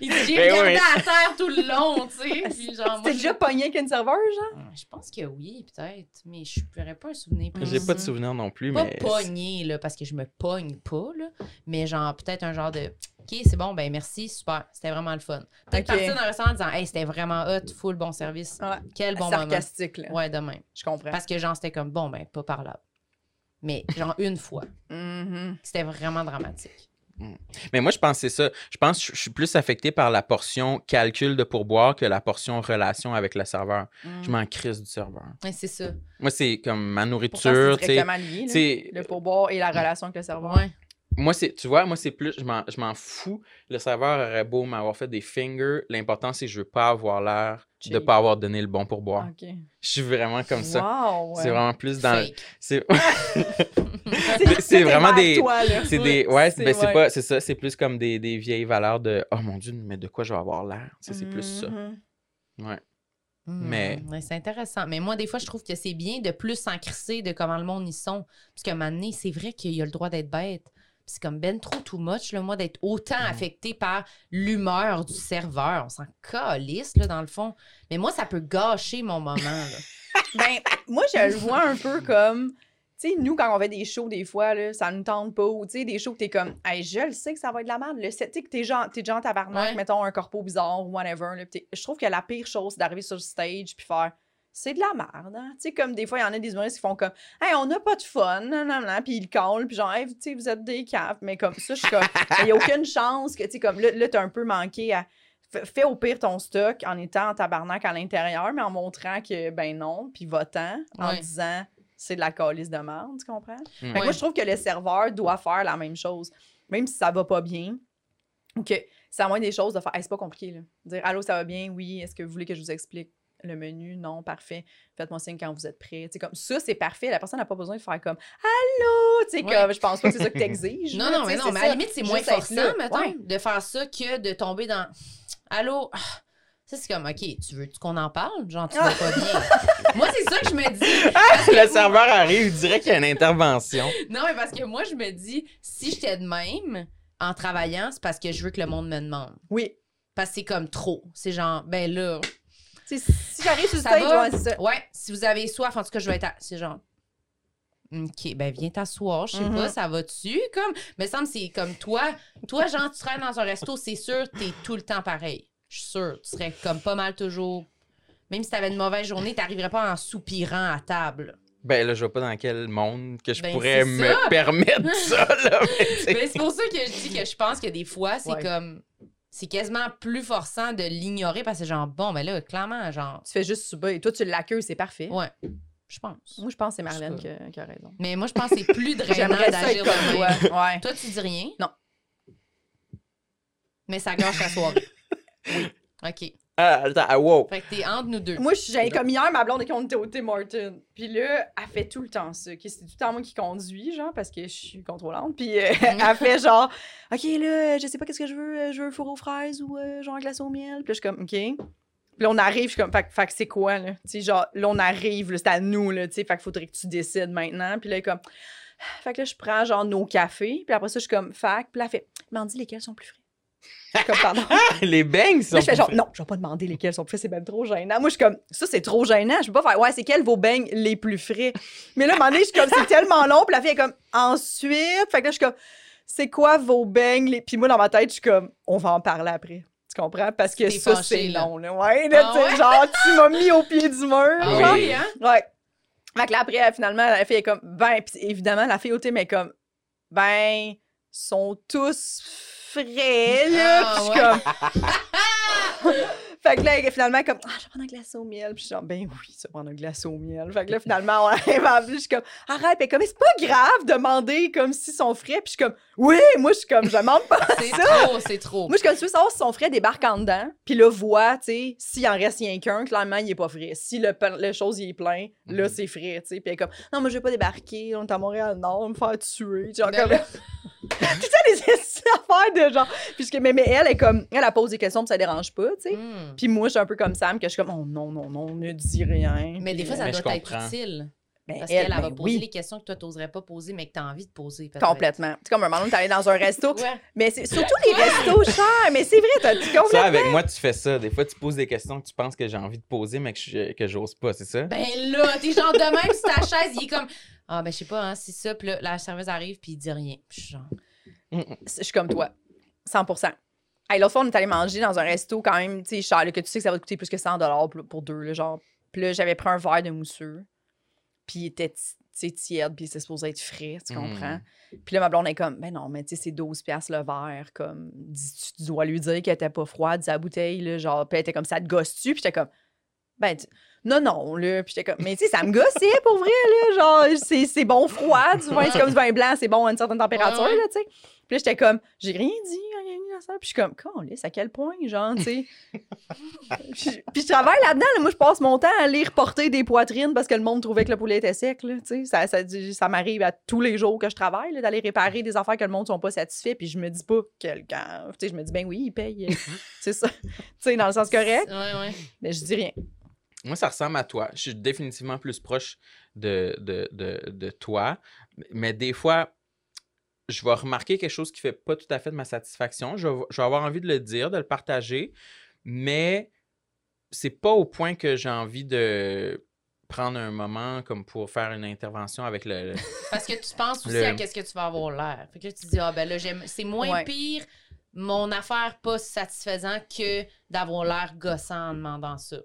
Speaker 3: il dit, j'ai
Speaker 2: Ben
Speaker 3: regardé
Speaker 2: oui.
Speaker 3: à terre tout le long,
Speaker 2: [LAUGHS]
Speaker 3: tu sais. Puis genre, moi, Ah,
Speaker 1: T'es déjà pogné avec une serveuse, genre?
Speaker 3: je- Je pense que oui, peut-être, mais je n'aurais pas un souvenir
Speaker 2: J'ai
Speaker 3: précis.
Speaker 2: pas de souvenir non plus,
Speaker 3: Pas
Speaker 2: mais.
Speaker 3: pogné, là, parce que je me pogne pas, là, mais genre, peut-être un genre de OK, c'est bon, ben merci, super, c'était vraiment le fun. Peut-être
Speaker 1: Ok.
Speaker 3: partir dans le restaurant en disant Hey, c'était vraiment hot, full bon service.
Speaker 1: Ouais.
Speaker 3: Quel bon moment.
Speaker 1: Sarcastique, là.
Speaker 3: Ouais, demain.
Speaker 1: Je comprends.
Speaker 3: Parce que genre, c'était comme bon, ben pas parlable. Mais genre, une fois.
Speaker 1: Mhm.
Speaker 3: C'était vraiment dramatique.
Speaker 2: Mais moi, je pense que c'est ça. Je pense que je- je suis plus affecté par la portion calcul de pourboire que la portion relation avec le serveur.
Speaker 1: Mm-hmm.
Speaker 2: Je
Speaker 3: Mm.
Speaker 2: m'en crisse du serveur.
Speaker 3: Ouais, c'est ça.
Speaker 2: Moi, c'est comme ma
Speaker 1: Pourtant,
Speaker 2: nourriture,
Speaker 1: c'est
Speaker 2: tu sais.
Speaker 1: directement lié,
Speaker 2: Tu
Speaker 1: là,
Speaker 2: sais,
Speaker 1: Le pourboire et la relation avec le serveur.
Speaker 3: Ouais.
Speaker 2: moi, c'est, tu vois, moi, c'est plus, je m'en, je m'en fous. Le serveur aurait beau m'avoir fait des fingers. L'important, c'est que je veux pas avoir l'air de
Speaker 1: Cheap.
Speaker 2: pas avoir donné le bon pourboire.
Speaker 1: Ok.
Speaker 2: Je suis vraiment comme ça.
Speaker 1: Wow, ouais.
Speaker 2: C'est vraiment plus dans.
Speaker 3: Ah. Fake.
Speaker 2: C'est,
Speaker 1: [LAUGHS] C'est-
Speaker 2: c'est vraiment
Speaker 1: vers
Speaker 2: des.
Speaker 1: toi, là.
Speaker 2: C'est des. Ouais, c'est,
Speaker 1: C'est-
Speaker 2: ben, c'est
Speaker 1: ouais.
Speaker 2: pas. C'est ça. C'est plus comme des, des vieilles valeurs de Oh mon Dieu, mais de quoi je vais avoir l'air? Tu sais, c'est plus ça.
Speaker 1: Mhm.
Speaker 2: Ouais.
Speaker 3: Hmm,
Speaker 2: Mais-
Speaker 3: ouais, c'est intéressant. Mais moi, des fois, je trouve que c'est bien de plus s'en crisser de comment le monde y sont. Parce qu'à un moment donné, c'est vrai qu'il y a le droit d'être bête. Puis C'est comme ben trop too much, là, moi, d'être autant
Speaker 2: Mm.
Speaker 3: affecté par l'humeur du serveur. On s'en calisse, là, dans le fond. Mais moi, ça peut gâcher mon
Speaker 1: [LAUGHS]
Speaker 3: moment, là.
Speaker 1: Ben, moi, je le vois un peu comme. Tu sais, nous, quand on fait des shows, des fois, là, ça nous tente pas. Ou tu sais, des shows que t'es comme, hey, je le sais que ça va être de la merde. Le set, tu sais, que t'es genre, t'es genre en tabarnak,
Speaker 3: Ouais.
Speaker 1: mettons un corpo bizarre, whatever. là, pis t'es- je trouve que la pire chose, c'est d'arriver sur le stage puis faire. C'est de la merde, hein. Tu sais, comme des fois, il y en a des humoristes qui font comme, hey, on n'a pas de fun, nan, nan, nan, puis ils collent, puis genre, hey, tu sais, vous êtes des caves. Mais comme ça, je suis comme, il n'y a aucune chance que, tu sais, comme là, là t'as un peu manqué à. F- Fais au pire ton stock en étant en tabarnak à l'intérieur, mais en montrant que, ben non, puis votant, en
Speaker 3: Ouais.
Speaker 1: disant c'est de la calice de merde, tu comprends? Fait que
Speaker 2: Ouais.
Speaker 1: Moi, je trouve que le serveur doit faire la même chose, même si ça va pas bien. Ou que c'est à moins des choses de faire, Hey, c'est pas compliqué, là. Dire allô, ça va bien, oui, est-ce que vous voulez que je vous explique? Le menu, non, parfait. Faites-moi signe quand vous êtes prêt. Tu sais, comme ça, c'est parfait. La personne n'a pas besoin de faire comme Allô! Tu sais,
Speaker 3: Ouais.
Speaker 1: comme je pense pas que c'est ça que t'exiges.
Speaker 3: Non,
Speaker 1: là,
Speaker 3: non,
Speaker 1: tu
Speaker 3: mais
Speaker 1: sais,
Speaker 3: non,
Speaker 1: c'est
Speaker 3: mais à
Speaker 1: ça.
Speaker 3: la limite, c'est moins
Speaker 1: Juste être là.
Speaker 3: forçant, mettons,
Speaker 1: Ouais.
Speaker 3: de faire ça que de tomber dans Allô? ah. Ça, c'est comme, OK, tu veux qu'on en parle? Genre, tu vas
Speaker 1: [LAUGHS]
Speaker 3: pas bien. Moi, c'est ça que je me dis. Parce
Speaker 2: [LAUGHS]
Speaker 3: que
Speaker 2: Le
Speaker 3: moi-
Speaker 2: serveur arrive, il dirait qu'il y a une intervention.
Speaker 3: Non, mais parce que moi, je me dis, si j'étais de même en travaillant, c'est parce que je veux que le monde me demande.
Speaker 1: Oui.
Speaker 3: Parce que c'est comme trop. C'est genre, ben là,
Speaker 1: Tu sais, si j'arrive sur le
Speaker 3: Ça
Speaker 1: stage,
Speaker 3: va?
Speaker 1: ouais, c'est ça.
Speaker 3: ouais, si vous avez soif, en tout cas, je vais être. à- C'est genre, OK, ben viens t'asseoir, je sais
Speaker 1: Mhm.
Speaker 3: pas, ça va-tu? Comme, me semble, c'est comme toi, toi, genre, tu serais dans un resto, c'est sûr, t'es tout le temps pareil. Je suis sûre, tu serais comme pas mal toujours. Même si t'avais une mauvaise journée, t'arriverais pas en soupirant à table.
Speaker 2: Ben là, je vois pas dans quel monde que je
Speaker 3: Ben,
Speaker 2: pourrais
Speaker 3: c'est
Speaker 2: me
Speaker 3: ça.
Speaker 1: [LAUGHS]
Speaker 2: permettre ça, là. mais
Speaker 1: Ben
Speaker 2: tu sais.
Speaker 3: Mais c'est pour ça que je dis que je pense que des fois, c'est
Speaker 1: Ouais.
Speaker 3: comme. C'est quasiment plus forçant de l'ignorer parce que, genre, bon, mais là, clairement, genre.
Speaker 1: Tu fais juste subir. Toi, tu l'accueilles, c'est parfait.
Speaker 3: Ouais, je pense.
Speaker 1: Moi, je pense que c'est Marlène
Speaker 3: Je
Speaker 1: qui a, qui a raison.
Speaker 3: Mais moi, je pense que
Speaker 1: [LAUGHS]
Speaker 3: c'est plus drainant
Speaker 1: J'aimerais ça être
Speaker 3: d'agir de même.
Speaker 1: comme toi. Ouais.
Speaker 3: Toi, tu dis rien.
Speaker 1: Non.
Speaker 3: Mais ça gâche
Speaker 1: [LAUGHS]
Speaker 3: la soirée. oui. OK.
Speaker 2: Ah, attends, ah, wow. [LAUGHS]
Speaker 3: Fait que t'es entre nous deux.
Speaker 1: Moi, je suis- j'avais comme hier, ma blonde, et qu'on était au Tim Hortons. Puis là, elle fait tout le temps ça. que C'est tout le temps moi qui conduis, genre, parce que je suis contrôlante. Puis euh, [LAUGHS] elle fait genre, OK, là, je sais pas qu'est-ce que je veux. euh, Je veux un four aux fraises ou euh, genre un glace au miel. Puis là, je suis comme, OK. Puis là, on arrive, je suis comme, fait, que- fait que c'est quoi, là? Tu sais, genre, là, on arrive, là, c'est à nous, là, tu sais, fait qu'il faudrait que tu décides maintenant. Puis là, elle est comme, fait que là, je prends genre nos cafés. Puis après ça, je suis comme, fac. Puis là, elle fait, mais on dit lesquels sont plus frais. Je suis comme, pardon.
Speaker 2: les bangs
Speaker 1: Là, je fais genre, non, je vais pas demander lesquels sont plus frais, c'est même trop gênant. Moi, je suis comme, ça, c'est trop gênant. Je peux pas faire, ouais, c'est quels vos beignes les plus frais? Mais là, à un moment donné, je suis comme, c'est tellement long. Puis la fille est comme, ensuite. Fait que là, je suis comme, c'est quoi vos beignes? Les... Puis moi, dans ma tête, je suis comme, on va en parler après. Tu comprends? Parce que
Speaker 3: T'es
Speaker 1: ça,
Speaker 3: fâchée,
Speaker 1: c'est
Speaker 3: là.
Speaker 1: long. Là. Ouais, là,
Speaker 3: Ah
Speaker 1: tu sais,
Speaker 3: ouais?
Speaker 1: genre, tu m'as mis au pied du mur.
Speaker 3: Ah
Speaker 1: genre.
Speaker 2: oui.
Speaker 3: oui, hein?
Speaker 1: [LAUGHS] Ouais. Fait que là, après, euh, finalement, la fille est comme, ben, pis évidemment, la fille au thème est comme, ben, sont tous frais, là.
Speaker 3: Ah,
Speaker 1: Puis je suis
Speaker 3: ouais.
Speaker 1: comme. [LAUGHS] fait que là, elle est finalement, comme, ah, je vais prendre un glace au miel. Puis je suis genre, ben oui, ça prendre un glace au miel. Fait que là, finalement, on [LAUGHS] arrive à plus. Je suis comme, arrête, pis elle est comme, Mais c'est pas grave de demander comme s'ils sont frais. Puis je suis comme, oui, moi, je suis comme, je demande pas.
Speaker 3: C'est trop, c'est trop.
Speaker 1: Moi, je suis comme, tu veux savoir si son frais débarque en dedans, puis là, voit, tu sais, s'il en reste rien qu'un, clairement, il est pas frais. Si le, pan- le chose, il est plein, là,
Speaker 2: Mhm.
Speaker 1: c'est frais, tu sais. Puis elle est comme, non, moi, je vais pas débarquer, on est à Montréal-Nord, me faire tuer. Genre,
Speaker 3: Mais
Speaker 1: comme,
Speaker 3: Ben là-
Speaker 1: [LAUGHS] tout ça, les affaires de genre. Puis je suis comme, mais, mais elle, elle, est comme, elle, elle pose des questions, puis ça dérange pas, tu sais.
Speaker 3: Hmm.
Speaker 1: Puis moi, je suis un peu comme Sam, que je suis comme, oh non, non, non, ne dis rien. euh,
Speaker 3: Mais des fois, ça
Speaker 2: Mais je
Speaker 3: doit être
Speaker 2: comprends.
Speaker 3: utile.
Speaker 1: Ben,
Speaker 3: Parce qu'elle, elle, va
Speaker 1: ben
Speaker 3: poser les
Speaker 1: oui,
Speaker 3: questions que toi, t'oserais pas poser, mais que t'as envie de poser. peut-être.
Speaker 1: Complètement. C'est comme un moment où t'allais dans un
Speaker 3: [LAUGHS]
Speaker 1: resto.
Speaker 3: Ouais.
Speaker 1: mais c'est surtout les restos chers. Mais c'est vrai, t'as tu
Speaker 2: Ça,
Speaker 1: complètement.
Speaker 2: avec moi, tu fais ça. Des fois, tu poses des questions que tu penses que j'ai envie de poser, mais que je- que j'ose pas, c'est ça?
Speaker 3: Ben là, t'es genre de même sur ta chaise, il est comme Ah, ben je sais pas, hein, c'est ça. Puis là, la serveuse arrive, puis il dit rien. Puis je suis genre,
Speaker 1: je suis comme toi. 100 Hey, L'autre fois, on est allé manger dans un resto quand même, tu sais, cher, là, que tu sais que ça va te coûter plus que 100 pour, pour deux, là, genre. Puis là, j'avais pris un verre de mousseux, puis il était, tu sais, tiède, puis c'était supposé être frais, tu
Speaker 2: Mm.
Speaker 1: comprends? Puis là, ma blonde est comme, ben non, mais tu sais, c'est 12 piastres le verre, comme, dis- tu dois lui dire qu'elle était pas froide, sa bouteille, là, genre, puis elle était comme, ça te gosse-tu? Puis j'étais comme, ben, tu- non, non, là. Puis j'étais comme, mais tu sais, ça me gossait pour vrai, là. Genre, c'est c'est bon froid, tu vois, c'est comme du vin blanc, c'est bon à une certaine température,
Speaker 3: Ouais, ouais.
Speaker 1: là, tu sais. Puis là, j'étais comme, j'ai rien dit, rien dit à ça. Puis je suis comme, c'est à quel point, genre, tu
Speaker 3: [LAUGHS]
Speaker 1: sais. puis, puis je travaille là-dedans, là. Moi, je passe mon temps à aller reporter des poitrines parce que le monde trouvait que le poulet était sec, là, tu sais. Ça, ça, ça m'arrive à tous les jours que je travaille, là, d'aller réparer des affaires que le monde sont pas satisfaits. Puis je me dis pas, quelqu'un. Tu sais, je me dis, ben oui, il paye.
Speaker 3: [LAUGHS]
Speaker 1: c'est ça. Tu sais, dans le sens correct.
Speaker 3: Ouais, ouais.
Speaker 1: Mais je dis rien.
Speaker 2: Moi, ça ressemble à toi. Je suis définitivement plus proche de, de, de, de toi. Mais des fois, je vais remarquer quelque chose qui fait pas tout à fait de ma satisfaction. Je vais, je vais avoir envie de le dire, de le partager, mais c'est pas au point que j'ai envie de prendre un moment comme pour faire une intervention avec
Speaker 3: [LAUGHS]
Speaker 2: le... le-
Speaker 3: Parce que tu penses aussi
Speaker 2: Le-
Speaker 3: à qu'est-ce que tu vas avoir l'air. Fait que là, tu dis, ah ben là, j'aime. C'est moins
Speaker 1: Ouais.
Speaker 3: pire mon affaire pas satisfaisant que d'avoir l'air gossant en demandant ça.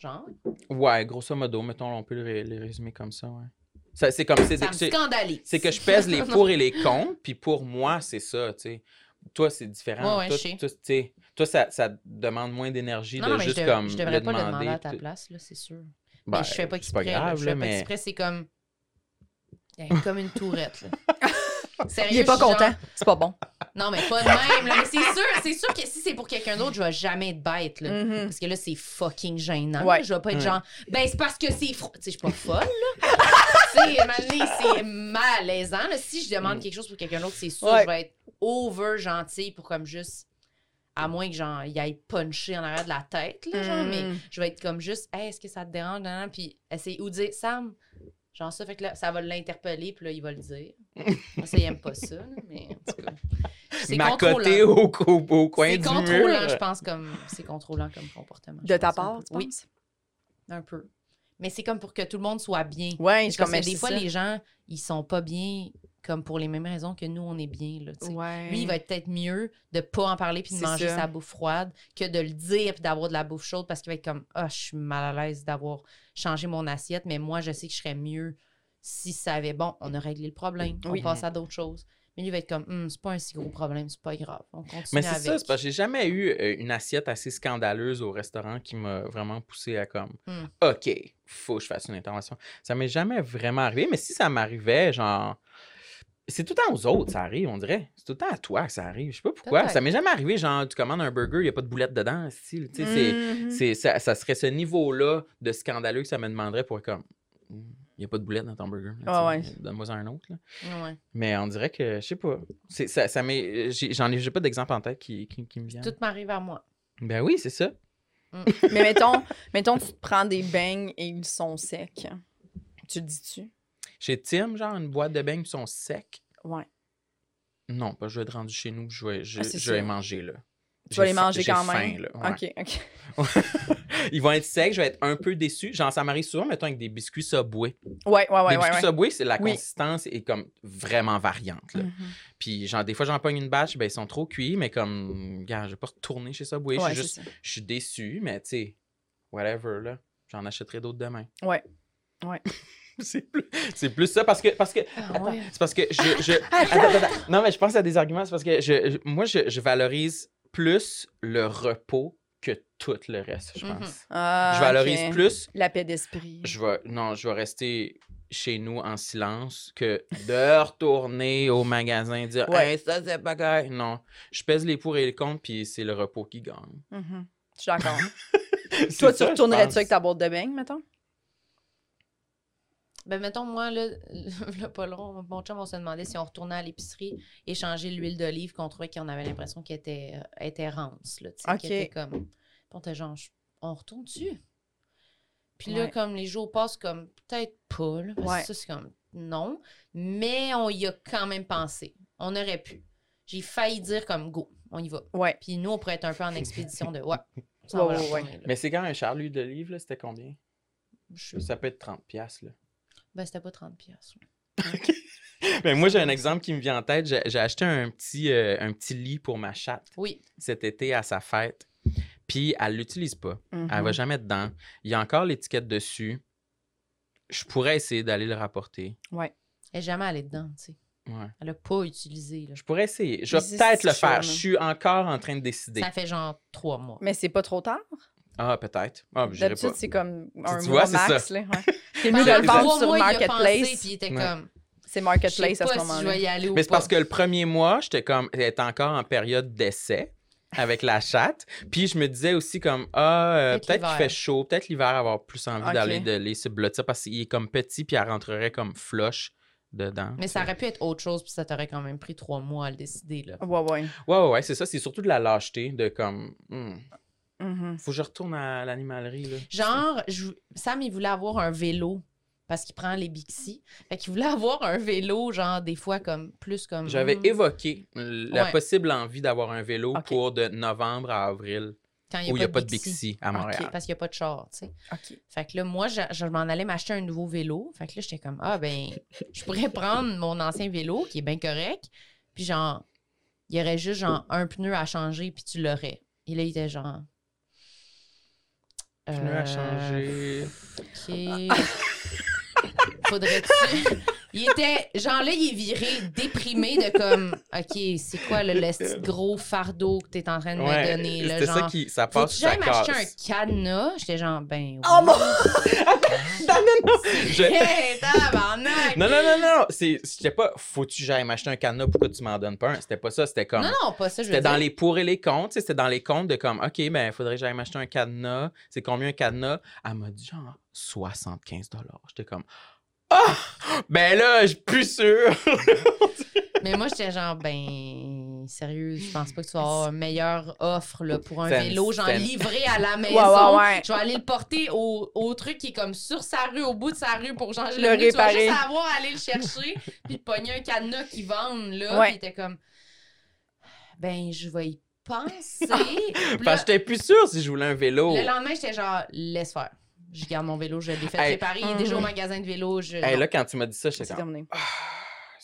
Speaker 3: Genre,
Speaker 2: Ouais, grosso modo, mettons, on peut le, ré- le résumer comme ça, ouais. Ça, c'est comme... c'est-
Speaker 3: ça me
Speaker 2: c'est-
Speaker 3: scandalise.
Speaker 2: C'est que je pèse
Speaker 3: [LAUGHS]
Speaker 2: les
Speaker 3: Non.
Speaker 2: pour et les contre, puis pour moi, c'est ça, tu sais. Toi, c'est différent.
Speaker 3: Ouais, ouais,
Speaker 2: toi,
Speaker 3: je sais.
Speaker 2: toi, tu sais, toi, ça, ça demande moins d'énergie
Speaker 3: Non,
Speaker 2: de
Speaker 3: non, mais je,
Speaker 2: juste
Speaker 3: dev-
Speaker 2: comme
Speaker 3: je devrais
Speaker 2: le
Speaker 3: pas le
Speaker 2: demander.
Speaker 3: demander à ta
Speaker 2: puis-
Speaker 3: place, là, c'est sûr.
Speaker 2: Ben,
Speaker 3: mais je fais pas
Speaker 2: c'est
Speaker 3: exprès. là.
Speaker 2: grave,
Speaker 3: je
Speaker 2: là,
Speaker 3: fais pas
Speaker 2: mais...
Speaker 3: exprès, c'est comme. Hey, Comme une tourette, là.
Speaker 1: [LAUGHS]
Speaker 3: Sérieux,
Speaker 1: Il est pas
Speaker 3: je suis genre-
Speaker 1: content. C'est pas bon.
Speaker 3: Non, mais pas de même, là. Mais c'est sûr, c'est sûr que si c'est pour quelqu'un d'autre, je vais jamais être bête, là.
Speaker 1: Mhm.
Speaker 3: Parce que là, c'est fucking gênant.
Speaker 1: Ouais.
Speaker 3: Je vais pas être
Speaker 2: Ouais.
Speaker 3: genre, ben, c'est parce que c'est froid. Tu sais, je suis pas folle, là. [LAUGHS] tu sais, à un moment donné, c'est malaisant, là. Si je demande
Speaker 2: Mm.
Speaker 3: quelque chose pour quelqu'un d'autre, c'est sûr,
Speaker 1: Ouais.
Speaker 3: je vais être over gentille pour comme juste. À moins que, genre, il aille puncher en arrière de la tête, là, genre, mais
Speaker 1: Mm.
Speaker 3: je vais être comme juste, hey, est-ce que ça te dérange? Non, non, Puis essayer ou dire, Sam, genre ça, fait que là, ça va l'interpeller, puis là, il va
Speaker 1: [LAUGHS]
Speaker 3: le dire. Moi, ça, il aime pas ça, là, mais en tout cas. C'est
Speaker 2: M'accoter
Speaker 3: contrôlant.
Speaker 2: au, cou- au coin
Speaker 3: C'est
Speaker 2: du
Speaker 3: contrôlant,
Speaker 2: mur.
Speaker 3: je pense, comme. C'est contrôlant comme comportement. je
Speaker 1: De ta
Speaker 3: pense, un
Speaker 1: part,
Speaker 3: peu.
Speaker 1: tu
Speaker 3: Oui,
Speaker 1: penses?
Speaker 3: un peu. Mais c'est comme pour que tout le monde soit bien.
Speaker 1: Ouais, je suis
Speaker 3: Parce que
Speaker 1: comme, mais
Speaker 3: des
Speaker 1: c'est
Speaker 3: fois,
Speaker 1: ça.
Speaker 3: les gens, ils sont pas bien, comme pour les mêmes raisons que nous, on est bien, là, tu sais.
Speaker 1: Ouais.
Speaker 3: Lui, il va être peut-être mieux de pas en parler puis de
Speaker 1: C'est
Speaker 3: manger
Speaker 1: ça.
Speaker 3: sa bouffe froide que de le dire puis d'avoir de la bouffe chaude parce qu'il va être comme Ah, je suis mal à l'aise d'avoir changé mon assiette, mais moi, je sais que je serais mieux si ça avait. Bon, on a réglé le problème,
Speaker 1: Oui.
Speaker 3: on passe à d'autres choses. Mais lui, il va être comme Hum, c'est pas un si gros problème, c'est pas grave, on continue
Speaker 2: Mais c'est
Speaker 3: avec.
Speaker 2: ça, c'est parce que j'ai jamais eu euh, une assiette assez scandaleuse au restaurant qui m'a vraiment poussé à comme
Speaker 3: Hmm.
Speaker 2: OK, faut que je fasse une intervention. Ça m'est jamais vraiment arrivé, mais si ça m'arrivait, genre c'est tout le temps aux autres, ça arrive, on dirait. C'est tout le temps à toi que ça arrive. Je sais pas pourquoi.
Speaker 3: Peut-être.
Speaker 2: Ça m'est jamais arrivé, genre, tu commandes un burger, il n'y a pas de boulettes dedans. si, tu sais, c'est-
Speaker 3: Hmm.
Speaker 1: Mhm.
Speaker 2: c'est- ça, ça serait ce niveau-là de scandaleux que ça me demanderait pour être comme. hmm, Il n'y a pas de boulettes dans ton burger. là,
Speaker 1: Ouais,
Speaker 2: tu sais, Donne-moi un autre. là.
Speaker 3: Ouais.
Speaker 2: Mais on dirait que, je sais pas. C'est- Ça, ça m'est- euh, j'ai- J'en ai, j'ai pas d'exemple en tête qui, qui, qui me vient.
Speaker 3: Tout m'arrive à moi.
Speaker 2: Ben oui, c'est ça.
Speaker 1: Mais
Speaker 3: [LAUGHS]
Speaker 1: mettons, mettons, tu te prends des beignes et ils sont secs. Tu le dis-tu?
Speaker 2: Chez Tim, genre, une boîte de beignes qui sont secs.
Speaker 1: Ouais.
Speaker 2: Non, pas je vais être rendu chez nous, je vais, je,
Speaker 1: Ah, c'est
Speaker 2: je vais
Speaker 1: ça.
Speaker 2: manger, là.
Speaker 1: Tu vas
Speaker 2: J'ai
Speaker 1: les
Speaker 2: faim-
Speaker 1: manger
Speaker 2: j'ai
Speaker 1: quand
Speaker 2: faim,
Speaker 1: même.
Speaker 2: là, ouais.
Speaker 1: OK, OK.
Speaker 2: Ils vont être secs, je vais être un peu déçu. Genre, ça m'arrive souvent, mettons, avec des biscuits Subway.
Speaker 1: Ouais, ouais, ouais,
Speaker 2: des
Speaker 1: ouais.
Speaker 2: biscuits
Speaker 1: ouais.
Speaker 2: Subway, c'est la
Speaker 1: Oui. Mm-hmm.
Speaker 2: consistance est comme vraiment variante. là. Puis, genre, des fois, j'en pogne une bâche, ben, ils sont trop cuits, mais comme, gars, je vais pas retourner chez Subway. je
Speaker 1: Ouais,
Speaker 2: suis
Speaker 1: c'est
Speaker 2: juste-
Speaker 1: ça.
Speaker 2: je suis déçu, mais tu sais, whatever, là. J'en achèterai d'autres demain.
Speaker 1: Ouais. Ouais. [LAUGHS]
Speaker 2: c'est plus, [LAUGHS] c'est plus ça parce que. Parce que
Speaker 3: Ah ouais.
Speaker 2: c'est parce que
Speaker 1: [LAUGHS]
Speaker 2: je. je- attends, attends, attends. Non, mais je pense à des arguments. C'est parce que je, je- moi, je, je valorise plus le repos que tout le reste, je
Speaker 3: Mhm.
Speaker 2: pense.
Speaker 1: Ah,
Speaker 2: Je valorise
Speaker 1: ok.
Speaker 2: plus
Speaker 1: La paix d'esprit.
Speaker 2: je vais, non, je vais rester chez nous en silence que de retourner au magasin et dire
Speaker 1: Ouais.
Speaker 2: Hey, ça, c'est pas correct. Non, je pèse les pour et les contre, puis c'est le repos qui gagne.
Speaker 1: Mhm. Je suis d'accord.
Speaker 2: [LAUGHS] C'est
Speaker 1: Toi, tu
Speaker 2: ça, je
Speaker 1: retournerais-tu
Speaker 2: pense.
Speaker 1: avec ta boîte de beigne, mettons?
Speaker 3: Ben, mettons, moi, là, [LAUGHS] là, pas long, mon chum, on se demandait si on retournait à l'épicerie échanger l'huile d'olive qu'on trouvait qu'on avait l'impression qu'elle était, euh, elle était rance, là, tu sais,
Speaker 1: Ok.
Speaker 3: qu'elle était comme... Puis on était genre, Je- on retourne dessus? Puis là,
Speaker 1: Ouais.
Speaker 3: comme les jours passent, comme, peut-être pas, là, parce
Speaker 1: Ouais.
Speaker 3: que ça, c'est comme, non. Mais on y a quand même pensé. On aurait pu. J'ai failli dire comme, go, on y va.
Speaker 1: Ouais.
Speaker 3: Puis nous, on pourrait être un peu en expédition de, ouais,
Speaker 1: [LAUGHS]
Speaker 3: on s'en
Speaker 1: Ouais,
Speaker 3: va la
Speaker 1: ouais, ouais.
Speaker 3: retourner, là.
Speaker 2: Mais c'est quand un charlu de livre, là, c'était combien
Speaker 3: Je-
Speaker 2: Ça peut être 30$. piastres, Là.
Speaker 3: Ben, c'était pas 30 piastres.
Speaker 2: [LAUGHS] Mais moi, j'ai un exemple qui me vient en tête. J'ai, j'ai acheté un petit, euh, un petit lit pour ma chatte
Speaker 3: Oui.
Speaker 2: cet été à sa fête, puis elle l'utilise pas. Elle va
Speaker 1: Mhm.
Speaker 2: jamais dedans. Il y a encore l'étiquette dessus. Je pourrais essayer d'aller le rapporter.
Speaker 3: Elle est jamais allée dedans, tu sais.
Speaker 2: Ouais.
Speaker 3: Elle a pas utilisé, là.
Speaker 2: Je pourrais essayer. Je vais
Speaker 1: Mais c'est
Speaker 2: peut-être le
Speaker 1: chaud, là.
Speaker 2: faire. Je suis encore en train de décider.
Speaker 3: Ça fait genre trois mois.
Speaker 1: Mais c'est pas trop tard.
Speaker 2: Ah, peut-être. Ah, mais j'irai
Speaker 1: D'habitude,
Speaker 2: pas.
Speaker 1: c'est comme un
Speaker 2: Tu
Speaker 1: mois
Speaker 2: vois, c'est
Speaker 1: max.
Speaker 2: ça.
Speaker 1: là, ouais.
Speaker 2: [LAUGHS]
Speaker 1: C'est mieux
Speaker 3: Pendant
Speaker 1: de le
Speaker 3: trois
Speaker 1: vendre sur
Speaker 3: mois, il y a pensé,
Speaker 1: Marketplace.
Speaker 3: Puis il était
Speaker 2: Ouais.
Speaker 3: comme,
Speaker 1: C'est
Speaker 3: je sais
Speaker 1: Marketplace à
Speaker 3: pas
Speaker 1: ce
Speaker 3: si je
Speaker 1: moment-là.
Speaker 3: vais y aller ou
Speaker 2: Mais c'est
Speaker 3: pas.
Speaker 2: parce que le premier mois, j'étais comme, elle était encore en période d'essai avec la chatte. Puis je me disais aussi comme, ah, euh,
Speaker 3: Peut-être
Speaker 2: peut-être qu'il
Speaker 3: l'hiver.
Speaker 2: fait chaud, peut-être l'hiver avoir plus envie
Speaker 1: Ok.
Speaker 2: d'aller de les se blottir parce qu'il est comme petit puis elle rentrerait comme flush dedans.
Speaker 3: Mais ça aurait pu être autre chose, puis ça t'aurait quand même pris trois mois à le décider, là.
Speaker 1: Ouais, ouais.
Speaker 2: Ouais, ouais, ouais, c'est ça. C'est surtout de la lâcheté, de comme, Hmm,
Speaker 1: Mhm.
Speaker 2: faut que je retourne à l'animalerie, là.
Speaker 3: Genre, je- Sam, il voulait avoir un vélo parce qu'il prend les Bixi. Fait qu'il voulait [LAUGHS] avoir un vélo, genre, des fois, comme plus comme...
Speaker 2: J'avais
Speaker 3: hmm,
Speaker 2: évoqué la
Speaker 3: Ouais.
Speaker 2: possible envie d'avoir un vélo
Speaker 1: Ok.
Speaker 2: pour de novembre à avril.
Speaker 3: quand
Speaker 2: où il n'y a pas de
Speaker 3: Bixi.
Speaker 2: Bixi à
Speaker 3: Ok,
Speaker 2: Montréal.
Speaker 3: parce qu'il n'y a pas de char, tu sais.
Speaker 1: OK.
Speaker 3: Fait que là, moi, je, je m'en allais m'acheter un nouveau vélo. Fait que là, j'étais comme, ah, ben, je pourrais prendre mon ancien vélo, qui est bien correct. Puis, genre, il y aurait juste, genre, un pneu à changer, puis tu l'aurais. Et là, il était genre.
Speaker 2: Pneu
Speaker 3: euh,
Speaker 2: à changer.
Speaker 3: OK. Faudrait-tu. [LAUGHS] Il était, genre là, il est viré, déprimé de comme, OK, c'est quoi le, le petit gros fardeau que t'es en train de me donner? Là,
Speaker 2: c'était ça
Speaker 3: genre,
Speaker 2: qui. Ça
Speaker 3: faut
Speaker 2: passe,
Speaker 3: que
Speaker 2: ça
Speaker 3: j'aille m'acheter un
Speaker 2: casse.
Speaker 3: cadenas? J'étais genre, ben.
Speaker 1: Oh
Speaker 3: oui.
Speaker 1: mon
Speaker 2: Je-
Speaker 3: Hey, tabarnak!
Speaker 2: Non, non, non, non. c'est- C'était pas faut-tu que j'aille m'acheter un cadenas, pourquoi tu m'en donnes pas un? C'était pas ça. C'était comme.
Speaker 3: Non, non, pas ça, je veux
Speaker 2: C'était
Speaker 3: dire.
Speaker 2: dans les pour et les contre. tu sais, C'était dans les comptes de comme, OK, ben, il faudrait que j'aille m'acheter un cadenas. C'est combien un cadenas? Elle m'a dit genre 75 J'étais comme, ah! Ben là, je suis plus sûr.
Speaker 3: Mais moi, j'étais genre, ben, sérieux, je pense pas que tu vas avoir une meilleure offre là, pour un
Speaker 2: C'est une-
Speaker 3: vélo, genre
Speaker 2: c'est une-
Speaker 3: livré à la maison.
Speaker 1: ouais, ouais.
Speaker 3: Je vais aller le porter au, au truc qui est comme sur sa rue, au bout de sa rue pour changer
Speaker 1: Le
Speaker 3: le, pneu. Tu vas
Speaker 1: réparer.
Speaker 3: juste avoir à aller le chercher, puis de pogner un cadenas qui vendent, là.
Speaker 1: Ouais.
Speaker 3: Puis il était comme, ben, je vais y penser.
Speaker 2: [LAUGHS]
Speaker 3: Puis là,
Speaker 2: Parce que j'étais plus sûr si je voulais un vélo.
Speaker 3: le lendemain, j'étais genre, laisse faire. Je garde mon vélo, je l'ai fait
Speaker 2: Hey. Mm.
Speaker 3: réparer. Il est déjà au magasin de vélo. Je...
Speaker 2: Hey,
Speaker 3: Non.
Speaker 2: là, quand tu m'as dit ça, j'étais
Speaker 1: C'est
Speaker 2: comme,
Speaker 1: terminé.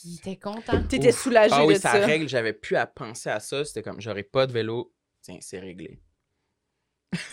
Speaker 3: Il était content.
Speaker 1: T'étais
Speaker 2: Ouf.
Speaker 1: soulagée
Speaker 2: Ah oui,
Speaker 1: de
Speaker 2: ça
Speaker 1: ça.
Speaker 2: règle, j'avais plus à penser à ça. C'était comme, j'aurais pas de vélo. Tiens, c'est réglé.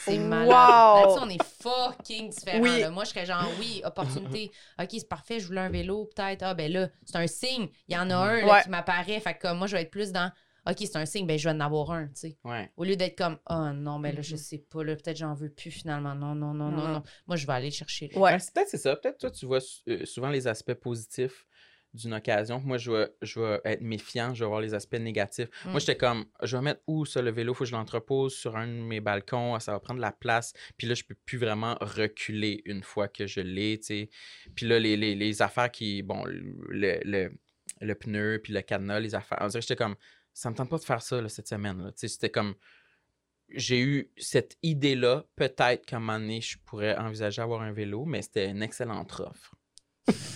Speaker 3: C'est malade.
Speaker 1: Wow!
Speaker 3: Là-dessus, on est fucking différents.
Speaker 1: Oui.
Speaker 3: là. Moi, je serais genre, oui, opportunité.
Speaker 1: [LAUGHS]
Speaker 3: OK, c'est parfait, je voulais un vélo, peut-être. Ah, ben là, c'est un signe. Il y en a un là,
Speaker 1: Mm-hmm. Ouais.
Speaker 3: qui m'apparaît. Fait que comme moi, je vais être plus dans, OK, c'est un signe, ben je vais en avoir un, tu sais.
Speaker 2: Ouais.
Speaker 3: Au lieu d'être comme, oh non, mais
Speaker 1: Mm-hmm.
Speaker 3: là, je sais pas, là, peut-être j'en veux plus finalement. Non, non, non, non,
Speaker 1: Non.
Speaker 3: non. Moi, je vais aller
Speaker 1: [LAUGHS]
Speaker 3: le chercher. là.
Speaker 1: Ouais.
Speaker 2: Ouais, Ah, c'est peut-être c'est ça. Peut-être toi, tu vois euh, souvent les aspects positifs d'une occasion. Moi, je vais, je vais être méfiant, je vais voir les aspects négatifs.
Speaker 3: Mm.
Speaker 2: Moi, j'étais comme, je vais mettre où ça, le vélo? Faut que je l'entrepose sur un de mes balcons, ça va prendre la place. Puis là, je peux plus vraiment reculer une fois que je l'ai, tu sais. Puis là, les, les- les affaires qui, bon, le, le, le pneu, puis le cadenas, les affaires. On dirait que j'étais comme, ça me tente pas de faire ça là, cette semaine. là. Tu sais, c'était comme, j'ai eu cette idée-là, peut-être qu'à un moment donné, je pourrais envisager avoir un vélo, mais c'était une excellente offre.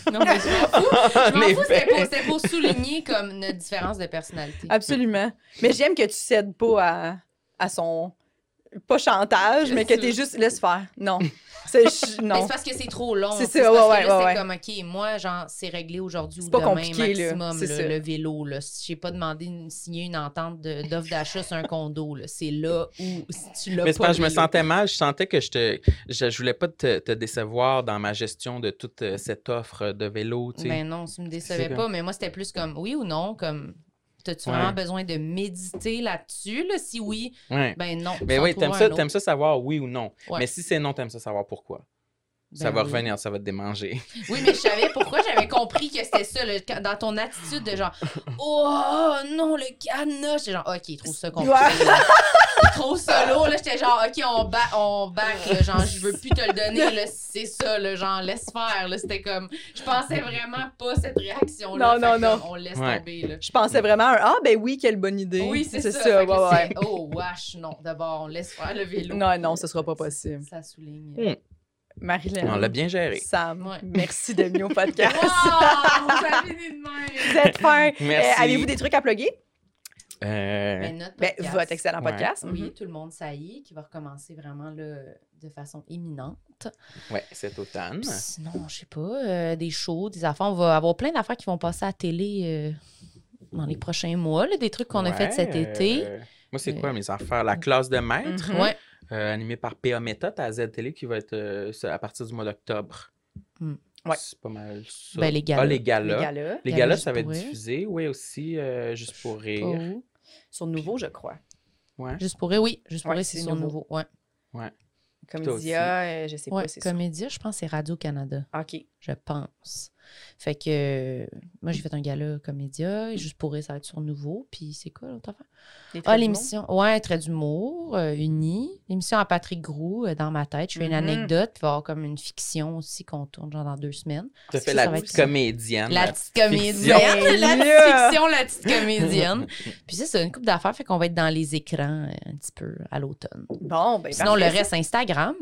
Speaker 2: ben,
Speaker 3: Non, mais je m'en fous. [LAUGHS] Je
Speaker 2: En
Speaker 3: m'en fous,
Speaker 2: effet.
Speaker 1: ben.
Speaker 3: c'était pour, c'était
Speaker 1: Ah,
Speaker 3: pour souligner comme notre différence de personnalité.
Speaker 1: Absolument. Mais j'aime que tu cèdes pas à. à son. Pas chantage, mais que t'es juste. Laisse faire.
Speaker 2: [LAUGHS]
Speaker 1: Non. C'est je-
Speaker 3: Mais
Speaker 1: non.
Speaker 3: Ben, C'est parce que c'est trop long.
Speaker 1: C'est
Speaker 3: C'est
Speaker 1: ça,
Speaker 3: parce
Speaker 1: ouais,
Speaker 3: que là,
Speaker 1: ouais,
Speaker 3: c'est comme, OK, moi, genre, c'est réglé aujourd'hui ou
Speaker 1: C'est pas
Speaker 3: demain
Speaker 1: compliqué, là.
Speaker 3: maximum,
Speaker 1: C'est
Speaker 3: là,
Speaker 1: ça.
Speaker 3: le vélo. Là. Si J'ai pas demandé de signer une entente de- d'offre d'achat sur un condo. là. C'est là où si tu l'as
Speaker 2: Mais c'est
Speaker 3: pas,
Speaker 2: parce que je me
Speaker 3: là.
Speaker 2: sentais mal. Je sentais que je te, je, je voulais pas te, te décevoir dans ma gestion de toute euh, cette offre de vélo. tu sais.
Speaker 3: Ben non, tu me décevais
Speaker 2: C'est
Speaker 3: pas, mais moi, c'était plus comme oui ou non, comme t'as-tu
Speaker 2: Ouais.
Speaker 3: vraiment besoin de méditer là-dessus? Là? Si oui,
Speaker 2: Ouais.
Speaker 3: ben non.
Speaker 2: Mais
Speaker 3: s'en
Speaker 2: oui,
Speaker 3: trouver
Speaker 2: t'aimes
Speaker 3: un
Speaker 2: ça,
Speaker 3: autre.
Speaker 2: t'aimes ça savoir oui ou non.
Speaker 3: Ouais.
Speaker 2: Mais si c'est non, t'aimes ça savoir pourquoi. ça
Speaker 3: Ben
Speaker 2: va
Speaker 3: oui.
Speaker 2: revenir, ça va te
Speaker 3: [LAUGHS]
Speaker 2: démanger.
Speaker 3: Oui, mais je savais pourquoi j'avais compris que c'était ça, là, quand- dans ton attitude de
Speaker 2: [LAUGHS]
Speaker 3: genre, oh non, le cadenas. J'étais genre, ok, il trouve ça compliqué.
Speaker 1: Ouais.
Speaker 3: là. Il trouve ça lourd. Là, j'étais genre, ok, on bat, on back, là, genre, je veux plus te le donner, là, c'est ça, là, genre, laisse faire. là. C'était comme, je pensais vraiment pas cette réaction-là.
Speaker 1: Non,
Speaker 3: Fait
Speaker 1: non,
Speaker 3: que, On laisse
Speaker 2: Ouais.
Speaker 3: tomber, là.
Speaker 1: [LAUGHS] Je pensais vraiment à un Ah, ben oui, quelle bonne idée.
Speaker 3: Oui, c'est ça. Fait
Speaker 1: ouais,
Speaker 3: que
Speaker 1: ouais.
Speaker 3: c'est- Oh, wesh, non. D'abord, on laisse faire le vélo.
Speaker 1: Non, non, ce sera pas possible.
Speaker 3: Ça souligne.
Speaker 2: Mm.
Speaker 3: Ben
Speaker 2: On l'a
Speaker 1: Marilyn.
Speaker 2: bien géré.
Speaker 1: Sam,
Speaker 3: Ouais.
Speaker 1: merci d'être venu au podcast.
Speaker 3: [LAUGHS] [LAUGHS] Wow! Vous avez des
Speaker 1: [LAUGHS]
Speaker 3: de
Speaker 1: Vous
Speaker 3: même!
Speaker 1: êtes fin.
Speaker 2: Merci.
Speaker 1: Euh, Avez-vous des trucs à plugger?
Speaker 2: Euh,
Speaker 3: Eh, Ben, notre
Speaker 1: Ben,
Speaker 3: podcast,
Speaker 1: votre excellent
Speaker 2: Ouais.
Speaker 1: podcast.
Speaker 3: Oui, tout le monde saillit, qui va recommencer vraiment là, de façon imminente.
Speaker 2: ouais, cet automne.
Speaker 3: Puis sinon, je sais pas, euh, des shows, des affaires. On va avoir plein d'affaires qui vont passer à la télé euh, dans les prochains mois, là, des trucs qu'on a fait
Speaker 2: Ouais,
Speaker 3: cet été.
Speaker 2: euh, Moi, c'est
Speaker 3: Euh,
Speaker 2: quoi mes affaires? La classe de maître,
Speaker 1: Mhm.
Speaker 3: Ouais.
Speaker 2: euh, animée par PA Méthode à ZTL qui va être euh, ça, à partir du mois d'octobre.
Speaker 3: Mm.
Speaker 1: Ouais.
Speaker 2: C'est pas mal ça.
Speaker 3: Ben, les galas.
Speaker 2: Ah, les galas.
Speaker 1: Les galas.
Speaker 2: Les
Speaker 3: Galas
Speaker 2: galas,
Speaker 3: Juste
Speaker 2: ça va être
Speaker 3: pour rire.
Speaker 2: diffusé, oui, aussi, euh, juste pour rire.
Speaker 3: Oh.
Speaker 1: Sur Nouveau, je crois.
Speaker 2: Ouais.
Speaker 3: Juste pour rire, oui. Juste pour
Speaker 1: Ouais,
Speaker 3: rire, c'est
Speaker 1: c'est
Speaker 3: sur
Speaker 1: nouveau.
Speaker 3: nouveau. Ouais.
Speaker 1: Comédia, euh, je sais
Speaker 3: Ouais, Ah,
Speaker 1: pas, c'est ça.
Speaker 3: Comédia, je pense que c'est Radio-Canada.
Speaker 1: OK.
Speaker 3: je pense. Fait que euh, moi, j'ai fait un gala comédia et juste pour rire, ça va être sur nouveau. Puis c'est quoi l'autre affaire?
Speaker 1: Les traits
Speaker 3: Ah,
Speaker 1: du
Speaker 3: l'émission. Ouais, Trait d'humour, euh, Uni. L'émission à Patrick Groux, euh, dans ma tête. Je fais une
Speaker 1: Mhm.
Speaker 3: anecdote, puis il va y avoir comme une fiction aussi qu'on tourne genre dans deux semaines.
Speaker 2: Tu fait
Speaker 3: ça,
Speaker 2: la
Speaker 3: ça va
Speaker 2: petite
Speaker 3: être ça.
Speaker 2: comédienne.
Speaker 3: La
Speaker 2: la-
Speaker 3: petite comédienne. la petite
Speaker 1: Yeah.
Speaker 3: fiction, la petite comédienne. [LAUGHS] puis ça, c'est une coupe d'affaires, fait qu'on va être dans les écrans euh, un petit peu à l'automne.
Speaker 1: monde. Bon, ben
Speaker 3: Sinon, le
Speaker 1: parfait,
Speaker 3: reste, Instagram.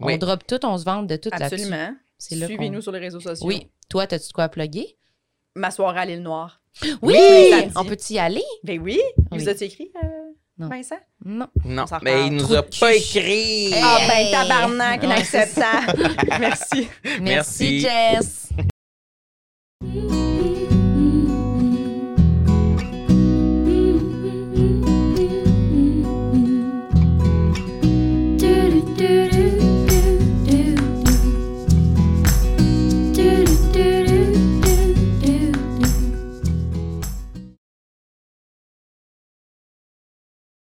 Speaker 2: Oui.
Speaker 3: On drop tout, on se vend de tout
Speaker 1: ça.
Speaker 3: là-dessus.
Speaker 1: Absolument.
Speaker 3: C'est là qu'on-
Speaker 1: Suivez-nous sur les réseaux sociaux.
Speaker 3: Oui. Toi, t'as-tu de quoi à plugger?
Speaker 1: Ma soirée à l'île Noire. Oui,
Speaker 3: Oui!
Speaker 1: samedi.
Speaker 3: on peut y aller?
Speaker 1: Ben oui.
Speaker 3: Oui.
Speaker 1: Vous as écrit, euh,
Speaker 3: Non.
Speaker 1: Vincent?
Speaker 3: Non.
Speaker 2: Non,
Speaker 1: On s'en
Speaker 2: mais il
Speaker 1: reparle.
Speaker 2: nous
Speaker 3: Trou
Speaker 2: a
Speaker 3: de
Speaker 2: pas
Speaker 3: cul.
Speaker 2: écrit.
Speaker 3: Hey.
Speaker 1: Ah ben tabarnak,
Speaker 3: Eh! Ouais, c'est
Speaker 1: inacceptable. Merci.
Speaker 3: [LAUGHS] Merci,
Speaker 2: Merci.
Speaker 3: Jess.